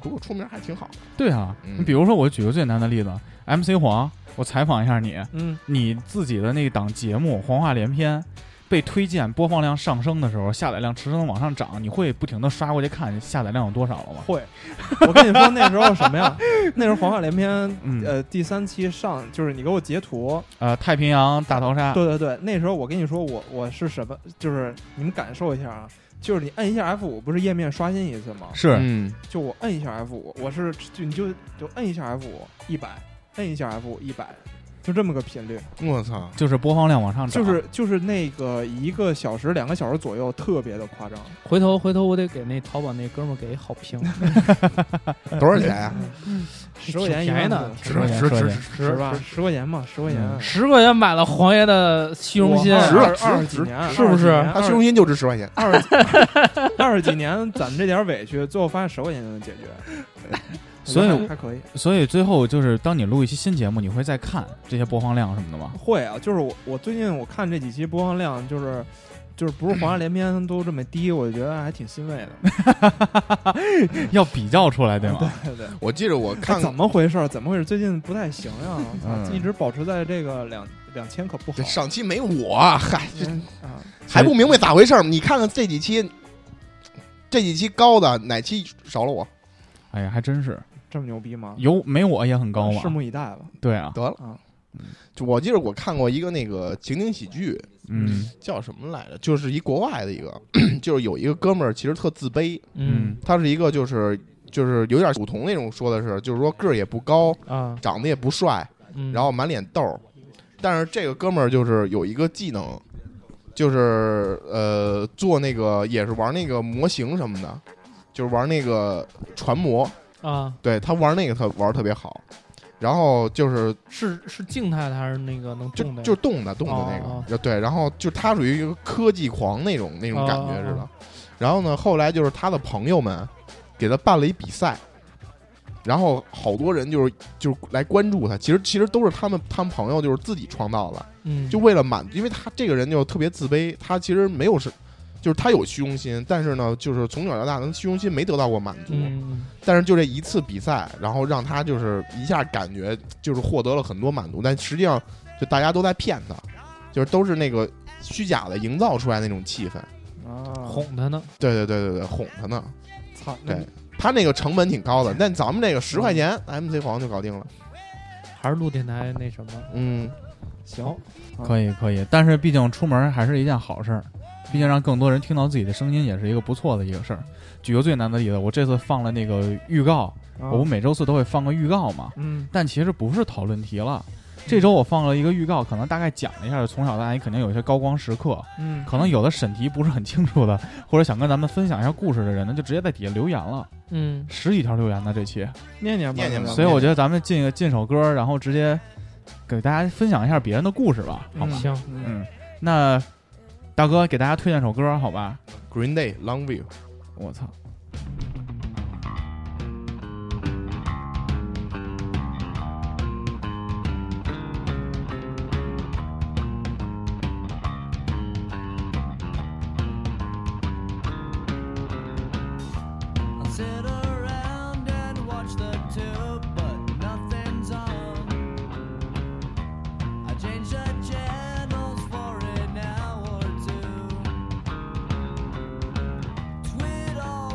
[SPEAKER 4] 不过出名儿还挺好的。
[SPEAKER 2] 对啊，
[SPEAKER 4] 嗯
[SPEAKER 2] 你比如说，我举个最难的例子，MC 黄，我采访一下你，
[SPEAKER 5] 嗯，
[SPEAKER 2] 你自己的那档节目《黄话连篇》被推荐，播放量上升的时候，下载量持续地往上涨，你会不停的刷过去看下载量有多少了吗？
[SPEAKER 5] 会。 我跟你说那时候什么呀？那时候《黄话连篇》
[SPEAKER 2] 嗯
[SPEAKER 5] 呃第三期上，就是你给我截
[SPEAKER 3] 啊
[SPEAKER 5] 图，
[SPEAKER 2] 呃，太平洋大逃杀，
[SPEAKER 5] 对对对，那时候我跟你说我我是什么，就是你们感受一下啊。就是你摁一下 F 五，不是页面刷新一次吗？
[SPEAKER 2] 是、
[SPEAKER 4] 嗯，
[SPEAKER 5] 就我摁一下 F 五，我是就你就就摁一下 F 五一百，摁一下 F 五一百，就这么个频率，
[SPEAKER 4] 我操，
[SPEAKER 2] 就是播放量往上涨，
[SPEAKER 5] 就是
[SPEAKER 3] 啊
[SPEAKER 5] 就是那个一个小时两个小时左右，特别的夸张。
[SPEAKER 3] 回头回头我得给那淘宝那哥们儿给一好评，
[SPEAKER 2] 呃
[SPEAKER 4] 多少钱呀、
[SPEAKER 5] 十块钱一
[SPEAKER 3] 挺便宜
[SPEAKER 5] 万
[SPEAKER 3] 的
[SPEAKER 5] 字，
[SPEAKER 2] 十块钱
[SPEAKER 4] 值
[SPEAKER 2] 十块
[SPEAKER 4] 值
[SPEAKER 2] 钱
[SPEAKER 5] 十
[SPEAKER 3] 十
[SPEAKER 5] 吧，十块钱嘛，十块
[SPEAKER 2] 嗯
[SPEAKER 5] 钱，啊
[SPEAKER 3] 十块钱买了黄爷的虚荣心，啊
[SPEAKER 5] 哇
[SPEAKER 4] 值了
[SPEAKER 5] 二二十
[SPEAKER 4] 值
[SPEAKER 5] 几年，
[SPEAKER 3] 是不是
[SPEAKER 4] 他
[SPEAKER 5] 二
[SPEAKER 4] 虚
[SPEAKER 5] 十
[SPEAKER 4] 荣心就值十块钱，
[SPEAKER 5] 二 十二十几年攒这点委屈，最后发现十块钱就能解 决，
[SPEAKER 2] 所以
[SPEAKER 5] 我觉得还还可以。
[SPEAKER 2] 所以最后就是当你录一期新节目，你会再看这些播放量什么的吗？
[SPEAKER 5] 会啊，就是我我最近我看这几期播放量，就是就是不是黄花连篇都这么低，我觉得还挺欣慰的。
[SPEAKER 2] 要比较出来对吗？
[SPEAKER 5] 对对，
[SPEAKER 4] 我记着我
[SPEAKER 5] 哎
[SPEAKER 4] 看
[SPEAKER 5] 怎么回事儿？怎么回事？最近不太行呀，我操
[SPEAKER 2] 嗯
[SPEAKER 5] 一直保持在这个两两千可不好
[SPEAKER 4] 这。上期没我，嗨，这
[SPEAKER 5] 嗯啊，
[SPEAKER 4] 还不明白咋回事儿吗？你看看这几期，这几期高的哪期少了我？
[SPEAKER 2] 哎呀，还真是
[SPEAKER 5] 这么牛逼吗？
[SPEAKER 2] 有没我也很高嘛
[SPEAKER 5] 拭？目以待吧。
[SPEAKER 2] 对啊，
[SPEAKER 4] 得了
[SPEAKER 5] 啊，
[SPEAKER 4] 就我记着我看过一个那个情景喜剧，
[SPEAKER 2] 嗯
[SPEAKER 4] 叫什么来着？就是一国外的一个， 就是有一个哥们儿其实特自卑，
[SPEAKER 2] 嗯
[SPEAKER 3] 嗯
[SPEAKER 4] 他是一个就是就是有点古潼那种说的是，就是说个儿也不高，
[SPEAKER 3] 啊，
[SPEAKER 4] 长得也不帅，
[SPEAKER 3] 嗯
[SPEAKER 4] 嗯然后满脸痘儿。但是这个哥们儿就是有一个技能，就是呃做那个也是玩那个模型什么的，就是玩那个船模，
[SPEAKER 3] 啊
[SPEAKER 4] 对他玩那个他玩儿特别好。然后就是
[SPEAKER 3] 是是静态的还是那个能
[SPEAKER 4] 就
[SPEAKER 3] 动的呀？
[SPEAKER 4] 就动的动的那个，呃
[SPEAKER 3] 哦
[SPEAKER 4] 对，然后就他属于一个科技狂那种那种感觉似的。
[SPEAKER 3] 哦
[SPEAKER 4] 然后呢，后来就是他的朋友们给他办了一比赛，然后好多人就是就是来关注他。其实其实都是他们他们朋友就是自己创造的，
[SPEAKER 3] 嗯
[SPEAKER 4] 就为了满，因为他这个人就特别自卑，他其实没有是。就是他有虚荣心，但是呢，就是从小到大，他的虚荣心没得到过满足。
[SPEAKER 3] 嗯
[SPEAKER 4] 但是就这一次比赛，然后让他就是一下感觉就是获得了很多满足，但实际上就大家都在骗他，就是都是那个虚假的营造出来那种气氛。
[SPEAKER 5] 啊，
[SPEAKER 4] 嗯
[SPEAKER 3] 哄他呢，
[SPEAKER 4] 对对对对对，哄他呢。
[SPEAKER 5] 操，那
[SPEAKER 4] 对他那个成本挺高的，但咱们这个十块钱 MC 黄就搞定了。
[SPEAKER 3] 还是录电台那什么？
[SPEAKER 4] 嗯，
[SPEAKER 5] 行，
[SPEAKER 2] 可以可以，但是毕竟出门还是一件好事儿，毕竟让更多人听到自己的声音也是一个不错的一个事儿。举个最难的例子，我这次放了那个预告，
[SPEAKER 5] 啊
[SPEAKER 2] 我不每周四都会放个预告嘛，
[SPEAKER 5] 嗯
[SPEAKER 2] 但其实不是讨论题了。这周我放了一个预告，可能大概讲了一下从小到大你肯定有一些高光时刻，
[SPEAKER 5] 嗯，
[SPEAKER 2] 可能有的审题不是很清楚的，或者想跟咱们分享一下故事的人呢，就直接在底下留言了，
[SPEAKER 3] 嗯，
[SPEAKER 2] 十几条留言呢这期，
[SPEAKER 5] 念念吧
[SPEAKER 4] 念念吧
[SPEAKER 2] 所以我觉得咱们进个进首歌，然后直接给大家分享一下别人的故事吧，好吗？
[SPEAKER 3] 行，
[SPEAKER 5] 嗯
[SPEAKER 2] 嗯，那大哥给大家推荐首歌好吧？
[SPEAKER 4] Green Day Long View，
[SPEAKER 2] 我操，
[SPEAKER 6] I sit around and watch the tube, but nothing's on. I change the channels for an hour or two. Tweet all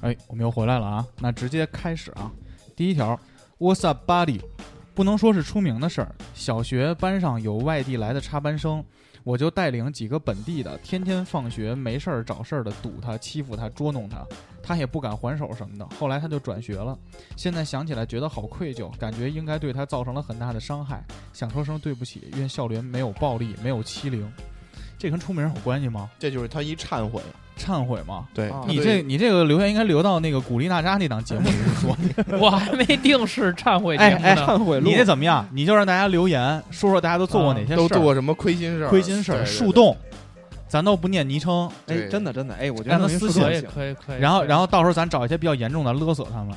[SPEAKER 2] 哎，我们又回来了啊！那直接开始啊。第一条，What's up, buddy？不能说是出名的事儿。小学班上有外地来的插班生，我就带领几个本地的，天天放学没事儿找事儿的堵他、欺负他、捉弄他，他也不敢还手什么的。后来他就转学了，现在想起来觉得好愧疚，感觉应该对他造成了很大的伤害，想说声对不起，愿校园没有暴力，没有欺凌。这跟出名有关系吗？
[SPEAKER 4] 这就是他一忏悔，
[SPEAKER 2] 忏悔吗？
[SPEAKER 4] 对
[SPEAKER 5] 啊
[SPEAKER 2] 你这你这个留言应该留到那个古力娜扎那档节目里说。
[SPEAKER 3] 我还没定是忏悔节目
[SPEAKER 2] 哎
[SPEAKER 3] 呢。
[SPEAKER 5] 忏悔录
[SPEAKER 2] 你这怎么样？你就让大家留言，说说大家都做过哪些
[SPEAKER 4] 都
[SPEAKER 2] 事
[SPEAKER 4] 做
[SPEAKER 2] 儿、
[SPEAKER 4] 过什么亏心事儿？
[SPEAKER 2] 亏心事
[SPEAKER 4] 对对
[SPEAKER 2] 儿、
[SPEAKER 4] 对
[SPEAKER 2] 树洞，咱都不念昵称。
[SPEAKER 5] 哎，
[SPEAKER 4] 对
[SPEAKER 5] 真的真的，哎，我觉得
[SPEAKER 2] 让他
[SPEAKER 5] 弄一
[SPEAKER 2] 私
[SPEAKER 5] 树
[SPEAKER 2] 信
[SPEAKER 5] 洞
[SPEAKER 3] 可以
[SPEAKER 5] 行
[SPEAKER 3] 可以可以。
[SPEAKER 2] 然后，
[SPEAKER 3] 可以
[SPEAKER 2] 然后到时候咱找一些比较严重的勒索他们。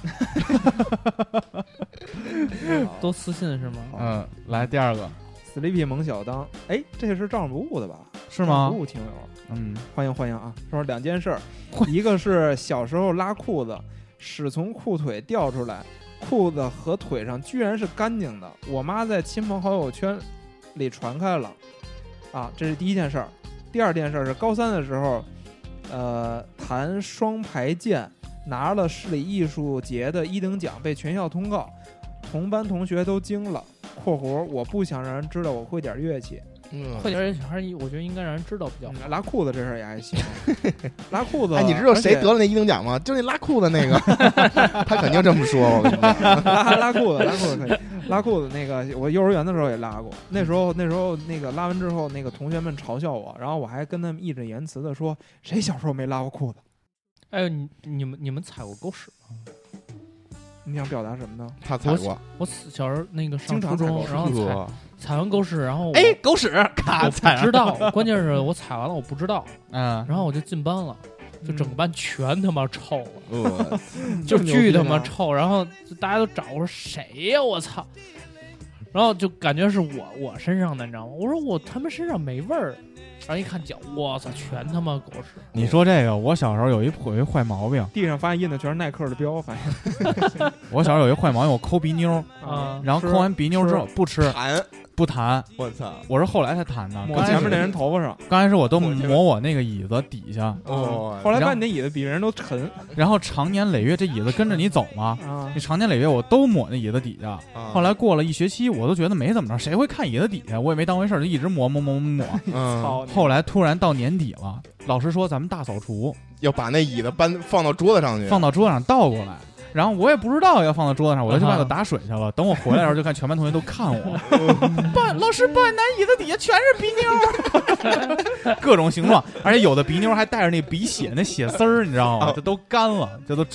[SPEAKER 3] 都私信是吗？
[SPEAKER 2] 嗯，来第二个
[SPEAKER 5] Sleepy 萌小当，哎，这是照常不误的吧？
[SPEAKER 2] 是吗
[SPEAKER 5] 照常不误听友，
[SPEAKER 2] 嗯，
[SPEAKER 5] 欢迎欢迎啊！说两件事儿，一个是小时候拉裤子，屎从裤腿掉出来，裤子和腿上居然是干净的，我妈在亲朋好友圈里传开了，啊，这是第一件事儿。第二件事儿是高三的时候，呃，弹双排键拿了市里艺术节的一等奖，被全校通告，同班同学都惊了。（括弧我不想让人知道我会点乐器。
[SPEAKER 4] 嗯
[SPEAKER 3] 会点儿还是我觉得应该让人知道比较好。
[SPEAKER 5] 嗯拉裤子这事儿也还行，拉裤子，
[SPEAKER 2] 呃
[SPEAKER 4] 哎，你知道谁
[SPEAKER 5] 而且
[SPEAKER 4] 得了那一等奖吗？就那拉裤子那 个，他肯定这么说。我跟你讲，
[SPEAKER 5] 拉拉裤子，拉裤子可以，拉裤子那个我幼儿园的时候也拉过，那时候那时候那个拉完之后，那个同学们嘲笑我，然后我还跟他们义正言辞的说，谁小时候没拉过裤子？
[SPEAKER 3] 哎呦，你你们你们踩过狗屎吗？
[SPEAKER 5] 你想表达什么呢？
[SPEAKER 4] 他踩 过，
[SPEAKER 3] 我小时候那个上
[SPEAKER 5] 经
[SPEAKER 3] 初
[SPEAKER 5] 常踩
[SPEAKER 3] 中
[SPEAKER 5] 狗，屎
[SPEAKER 3] 然后踩踩完狗屎，然
[SPEAKER 4] 呵
[SPEAKER 3] 后我
[SPEAKER 2] 哎，狗屎，咔
[SPEAKER 3] 我
[SPEAKER 2] 踩
[SPEAKER 3] 不
[SPEAKER 2] 了
[SPEAKER 3] 知。 道，关键是我踩完了我不知道，
[SPEAKER 2] 嗯，
[SPEAKER 3] 然后我就进班了，就整个班全他妈臭了。
[SPEAKER 4] 呃，
[SPEAKER 3] 就巨他妈
[SPEAKER 5] 臭。
[SPEAKER 3] 臭，然后就大家都找我说谁呀、我操！然后就感觉是我我身上的，你知道吗？我说我他妈身上没味儿，然后一看脚，我操，全他妈狗屎！
[SPEAKER 2] 你说这个，我小时候有一有一坏毛病，
[SPEAKER 5] 地上发现印的全是耐克的标，反正
[SPEAKER 2] 我小时候有一坏毛病，我抠鼻妞，
[SPEAKER 3] 啊
[SPEAKER 2] 然后抠完鼻妞之后不吃
[SPEAKER 4] 弹，
[SPEAKER 2] 不弹，
[SPEAKER 4] 我操！
[SPEAKER 2] 我是后来才嗯弹的。
[SPEAKER 5] 抹
[SPEAKER 2] 刚
[SPEAKER 5] 前
[SPEAKER 2] 开
[SPEAKER 5] 面
[SPEAKER 2] 始
[SPEAKER 5] 那人头发上，
[SPEAKER 2] 刚开始我都
[SPEAKER 4] 抹前面
[SPEAKER 2] 抹我那个椅子底下，
[SPEAKER 4] 哦，
[SPEAKER 5] 后来发现那椅子比人都沉
[SPEAKER 2] 然后长年累月这椅子跟着你走嘛，
[SPEAKER 5] 啊
[SPEAKER 2] 那常年累月我都抹那椅子底
[SPEAKER 4] 啊
[SPEAKER 2] 下，
[SPEAKER 4] 嗯
[SPEAKER 2] 后来过了一学期，我都觉得没怎么着，谁会看椅子底下？我也没当回事儿，就一直抹抹抹 抹抹。
[SPEAKER 4] 嗯，
[SPEAKER 5] 操你！
[SPEAKER 2] 后来突然到年底了，老师说咱们大扫除，
[SPEAKER 4] 要把那椅子搬放到桌子上去，
[SPEAKER 2] 放到桌子上倒过来。然后我也不知道要放到桌子上，我就去
[SPEAKER 3] 啊哈
[SPEAKER 2] 外头打水去了。等我回来的时候，就看全班同学都看我， 爸，老师爸，男椅子底下全是鼻妞儿， 各种形状，而且有的鼻妞儿还带着那鼻血，那血丝儿，你知
[SPEAKER 4] 啊
[SPEAKER 2] 道吗？这都干了，这都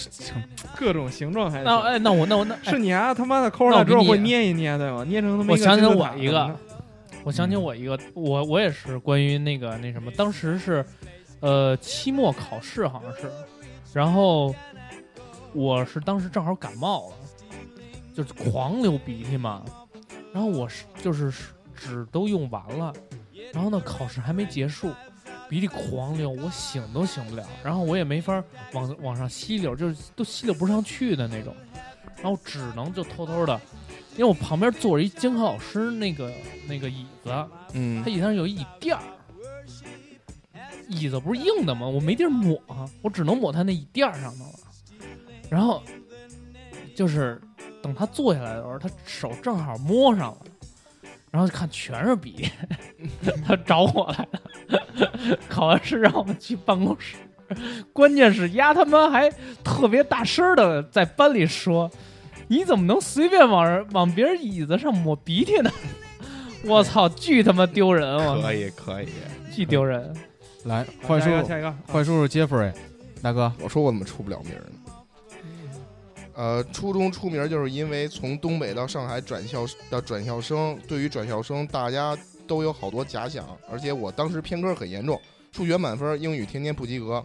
[SPEAKER 5] 各种形状还
[SPEAKER 3] 那
[SPEAKER 5] 行。
[SPEAKER 3] 哎，那我那我那、
[SPEAKER 5] 是
[SPEAKER 3] 哎
[SPEAKER 5] 你啊，他妈的
[SPEAKER 3] 那
[SPEAKER 5] 抠出
[SPEAKER 3] 我
[SPEAKER 5] 来
[SPEAKER 3] 给
[SPEAKER 5] 之后
[SPEAKER 3] 你
[SPEAKER 5] 会捏一捏，对吗？捏成他妈
[SPEAKER 3] 我
[SPEAKER 5] 一个
[SPEAKER 3] 想起
[SPEAKER 5] 金字
[SPEAKER 3] 我
[SPEAKER 5] 塔
[SPEAKER 3] 一
[SPEAKER 5] 什
[SPEAKER 3] 个
[SPEAKER 5] 么的
[SPEAKER 3] 我想起我一个，我我也是关于那个那什么，当时是呃期末考试好像是，然后我是当时正好感冒了，就是狂流鼻涕嘛，然后我是就是纸都用完了，然后呢考试还没结束，鼻涕狂流，我醒都醒不了，然后我也没法往往上吸溜，就是都吸溜不上去的那种，然后只能就偷偷的，因为我旁边坐着一监考老师那个那个椅子，
[SPEAKER 4] 嗯
[SPEAKER 3] 他，椅子上有一椅垫儿，椅子不是硬的吗？我没地儿抹，我只能抹他那椅垫儿上头了。然后就是等他坐下来的时候，他手正好摸上了，然后就看全是笔，他找我来了。 考完试让我们去办公室，关键是丫他妈还特别大声的在班里说：“你怎么能随便往人往别人椅子上抹鼻涕呢？” 我操，巨他妈丢人！我
[SPEAKER 4] 可以可以。
[SPEAKER 3] 巨丢人。
[SPEAKER 2] 来坏叔
[SPEAKER 5] 下一
[SPEAKER 2] 叔
[SPEAKER 5] 个，下一个，
[SPEAKER 2] 坏叔叔 Jeffrey，大哥，
[SPEAKER 4] 我说我怎么出不了名儿呢？呃，初中出名儿就是因为从东北到上海转校的转校生，对于转校生大家都有好多假想，而且我当时偏科很严重，数学满分，英语天天不及格。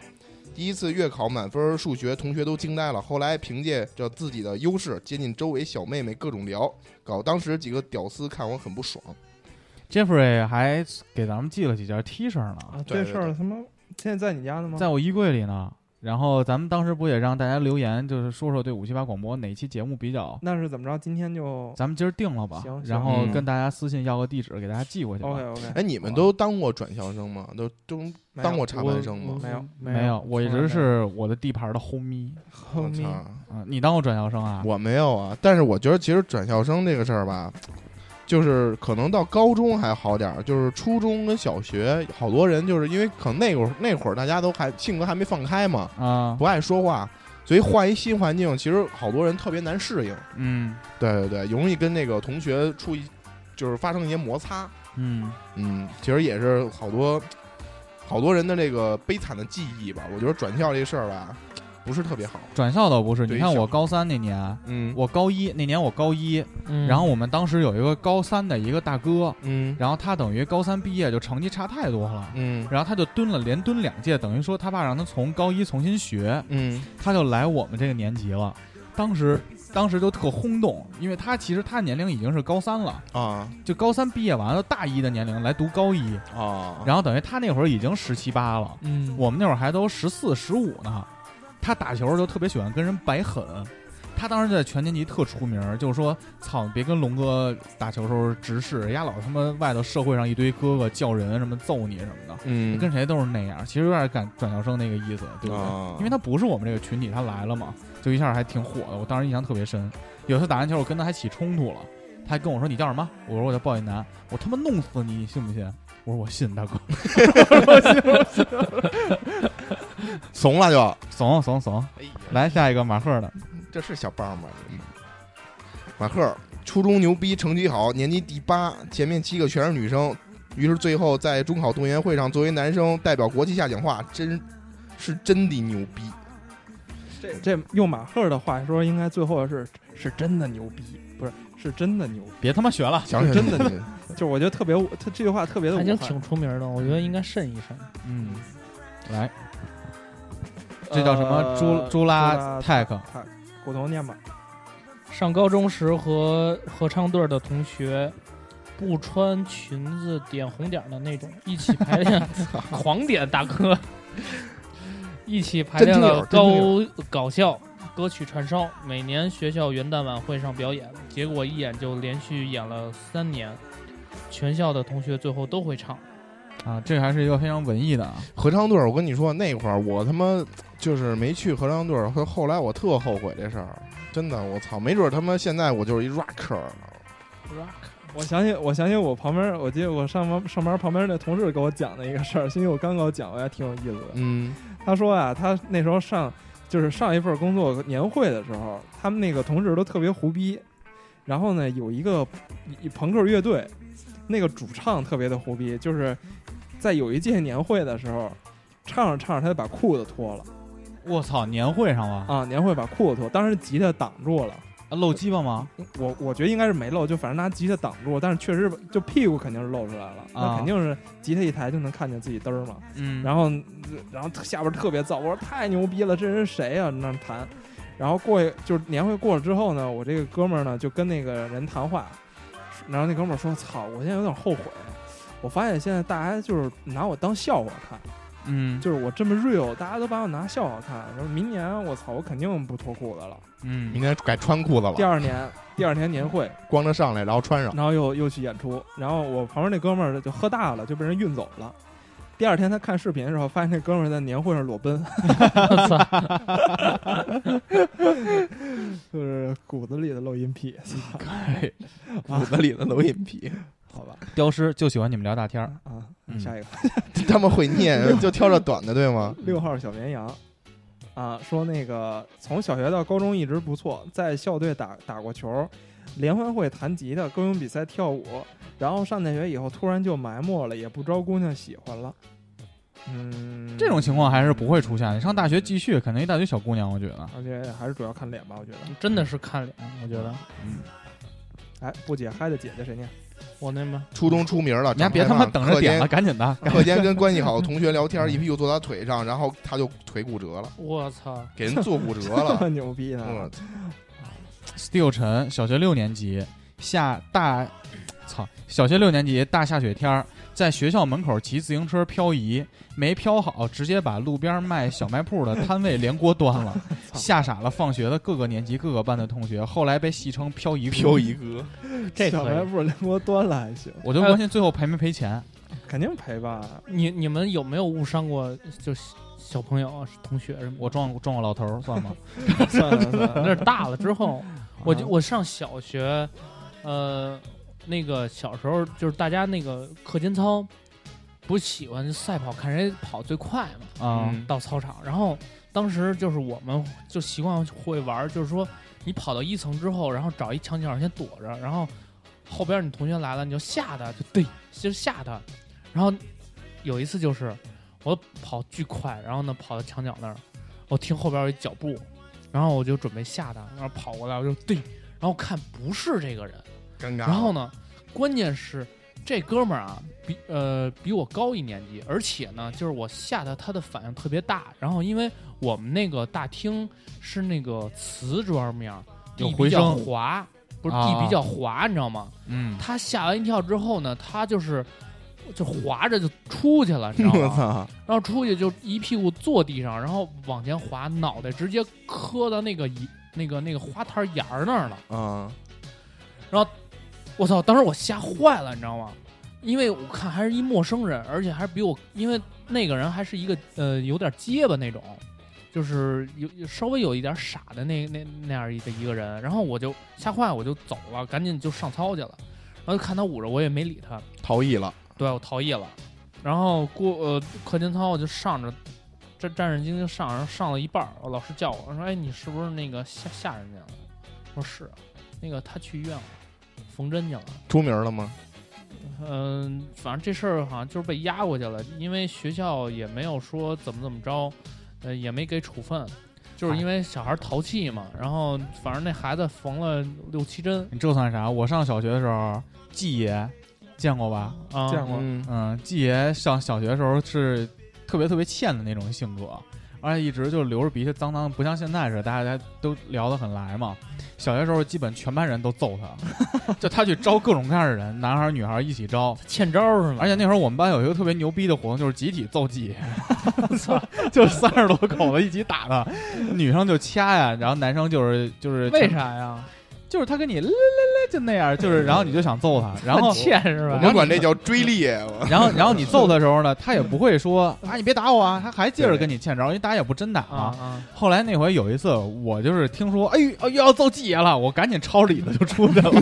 [SPEAKER 4] 第一次月考满分数学，同学都惊呆了。后来凭借着自己的优势，接近周围小妹妹，各种聊，搞当时几个屌丝看我很不爽。
[SPEAKER 2] Jeffrey 还给咱们寄了几件 T 恤呢，
[SPEAKER 5] 啊，这
[SPEAKER 4] 对对
[SPEAKER 2] 啊
[SPEAKER 5] 事儿他妈现在在你家呢吗？
[SPEAKER 2] 在我衣柜里呢。然后咱们当时不也让大家留言，就是说说对五七八广播哪期节目比较，
[SPEAKER 5] 那是怎么着？今天就
[SPEAKER 2] 咱们今儿定了吧
[SPEAKER 5] 行，
[SPEAKER 2] 然后
[SPEAKER 5] 行
[SPEAKER 2] 跟大家私信要个地址，给大家寄过去吧。
[SPEAKER 5] OK OK，
[SPEAKER 4] 哎，你们都当过转校生吗？都都当过插班生吗？
[SPEAKER 5] 没有
[SPEAKER 3] 没
[SPEAKER 2] 哎嗯没有，我一直
[SPEAKER 5] 从来
[SPEAKER 2] 是我的地盘的 homie
[SPEAKER 5] 后
[SPEAKER 4] 我
[SPEAKER 5] 面
[SPEAKER 4] 操！
[SPEAKER 2] 啊、你当过转校生啊？
[SPEAKER 4] 我没有啊，但是我觉得其实转校生这个事儿吧，就是可能到高中还好点儿，就是初中跟小学，好多人就是因为可能那会儿那会儿大家都还性格还没放开嘛，
[SPEAKER 2] 啊，
[SPEAKER 4] 不爱说话，所以换一新环境，其实好多人特别难适应。
[SPEAKER 2] 嗯
[SPEAKER 4] 对对对，容易跟那个同学处一就是发生一些摩擦。
[SPEAKER 2] 嗯，
[SPEAKER 4] 嗯，其实也是好多好多人的这个悲惨的记忆吧。我觉得转校这事儿吧，不是特别好。
[SPEAKER 2] 转校倒不是，
[SPEAKER 4] 对
[SPEAKER 2] 你看
[SPEAKER 4] 小
[SPEAKER 2] 我高三那年，
[SPEAKER 4] 嗯
[SPEAKER 2] 我高一那年我高一，
[SPEAKER 3] 嗯
[SPEAKER 2] 然后我们当时有一个高三的一个大哥，
[SPEAKER 4] 嗯
[SPEAKER 2] 然后他等于高三毕业就成绩差太多了。
[SPEAKER 4] 嗯
[SPEAKER 2] 然后他就蹲了连蹲两届，等于说他爸让他从高一重新学，
[SPEAKER 4] 嗯
[SPEAKER 2] 他就来我们这个年级了。当时当时就特轰动，因为他其实他年龄已经是高三了，
[SPEAKER 4] 啊
[SPEAKER 2] 就高三毕业完了大一的年龄来读高一，
[SPEAKER 4] 啊
[SPEAKER 2] 然后等于他那会儿已经十七八了，
[SPEAKER 3] 嗯
[SPEAKER 2] 我们那会儿还都十四十五呢。他打球就特别喜欢跟人摆狠，他当时在全年级特出名儿，就是说操，别跟龙哥打球时候直视，丫老他妈外头社会上一堆哥哥叫人什么揍你什么的，
[SPEAKER 4] 嗯
[SPEAKER 2] 跟谁都是那样，其实有点赶转校生那个意思，对不对？
[SPEAKER 4] 啊
[SPEAKER 2] 因为他不是我们这个群体，他来了嘛，就一下还挺火的。我当时印象特别深。有一次打篮球，我跟他还起冲突了，他还跟我说你叫什么？我说我叫鲍一楠，我他妈弄死你，你信不信？我说我信，大哥，
[SPEAKER 4] 怂了就。
[SPEAKER 2] 怂怂怂。来下一个马赫的，
[SPEAKER 4] 哎这是小棒吗？马赫初中牛逼，成绩好，年级第八，前面七个全是女生，于是最后在中考动员会上，作为男生代表国旗下讲话，真是真的牛逼。
[SPEAKER 5] 这这用马赫的话说，应该最后是是真的牛逼，不是是真的牛逼。
[SPEAKER 2] 别他妈学了。
[SPEAKER 4] 想想
[SPEAKER 5] 真的
[SPEAKER 4] 的，
[SPEAKER 5] 就我觉得特别武，他这句话特别的武
[SPEAKER 3] 还
[SPEAKER 5] 汉。
[SPEAKER 3] 经挺出名的，我觉得应该慎一慎。
[SPEAKER 2] 嗯，来，这叫什
[SPEAKER 5] 呃
[SPEAKER 2] 么？呃朱朱拉泰克。
[SPEAKER 5] 骨头念吧。
[SPEAKER 3] 上高中时和合唱队的同学，不穿裙子点红点儿的那种，一起排 练，狂点大哥， 一起排练了
[SPEAKER 4] 真
[SPEAKER 3] 高
[SPEAKER 4] 听友
[SPEAKER 3] 搞笑歌曲串烧，每年学校元旦晚会上表演，结果一演就连续演了三年，全校的同学最后都会唱。
[SPEAKER 2] 啊，这还是一个非常文艺的啊。
[SPEAKER 4] 合唱队儿，我跟你说，那会儿我他妈就是没去合唱队儿，后后来我特后悔这事儿，真的，我操，没准儿他妈现在我就是一 rocker，
[SPEAKER 5] 我想起，我想起我旁边，我记得我上班上班旁边那同事给我讲的一个事儿，星期我刚给我讲，我还挺有意思的。
[SPEAKER 4] 嗯
[SPEAKER 5] 他说啊，他那时候上就是上一份工作年会的时候，他们那个同事都特别胡逼，然后呢，有一个一朋克乐队，那个主唱特别的胡逼，就是在有一届年会的时候，唱着唱着他就把裤子脱了
[SPEAKER 2] 我操，年会上吗？
[SPEAKER 5] 啊，年会把裤子脱，当时吉他挡住了。
[SPEAKER 2] 啊露鸡巴吗？
[SPEAKER 5] 我我觉得应该是没漏，就反正拿吉他挡住，但是确实就屁股肯定是露出来了，那
[SPEAKER 2] 啊
[SPEAKER 5] 肯定是吉他一抬就能看见自己嘚儿嘛。
[SPEAKER 2] 嗯
[SPEAKER 5] 然后然后下边特别燥，我说太牛逼了，这人谁呀、那儿弹，然后过去就是年会过了之后呢，我这个哥们儿呢就跟那个人谈话，然后那哥们儿说：“操，我现在有点后悔，我发现现在大家就是拿我当笑话看，
[SPEAKER 2] 嗯
[SPEAKER 5] 就是我这么 real，大家都把我拿笑话看。然后明年我操，我肯定不脱裤子了。
[SPEAKER 2] 嗯
[SPEAKER 4] 明天改穿裤子
[SPEAKER 5] 第
[SPEAKER 4] 吧，
[SPEAKER 5] 二年，第二年年会，
[SPEAKER 4] 光着上来然后穿上，
[SPEAKER 5] 然后又又去演出，然后我旁边那哥们儿就喝大了，就被人运走了。第二天他看视频的时候，发现那哥们儿在年会上裸奔，
[SPEAKER 3] 我操！
[SPEAKER 5] 就是骨子里的漏音癖，
[SPEAKER 2] 嗯
[SPEAKER 4] 骨子里的都隐皮，
[SPEAKER 5] 好吧？
[SPEAKER 2] 雕师就喜欢你们聊大天儿。
[SPEAKER 5] 啊
[SPEAKER 2] 嗯，
[SPEAKER 5] 下一个
[SPEAKER 4] 他妈会念，就挑这短的对吗？
[SPEAKER 2] 嗯
[SPEAKER 5] 六号小绵羊啊，说那个从小学到高中一直不错，在校队打打过球，联欢会弹吉他，歌咏比赛跳舞，然后上大学以后突然就埋没了，也不招姑娘喜欢了。嗯，
[SPEAKER 2] 这种情况还是不会出现的。你上大学继续，肯定一大堆小姑娘，我觉得。
[SPEAKER 5] 而且还是主要看脸吧，我觉得。
[SPEAKER 3] 真的是看
[SPEAKER 2] 嗯
[SPEAKER 3] 脸，我觉得
[SPEAKER 5] 哎，不解嗨的姐姐谁念？
[SPEAKER 3] 我那吗？
[SPEAKER 4] 初中出名了，
[SPEAKER 2] 你还别他妈等着点了，赶紧的。
[SPEAKER 4] 课间跟关系好的同学聊天，一屁股坐他腿上，然后他就腿骨折了，
[SPEAKER 3] 我操！
[SPEAKER 4] 给人做骨折
[SPEAKER 5] 这 么
[SPEAKER 4] 了。
[SPEAKER 5] 牛逼呢
[SPEAKER 4] 嗯？，
[SPEAKER 2] Steel 陈，小学六年级，下大，操，小学六年级大下雪天儿，在学校门口骑自行车漂移，没漂好，直接把路边卖小卖铺的摊位连锅端 了，吓傻了放学的各个年级各个班的同学。后来被戏称“漂移哥
[SPEAKER 4] 漂移哥，
[SPEAKER 3] 这
[SPEAKER 5] 小
[SPEAKER 3] 可以
[SPEAKER 5] 卖部连锅端了还行，
[SPEAKER 2] 我就关心最后赔没赔钱。
[SPEAKER 5] 肯定赔 吧？
[SPEAKER 3] 你你们有没有误伤过就是小朋友啊、同学什么的？
[SPEAKER 2] 我撞撞我老头儿算 吗？
[SPEAKER 5] 算了算
[SPEAKER 3] 我
[SPEAKER 5] 了，
[SPEAKER 3] 那是大了之后，我就我上小学，呃，那个小时候就是大家那个课间操，不是喜欢赛跑，看谁跑最快嘛。
[SPEAKER 2] 啊、
[SPEAKER 3] 嗯，到操场，然后当时就是我们就习惯会玩儿，就是说你跑到一层之后，然后找一墙角先躲着，然后后边你同学来了，你就吓他，就对，就吓他。然后有一次就是我跑巨快，然后呢跑到墙角那儿，我听后边有一脚步，然后我就准备吓他，然后跑过来我就对，然后看不是这个人，
[SPEAKER 4] 尴尬。
[SPEAKER 3] 然后呢，关键是这哥们儿啊，比呃比我高一年级，而且呢，就是我吓得他的反应特别大。然后因为我们那个大厅是那个瓷砖面儿，
[SPEAKER 2] 有
[SPEAKER 3] 地
[SPEAKER 2] 回
[SPEAKER 3] 比较
[SPEAKER 2] 声
[SPEAKER 3] 滑，不是
[SPEAKER 2] 啊
[SPEAKER 3] 地比较滑，你知道吗？
[SPEAKER 2] 嗯，
[SPEAKER 3] 他吓完一跳之后呢，他就是就滑着就出去了，你知道
[SPEAKER 4] 我
[SPEAKER 3] 吗？
[SPEAKER 4] 操，
[SPEAKER 3] 然后出去就一屁股坐地上，然后往前滑，脑袋直接磕到那个椅那个那个花坛沿儿那儿了。
[SPEAKER 4] 嗯，
[SPEAKER 3] 我操！当时我吓坏了，你知道吗？因为我看还是一陌生人，而且还是比我，因为那个人还是一个呃有点结巴那种，就是有有稍微有一点傻的那那那样一个一个人。然后我就吓坏，我就走了，赶紧就上操去了。然后就看他捂着，我也没理他，
[SPEAKER 4] 逃逸了，
[SPEAKER 3] 对我逃逸了。然后过呃课间操我就上着，战战战兢兢上，然后上了一半儿，我老师叫我说：“哎，你是不是那个吓吓人家了？”我说：“是啊，那个他去医院了，缝针去了。”
[SPEAKER 4] 出名了吗？
[SPEAKER 3] 嗯，反正这事儿好像就是被压过去了，因为学校也没有说怎么怎么着，呃，也没给处分，就是因为小孩淘气嘛。然后反正那孩子缝了六七针
[SPEAKER 2] 你这算啥？我上小学的时候，季爷见过吧？
[SPEAKER 3] 啊，
[SPEAKER 5] 见过
[SPEAKER 4] 嗯，
[SPEAKER 2] 嗯，季爷上小学的时候是特别特别欠的那种性格，而且一直就流着鼻涕脏脏，不像现在似的，大家都聊得很来嘛。小学时候基本全班人都揍他， 就他去招各种各样的人，男孩儿女孩儿一起招。
[SPEAKER 3] 欠招儿是吗？
[SPEAKER 2] 而且那会儿我们班有一个特别牛逼的活动，就是集体揍季爷， 就是三十多口子一起打他，女生就掐呀，然后男生就是就是
[SPEAKER 3] 为啥呀？
[SPEAKER 2] 就是他跟你嘞嘞嘞就那样，就是然后你就想 揍他，然后
[SPEAKER 3] 很 欠是
[SPEAKER 4] 我
[SPEAKER 3] 吧？
[SPEAKER 4] 们管这叫追猎，我
[SPEAKER 2] 然后，然后你揍他的时候呢，他也不 会说啊，你别打我啊，他还接着跟你欠招，因为大家也不真打
[SPEAKER 3] 啊
[SPEAKER 2] 嘛。
[SPEAKER 3] 啊！
[SPEAKER 2] 后来那回有一次，我就是听说，哎呦，哎呦要揍季爷了，我赶紧抄着椅子就出 去了，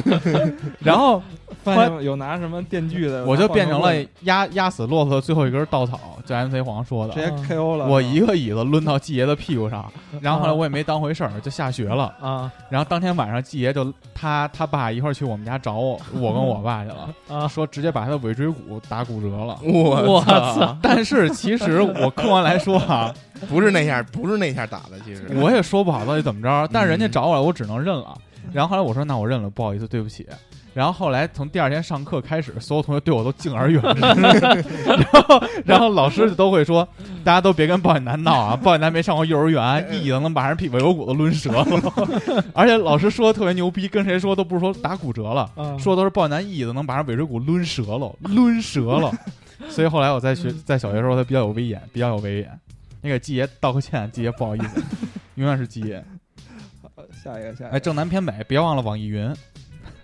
[SPEAKER 2] 然后
[SPEAKER 5] 发现有拿什么电锯的，
[SPEAKER 2] 我就变成了
[SPEAKER 5] 直
[SPEAKER 2] 压压死骆驼的最后一根稻草，就 MC 黄说的，
[SPEAKER 5] 接 KO 了。
[SPEAKER 2] 我一个椅子抡到季爷的屁 股上，然后后来我也没当回事儿，就下学了。
[SPEAKER 3] 啊
[SPEAKER 2] 然后当天晚上，季爷就他他爸一块儿去我们家找我，我跟我爸去了，
[SPEAKER 3] 啊！
[SPEAKER 2] 说直接把他的尾椎骨打骨折了。
[SPEAKER 4] 我
[SPEAKER 3] 操！
[SPEAKER 2] 但是其实我客观来说啊，
[SPEAKER 4] 不是那下，不是那下打的，其实
[SPEAKER 2] 我也说不好到底怎么着，但是人家找我来，我只能认了。然后后来我说那我认了，不好意思，对不起。然后后来从第二天上课开始，所有同学对我都敬而远之，然后然后老师都会说，大家都别跟鲍远南闹啊，鲍远南没上过幼儿园，一椅子能把人屁股股都抡折了， 而且老师说的特别牛逼，跟谁说都不是说打骨折了，
[SPEAKER 5] 嗯
[SPEAKER 3] 啊
[SPEAKER 2] 说的都是鲍远南一椅子能把人尾椎骨抡折 了，抡折了。所以后来我在学在小学时候，他比较有威严，比较有威严。那个季爷道个歉，季爷不好意 思，永远是季 爷。
[SPEAKER 5] 下一个，下一个，
[SPEAKER 2] 哎，正南偏北，别忘了网易云。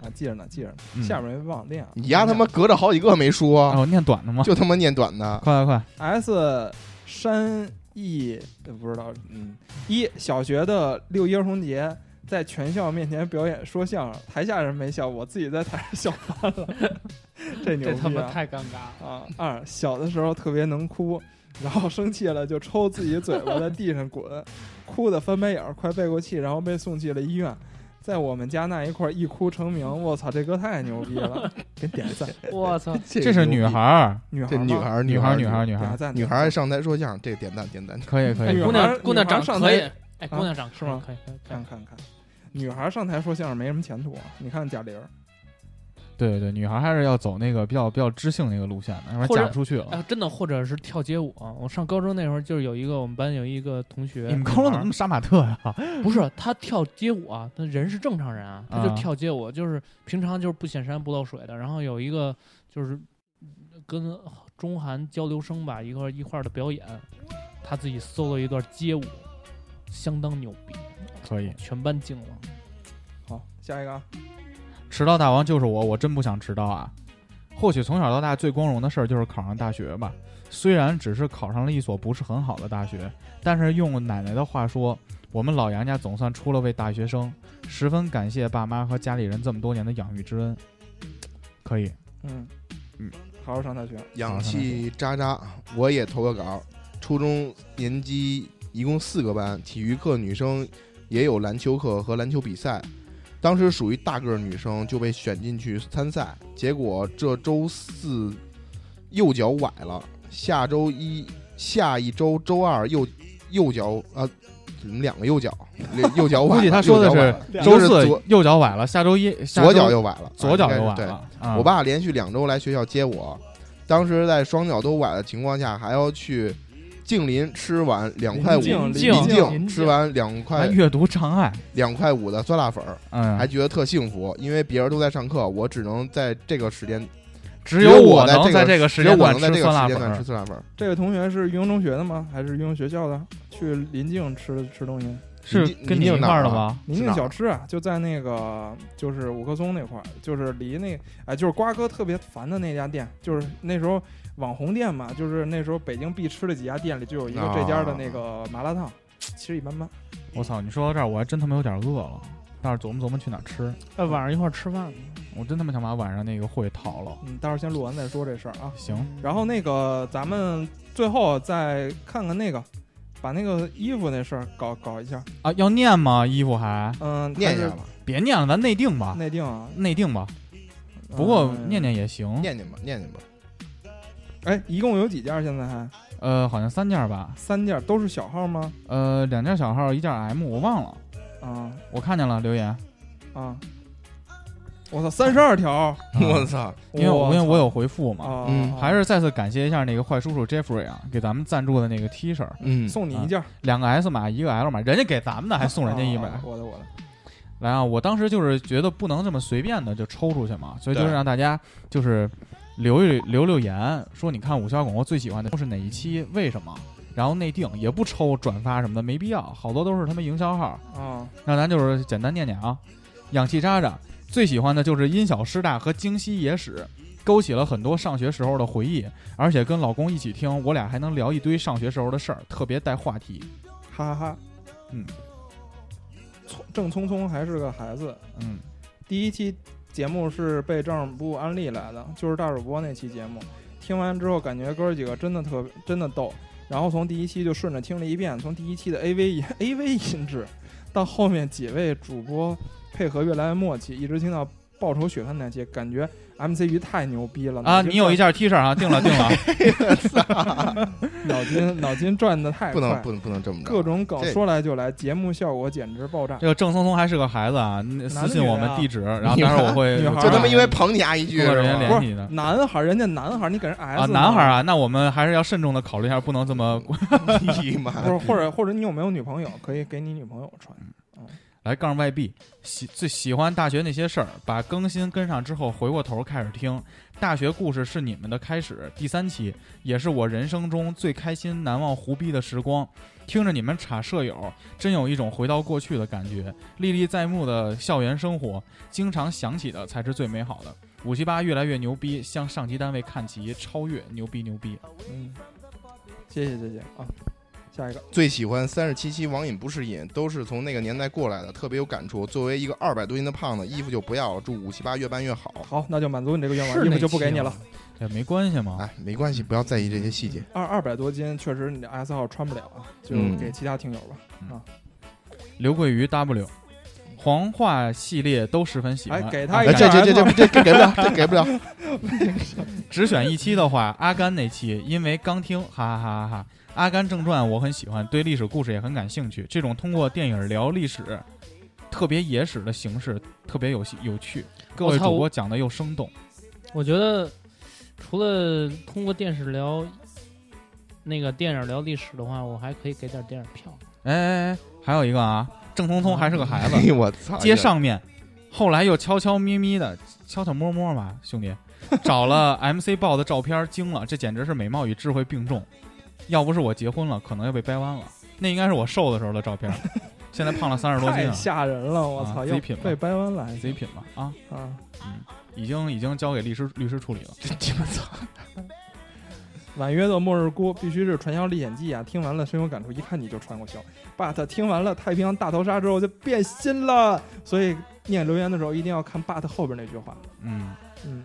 [SPEAKER 5] 啊，记着呢，记着呢，
[SPEAKER 2] 嗯
[SPEAKER 5] 下面没忘练啊。
[SPEAKER 4] 你丫他妈隔着好几个没
[SPEAKER 2] 啊，
[SPEAKER 4] 说，
[SPEAKER 2] 我念短的吗？
[SPEAKER 4] 就他妈念短的，
[SPEAKER 2] 快快快！
[SPEAKER 5] S 山 E 呃不知道，嗯，一小学的六一儿童节，在全校面前表演说相声，台下人没笑，我自己在台上笑翻 了，这牛
[SPEAKER 3] 这他
[SPEAKER 5] 逼
[SPEAKER 3] 妈
[SPEAKER 5] 啊！
[SPEAKER 3] 太尴尬了。
[SPEAKER 5] 啊，二小的时候特别能哭，然后生气了就抽自己嘴巴在地上滚， 哭得翻白眼儿，快背过气，然后被送去了医院。在我们家那一块儿一哭成名，我操，这歌太牛逼了，给点赞！
[SPEAKER 3] 我操！
[SPEAKER 2] 这是女孩，儿，
[SPEAKER 5] 女孩
[SPEAKER 4] 这
[SPEAKER 5] 儿吗，
[SPEAKER 4] 女孩，
[SPEAKER 2] 女
[SPEAKER 4] 孩，
[SPEAKER 2] 孩儿，女孩儿，，女
[SPEAKER 5] 点
[SPEAKER 2] 孩
[SPEAKER 5] 个
[SPEAKER 2] 儿，啊
[SPEAKER 5] 赞，
[SPEAKER 4] 女孩儿上台说相声，这点赞点赞，
[SPEAKER 2] 可以可
[SPEAKER 5] 哎
[SPEAKER 2] 以
[SPEAKER 5] 呦。
[SPEAKER 3] 姑
[SPEAKER 5] 女孩
[SPEAKER 3] 娘
[SPEAKER 5] 儿
[SPEAKER 3] 姑娘长
[SPEAKER 5] 女孩儿上
[SPEAKER 3] 可以
[SPEAKER 5] 台，
[SPEAKER 3] 哎，
[SPEAKER 5] 啊
[SPEAKER 3] 姑娘长
[SPEAKER 5] 是吗嗯
[SPEAKER 3] 可以可以可以
[SPEAKER 5] 看。看看，女孩儿上台说相声没什么前途啊！你看贾玲儿，
[SPEAKER 2] 对对对，女孩儿还是要走那个比较比较知性那个路线的，要不然
[SPEAKER 3] 或者
[SPEAKER 2] 嫁不出去了。
[SPEAKER 3] 啊，真的，或者是跳街舞啊！我上高中那会儿，就是有一个我们班有一个同学，
[SPEAKER 2] 你们高中怎么那么杀马特呀？
[SPEAKER 3] 不是他跳街舞啊？他人是正常人啊，他就
[SPEAKER 2] 啊
[SPEAKER 3] 跳街舞，就是平常就是不显山不露水的。然后有一个就是跟中韩交流生吧一块儿一块儿的表演，他自己 solo 一段街舞，相当牛逼，
[SPEAKER 2] 可以。
[SPEAKER 3] 全班惊了。
[SPEAKER 5] 好，下一个啊，
[SPEAKER 2] 迟到大王就是我，我真不想迟到啊。或许从小到大最光荣的事儿就是考上大学吧，虽然只是考上了一所不是很好的大学，但是用奶奶的话说，我们老杨家总算出了位大学生，十分感谢爸妈和家里人这么多年的养育之恩。可以，
[SPEAKER 5] 嗯
[SPEAKER 4] 嗯，
[SPEAKER 5] 好好上大学，
[SPEAKER 4] 氧气渣渣，我也投个稿。初中年级一共四个班，体育课女生也有篮球课和篮球比赛。当时属于大个儿女生就被选进去参赛，结果这周四右脚崴了，下周一下一周周二右右脚啊，怎么两个右 脚？两右脚崴了。
[SPEAKER 2] 估计他说的
[SPEAKER 4] 右脚崴
[SPEAKER 2] 是
[SPEAKER 4] 了
[SPEAKER 5] 两
[SPEAKER 4] 周
[SPEAKER 2] 周
[SPEAKER 4] 是
[SPEAKER 2] 四
[SPEAKER 4] 左
[SPEAKER 2] 右脚崴了，下周一下
[SPEAKER 4] 左
[SPEAKER 2] 周
[SPEAKER 4] 脚又崴了，
[SPEAKER 2] 左脚又
[SPEAKER 4] 应该
[SPEAKER 2] 崴
[SPEAKER 4] 是对
[SPEAKER 2] 了。啊
[SPEAKER 4] 我爸连续两周来学校接我，当时在双脚都崴的情况下，还要去静林吃碗两块五，
[SPEAKER 5] 林
[SPEAKER 4] 临
[SPEAKER 5] 静林静
[SPEAKER 4] 静吃完两
[SPEAKER 2] 还
[SPEAKER 4] 块
[SPEAKER 2] 阅读障碍，
[SPEAKER 4] 两块五的酸辣粉儿，
[SPEAKER 2] 嗯，
[SPEAKER 4] 还觉得特幸福，因为别人都在上课，我只能在这个时间，
[SPEAKER 2] 只
[SPEAKER 4] 有
[SPEAKER 2] 我
[SPEAKER 4] 在
[SPEAKER 2] 能在
[SPEAKER 4] 这
[SPEAKER 2] 这
[SPEAKER 4] 个
[SPEAKER 2] 个
[SPEAKER 4] 时
[SPEAKER 2] 时
[SPEAKER 4] 间
[SPEAKER 2] 间
[SPEAKER 4] 我
[SPEAKER 2] 段
[SPEAKER 4] 能在
[SPEAKER 2] 吃
[SPEAKER 4] 这个
[SPEAKER 2] 酸
[SPEAKER 4] 时
[SPEAKER 2] 辣
[SPEAKER 4] 间
[SPEAKER 2] 粉
[SPEAKER 4] 段吃
[SPEAKER 2] 儿。
[SPEAKER 4] 酸辣粉儿，
[SPEAKER 5] 这位同学是育英中学的吗？还是育英学校的？去临近吃吃东西，
[SPEAKER 2] 是
[SPEAKER 4] 你
[SPEAKER 2] 跟
[SPEAKER 4] 你
[SPEAKER 2] 你一
[SPEAKER 4] 哪
[SPEAKER 2] 块儿
[SPEAKER 4] 儿
[SPEAKER 2] 的
[SPEAKER 4] 啊
[SPEAKER 2] 吗？
[SPEAKER 5] 临
[SPEAKER 4] 是
[SPEAKER 5] 近
[SPEAKER 4] 哪儿
[SPEAKER 5] 小吃啊，就在那个就是五棵松那块儿，就是离那哎就是瓜哥特别烦的那家店，就是那时候网红店嘛，就是那时候北京必吃的几家店里就有一个
[SPEAKER 4] 啊
[SPEAKER 5] 这家的那个麻辣烫，其实一般般。
[SPEAKER 2] 我操！你说到这儿，我还真他妈有点饿了，待会儿琢磨琢磨去哪儿吃。
[SPEAKER 3] 哎，晚上一块儿吃饭吧，
[SPEAKER 2] 我真他妈想把晚上那个会逃了。
[SPEAKER 5] 嗯，待会儿先录完再说这事儿啊。
[SPEAKER 2] 行，
[SPEAKER 5] 然后那个咱们最后再看看那个，把那个衣服那事儿搞搞一下。
[SPEAKER 2] 啊，要念吗？衣服还
[SPEAKER 5] 嗯，
[SPEAKER 4] 念一
[SPEAKER 5] 还
[SPEAKER 4] 下
[SPEAKER 5] 是
[SPEAKER 4] 吧，
[SPEAKER 2] 别念了，咱内定吧，
[SPEAKER 5] 内定啊。
[SPEAKER 2] 内定吧。不过
[SPEAKER 5] 嗯
[SPEAKER 2] 念念也行，
[SPEAKER 4] 呃念念吧，念念吧。
[SPEAKER 5] 哎，一共有几件？现在还
[SPEAKER 2] 呃，好像三件吧，
[SPEAKER 5] 三件，都是小号吗？
[SPEAKER 2] 呃，两件小号，一件 M，我忘了，
[SPEAKER 5] 啊
[SPEAKER 2] 我看见了 留言，
[SPEAKER 5] 啊！我操，三十二条！
[SPEAKER 4] 我操，
[SPEAKER 2] 嗯因为我因为我
[SPEAKER 5] 有
[SPEAKER 2] 有回复嘛，
[SPEAKER 5] 啊，
[SPEAKER 4] 嗯
[SPEAKER 5] 啊
[SPEAKER 2] 还是再次感谢一下那个坏叔叔 Jeffrey 啊，给咱们赞助的那个 T 恤，
[SPEAKER 4] 嗯，
[SPEAKER 5] 送你一件，
[SPEAKER 2] 两个 S 码，一个 L 码，人家给咱们的，啊还送人家一
[SPEAKER 5] 百
[SPEAKER 2] 百。，
[SPEAKER 5] 我的我的，
[SPEAKER 2] 来啊！我当时就是觉得不能这么随便的就抽出去嘛，所以
[SPEAKER 4] 对
[SPEAKER 2] 就是让大家就是留一留留言，说你看五七八广播最喜欢的都是哪一期，为什么？然后内定也不抽转发什么的，没必要，好多都是他们营销号。
[SPEAKER 5] 啊
[SPEAKER 2] 那咱就是简单念念啊，氧气渣渣最喜欢的就是因小失大和京西野史，勾起了很多上学时候的回忆，而且跟老公一起听，我俩还能聊一堆上学时候的事儿，特别带话题。
[SPEAKER 5] 哈哈哈，
[SPEAKER 2] 嗯
[SPEAKER 5] 聪，郑聪聪还是个孩子。
[SPEAKER 2] 嗯，
[SPEAKER 5] 第一期节目是被政治部安利来的，就是大主播那期节目。听完之后，感觉哥儿几个真的特别真的逗，然后从第一期就顺着听了一遍，从第一期的 AV 音 AV 音质，到后面几位主播配合越来越默契，一直听到报仇雪恨那期，感觉 MC 鱼太牛逼了
[SPEAKER 2] 啊，你有一
[SPEAKER 5] 件
[SPEAKER 2] 件 T 恤啊，定了定了。
[SPEAKER 5] 脑筋 脑筋转的太快，
[SPEAKER 4] 不能不能不能这么着，
[SPEAKER 5] 各种梗
[SPEAKER 4] 这
[SPEAKER 5] 说来就来，节目效果简直爆炸
[SPEAKER 2] 这。个郑松松还是个孩子啊，那私信我们地址，然后
[SPEAKER 4] 女
[SPEAKER 2] 待
[SPEAKER 4] 孩
[SPEAKER 2] 会儿我会
[SPEAKER 5] 女孩
[SPEAKER 4] 就他妈
[SPEAKER 5] 们
[SPEAKER 4] 因为捧你阿啊姨一句
[SPEAKER 2] 工作人员
[SPEAKER 4] 是吧
[SPEAKER 2] 联系的。
[SPEAKER 5] 男孩儿，人家男孩儿，你给人 S
[SPEAKER 2] 啊，
[SPEAKER 5] 呢
[SPEAKER 2] 男孩啊，那我们还是要慎重的考虑一下，不能这么
[SPEAKER 4] 哎呀妈
[SPEAKER 5] 不是，或者或者你有没有女朋友，可以给你女朋友穿。
[SPEAKER 2] 来杠外 B 喜最喜欢大学那些事儿，把更新跟上之后，回过头开始听大学故事是你们的开始第三期，也是我人生中最开心难忘胡逼的时光。听着你们查舍友，真有一种回到过去的感觉，历历在目的校园生活，经常想起的才是最美好的。五七八越来越牛逼，向上级单位看齐，超越牛逼牛逼。
[SPEAKER 5] 嗯，谢谢谢谢啊，下一个
[SPEAKER 4] 最喜欢三十七期网瘾不是瘾，都是从那个年代过来的，特别有感触。作为一个二百多斤的胖子，衣服就不要了，祝五七八越办越好。
[SPEAKER 5] 好，那就满足你这个愿望，
[SPEAKER 3] 是
[SPEAKER 5] 衣服
[SPEAKER 3] 那
[SPEAKER 5] 就不给
[SPEAKER 3] 期
[SPEAKER 5] 你
[SPEAKER 3] 吗
[SPEAKER 5] 了。
[SPEAKER 2] 这没关系嘛，
[SPEAKER 4] 哎，没关系，不要在意这些细节。
[SPEAKER 5] 二二百多斤，确实你的 S 号穿不了啊，就
[SPEAKER 4] 嗯
[SPEAKER 5] 给其他听友吧。
[SPEAKER 2] 刘桂鱼 W，黄话系列都十分喜欢。啊
[SPEAKER 5] 哎，给他一
[SPEAKER 4] 哎，
[SPEAKER 5] 件
[SPEAKER 4] 这
[SPEAKER 5] S 号，
[SPEAKER 4] 这这这这这给不了，这给 不了。
[SPEAKER 2] 只选一期的话，阿甘那期，因为刚听，哈哈哈哈哈。阿甘正传我很喜欢，对历史故事也很感兴趣。这种通过电影聊历史，特别野史的形式，特别有戏有趣。各位
[SPEAKER 3] 我操
[SPEAKER 2] 主播讲的又生动，
[SPEAKER 3] 我觉得除了通过电视聊那个电影聊历史的话，我还可以给点电影票。
[SPEAKER 2] 哎哎哎，还有一个啊，郑聪聪还是个孩子
[SPEAKER 5] 啊
[SPEAKER 4] 哎，呦我操！
[SPEAKER 2] 接上面，后来又悄悄咪咪的，悄悄摸摸嘛，兄弟，找了 MC 豹的照片，惊了，这简直是美貌与智慧并重。要不是我结婚了，可能要被掰弯了。那应该是我瘦的时候的照片，现在胖了三十多斤
[SPEAKER 5] 太
[SPEAKER 2] 啊，
[SPEAKER 5] 吓人了，我
[SPEAKER 2] 啊
[SPEAKER 5] 操！
[SPEAKER 2] 贼
[SPEAKER 5] 要
[SPEAKER 2] 品吧
[SPEAKER 5] 被掰弯了还
[SPEAKER 2] 贼品吧啊，
[SPEAKER 5] 啊！
[SPEAKER 2] 嗯，已经已经交给律师律师处理了。
[SPEAKER 5] 婉约的末日菇必须是《传销历险记》啊！听完了深有感触，一看你就穿过校。But 听完了《太平洋大逃杀》之后就变心了，所以念留言的时候一定要看 But 后边那句话。
[SPEAKER 2] 嗯，
[SPEAKER 5] 嗯，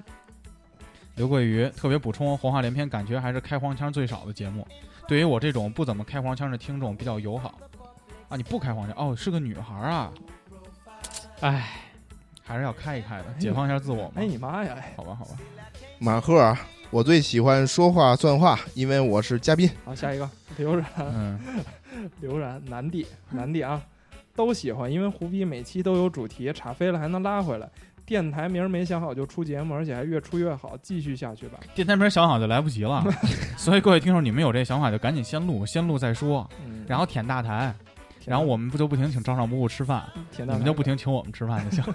[SPEAKER 2] 刘桂鱼特别补充，黄话连篇，感觉还是开黄腔最少的节目，对于我这种不怎么开黄腔的听众比较友好。啊，你不开黄腔哦，是个女孩啊，
[SPEAKER 3] 哎，
[SPEAKER 2] 还是要开一开的，解放一下自我嘛。
[SPEAKER 5] 哎你妈呀！哎
[SPEAKER 2] 好吧，好吧，
[SPEAKER 4] 满赫啊，我最喜欢说话算话，因为我是嘉宾。
[SPEAKER 5] 好，下一个刘然，
[SPEAKER 2] 嗯，
[SPEAKER 5] 刘然，南帝，南帝啊， 都喜欢，因为胡逼每期都有主题，查飞了还能拉回来。电台名儿没想好就出节目，而且还越出越好，继续下去吧。
[SPEAKER 2] 电台名想好就来不及 了，所以各位听众，你们有这想法就赶紧先录，先录再说，
[SPEAKER 5] 嗯，
[SPEAKER 2] 然后舔大台，然后我们不就不停请招商部部吃饭，
[SPEAKER 5] 田
[SPEAKER 2] 你
[SPEAKER 5] 大
[SPEAKER 2] 们
[SPEAKER 5] 凯
[SPEAKER 2] 就不停请我们吃饭就 行，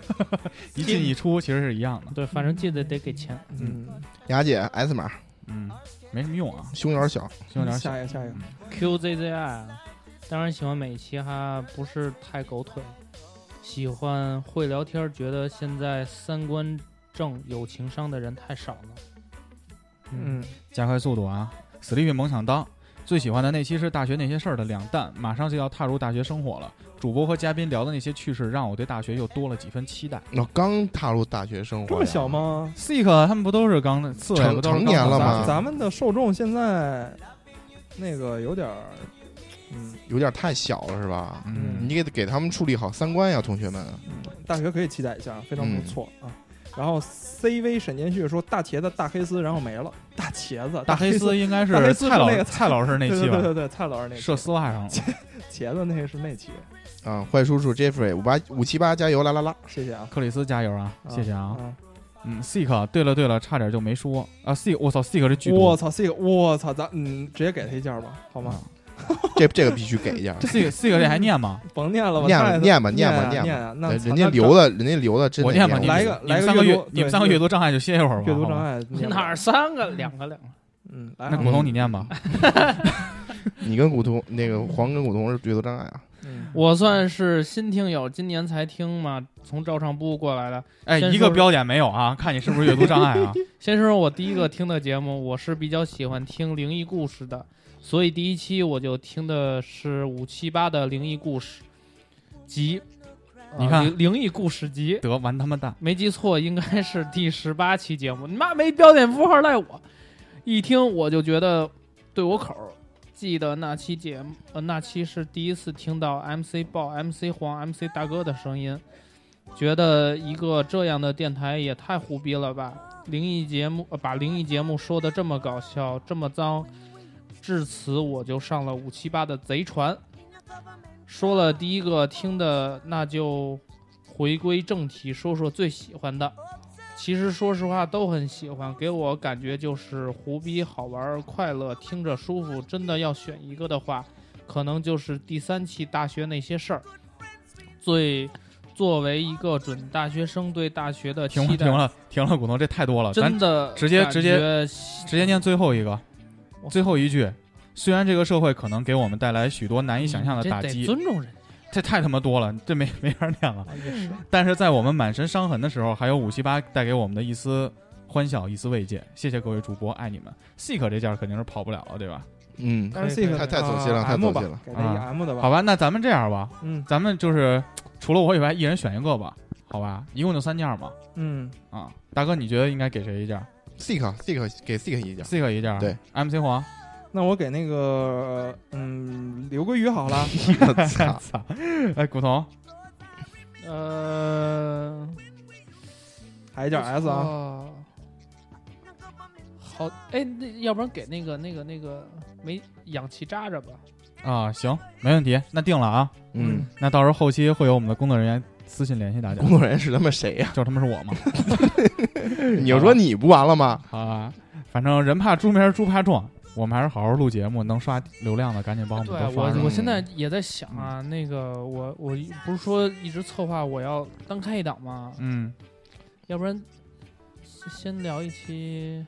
[SPEAKER 2] 一进一出其实是一样的。
[SPEAKER 3] 对，反正记得得给钱。
[SPEAKER 5] 嗯，
[SPEAKER 4] 雅姐 S 码，
[SPEAKER 2] 嗯，没什么用啊，
[SPEAKER 4] 胸有点小，
[SPEAKER 2] 胸有点小
[SPEAKER 5] 下。一个，下一个，
[SPEAKER 3] QZZI，当啊然喜欢每一期哈，不是太狗腿，喜欢会聊天儿，觉得现在三观正、有情商的人太少了。
[SPEAKER 5] 嗯，
[SPEAKER 2] 加快速度啊！Sleepy 猛想当，最喜欢的那期是大学那些事儿的两弹，马上就要踏入大学生活了。主播和嘉宾聊的那些趣事，让我对大学又多了几分期待。
[SPEAKER 4] 我哦刚踏入大学生活呀，
[SPEAKER 5] 这
[SPEAKER 2] 啊
[SPEAKER 5] 么小吗？
[SPEAKER 2] Seek 他们不都是刚刺猬
[SPEAKER 4] 成
[SPEAKER 2] 不都是刚
[SPEAKER 4] 成年了吗
[SPEAKER 5] 咱咱们的受众现在那个有点儿，嗯，
[SPEAKER 4] 有点太小了是吧？
[SPEAKER 2] 嗯，
[SPEAKER 4] 你给给他们树立好三观呀，同学们。
[SPEAKER 5] 大学可以期待一下，非常不错
[SPEAKER 4] 嗯
[SPEAKER 5] 啊。然后 CV 沈建旭说大茄子大黑丝，然后没了。大茄子
[SPEAKER 2] 大黑
[SPEAKER 5] 黑
[SPEAKER 2] 丝应该是
[SPEAKER 5] 大黑丝是
[SPEAKER 2] 蔡老
[SPEAKER 5] 那个
[SPEAKER 2] 蔡老师那
[SPEAKER 5] 对
[SPEAKER 2] 期
[SPEAKER 5] 对对
[SPEAKER 2] 吧，
[SPEAKER 5] 对对，蔡老师那期
[SPEAKER 2] 射丝袜上了。
[SPEAKER 5] 茄子那是那期，
[SPEAKER 4] 啊，坏叔叔 Jeffrey 五八五七八加油啦啦啦！
[SPEAKER 5] 谢谢啊，
[SPEAKER 2] 克里斯加油啊！谢谢啊！
[SPEAKER 5] 啊！
[SPEAKER 2] 嗯，Seek 对了对了，差点就没说啊！Seek 我操，Seek 这剧毒，
[SPEAKER 5] 我操，这个我操，咱嗯直接给他一件吧，好吗？
[SPEAKER 4] 这这个必须给一下，
[SPEAKER 2] 这 Seek Seek 这还念吗？
[SPEAKER 5] 甭念了吧，
[SPEAKER 4] 念吧
[SPEAKER 5] 太
[SPEAKER 4] 念吧念
[SPEAKER 5] 念
[SPEAKER 4] 吧
[SPEAKER 5] 啊
[SPEAKER 4] 念吧
[SPEAKER 5] 念啊，那
[SPEAKER 4] 人家留
[SPEAKER 5] 的
[SPEAKER 4] 的，人家留 的真
[SPEAKER 2] 我
[SPEAKER 4] 的
[SPEAKER 2] 念吧，
[SPEAKER 4] 念过
[SPEAKER 2] 你们
[SPEAKER 5] 来一个
[SPEAKER 2] 你
[SPEAKER 5] 来
[SPEAKER 2] 们
[SPEAKER 5] 个
[SPEAKER 2] 三个
[SPEAKER 5] 阅
[SPEAKER 2] 阅
[SPEAKER 5] 读
[SPEAKER 2] 你们
[SPEAKER 5] 对
[SPEAKER 2] 三个阅读障碍就歇一会儿吧。
[SPEAKER 5] 阅读
[SPEAKER 2] 好吧
[SPEAKER 5] 障碍念吧
[SPEAKER 3] 哪儿三个？两个两个。
[SPEAKER 5] 嗯，来
[SPEAKER 2] 那
[SPEAKER 5] 啊，
[SPEAKER 2] 古潼你念 吧。
[SPEAKER 4] 你跟古潼那个黄跟古潼是阅读障碍啊？
[SPEAKER 5] 嗯
[SPEAKER 3] 我算是新听友，今年才听嘛，从照唱部过来的。
[SPEAKER 2] 哎，
[SPEAKER 3] 先
[SPEAKER 2] 一
[SPEAKER 3] 说
[SPEAKER 2] 个
[SPEAKER 3] 说
[SPEAKER 2] 标点没有啊，看你是不是阅读障碍 啊？
[SPEAKER 3] 先说说我第一个听的节目，我是比较喜欢听灵异故事的，所以第一期我就听的是五七八的灵异故事集，
[SPEAKER 2] 你
[SPEAKER 3] 啊
[SPEAKER 2] 看
[SPEAKER 3] 灵灵异故事集，
[SPEAKER 2] 得完他妈蛋！
[SPEAKER 3] 没记错应该是第十八期节目。你妈没标点符号赖我，一听我就觉得对我口儿。记得那期节目，呃，那期是第一次听到 MC 豹、MC 黄、MC 大哥的声音，觉得一个这样的电台也太胡逼了吧！灵异节目、呃把灵异节目说的这么搞笑，这么脏，至此我就上了五七八的贼船。说了第一个听的，那就回归正题，说说最喜欢的。其实说实话都很喜欢，给我感觉就是胡逼好玩、快乐，听着舒服。真的要选一个的话，可能就是第三期大学那些事儿。最作为一个准大学生对大学的期
[SPEAKER 2] 停了，
[SPEAKER 3] 待，
[SPEAKER 2] 停了，停了，古潼，这太多了，咱
[SPEAKER 3] 真的
[SPEAKER 2] 直接
[SPEAKER 3] 感
[SPEAKER 2] 直接
[SPEAKER 3] 觉
[SPEAKER 2] 直接念最后一个，
[SPEAKER 3] 我
[SPEAKER 2] 最后一句。虽然这个社会可能给我们带来许多难以想象
[SPEAKER 5] 嗯
[SPEAKER 2] 的
[SPEAKER 3] 这
[SPEAKER 2] 打
[SPEAKER 3] 得
[SPEAKER 2] 击，
[SPEAKER 3] 尊重人
[SPEAKER 2] 这太他妈多了，这没没法念了。
[SPEAKER 3] 家啊也是。
[SPEAKER 2] 但是在我们满身伤痕的时候，还有五七八带给我们的一丝欢笑，一丝慰藉。谢谢各位主播，爱你们。Seek 这件儿肯定是跑不了了，对吧？
[SPEAKER 4] 嗯，
[SPEAKER 5] 但是
[SPEAKER 3] 可以
[SPEAKER 5] C 啊
[SPEAKER 4] 太太走心了太走心了
[SPEAKER 5] 给他一
[SPEAKER 2] 啊
[SPEAKER 5] M 的吧，
[SPEAKER 2] 好吧，那咱们这样吧，
[SPEAKER 5] 嗯
[SPEAKER 2] 咱们就是除了我以外，一人选一个吧，好吧？一共就三件儿嘛。
[SPEAKER 5] 嗯，
[SPEAKER 2] 啊，大哥，你觉得应该给谁一件儿
[SPEAKER 4] seek seek 给 seek 一件，
[SPEAKER 2] ？Seek 一件儿，
[SPEAKER 4] 对
[SPEAKER 2] ，MC 黄。
[SPEAKER 5] 那我给那个嗯刘归宇好了，
[SPEAKER 4] 我操，
[SPEAKER 2] 操！哎，古潼，
[SPEAKER 3] 呃，
[SPEAKER 5] 还一件 S 啊，
[SPEAKER 3] 啊。好，哎，那要不然给那个那个那个没氧气渣渣吧。
[SPEAKER 2] 啊，行，没问题，那定了啊。
[SPEAKER 4] 嗯，
[SPEAKER 2] 那到时候后期会有我们的工作人员私信联系大家
[SPEAKER 4] 工，作人员是他妈谁呀？
[SPEAKER 2] 就他妈是我嘛。
[SPEAKER 4] 你就说你不完了吗？
[SPEAKER 2] 好吧，反正人怕猪名，猪怕壮，我们还是好好录节目，能刷流量的赶紧帮我们
[SPEAKER 3] 对啊
[SPEAKER 2] 多刷
[SPEAKER 3] 我，
[SPEAKER 2] 上。
[SPEAKER 3] 我现在也在想啊，那个我我不是说一直策划我要单开一档吗？
[SPEAKER 2] 嗯，
[SPEAKER 3] 要不然先聊一期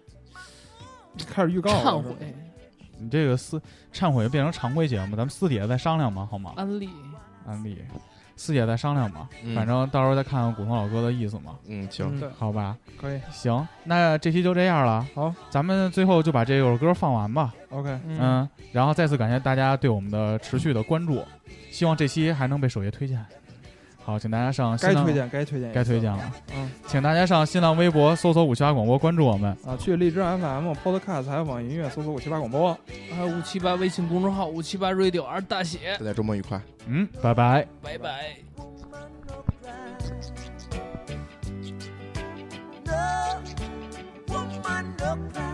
[SPEAKER 5] 开始预告了
[SPEAKER 3] 忏
[SPEAKER 5] 是
[SPEAKER 3] 悔
[SPEAKER 5] 吧
[SPEAKER 2] 你这个私忏悔变成常规节目，咱们私底下再商量吧，好吗？
[SPEAKER 3] 安利，
[SPEAKER 2] 安利，私底下再商量吧，
[SPEAKER 4] 嗯
[SPEAKER 2] 反正到时候再看看古潼老哥的意思嘛，
[SPEAKER 4] 嗯，行，
[SPEAKER 5] 对，
[SPEAKER 2] 好吧？
[SPEAKER 5] 可以
[SPEAKER 2] 行，那这期就这样了。
[SPEAKER 5] 好，
[SPEAKER 2] 咱们最后就把这首歌放完吧。
[SPEAKER 5] ，OK，
[SPEAKER 3] 嗯，
[SPEAKER 2] 嗯，然后再次感谢大家对我们的持续的关注，希望这期还能被首页推荐。好，请大家上新
[SPEAKER 5] 该
[SPEAKER 2] 浪
[SPEAKER 5] 推荐该推荐
[SPEAKER 2] 该推荐
[SPEAKER 5] 了
[SPEAKER 2] 了。
[SPEAKER 5] 嗯，
[SPEAKER 2] 请大家上新浪微博搜索“五七八广播”，关注我们。
[SPEAKER 5] 啊，去荔枝 FM、Podcast 还有网易音乐搜索五七八广播。
[SPEAKER 3] 还有五七八微信公众号五七八 radio R 大写，
[SPEAKER 4] 大家周末愉快。
[SPEAKER 2] 嗯，拜拜。
[SPEAKER 3] 拜拜。
[SPEAKER 7] No woman, no cry.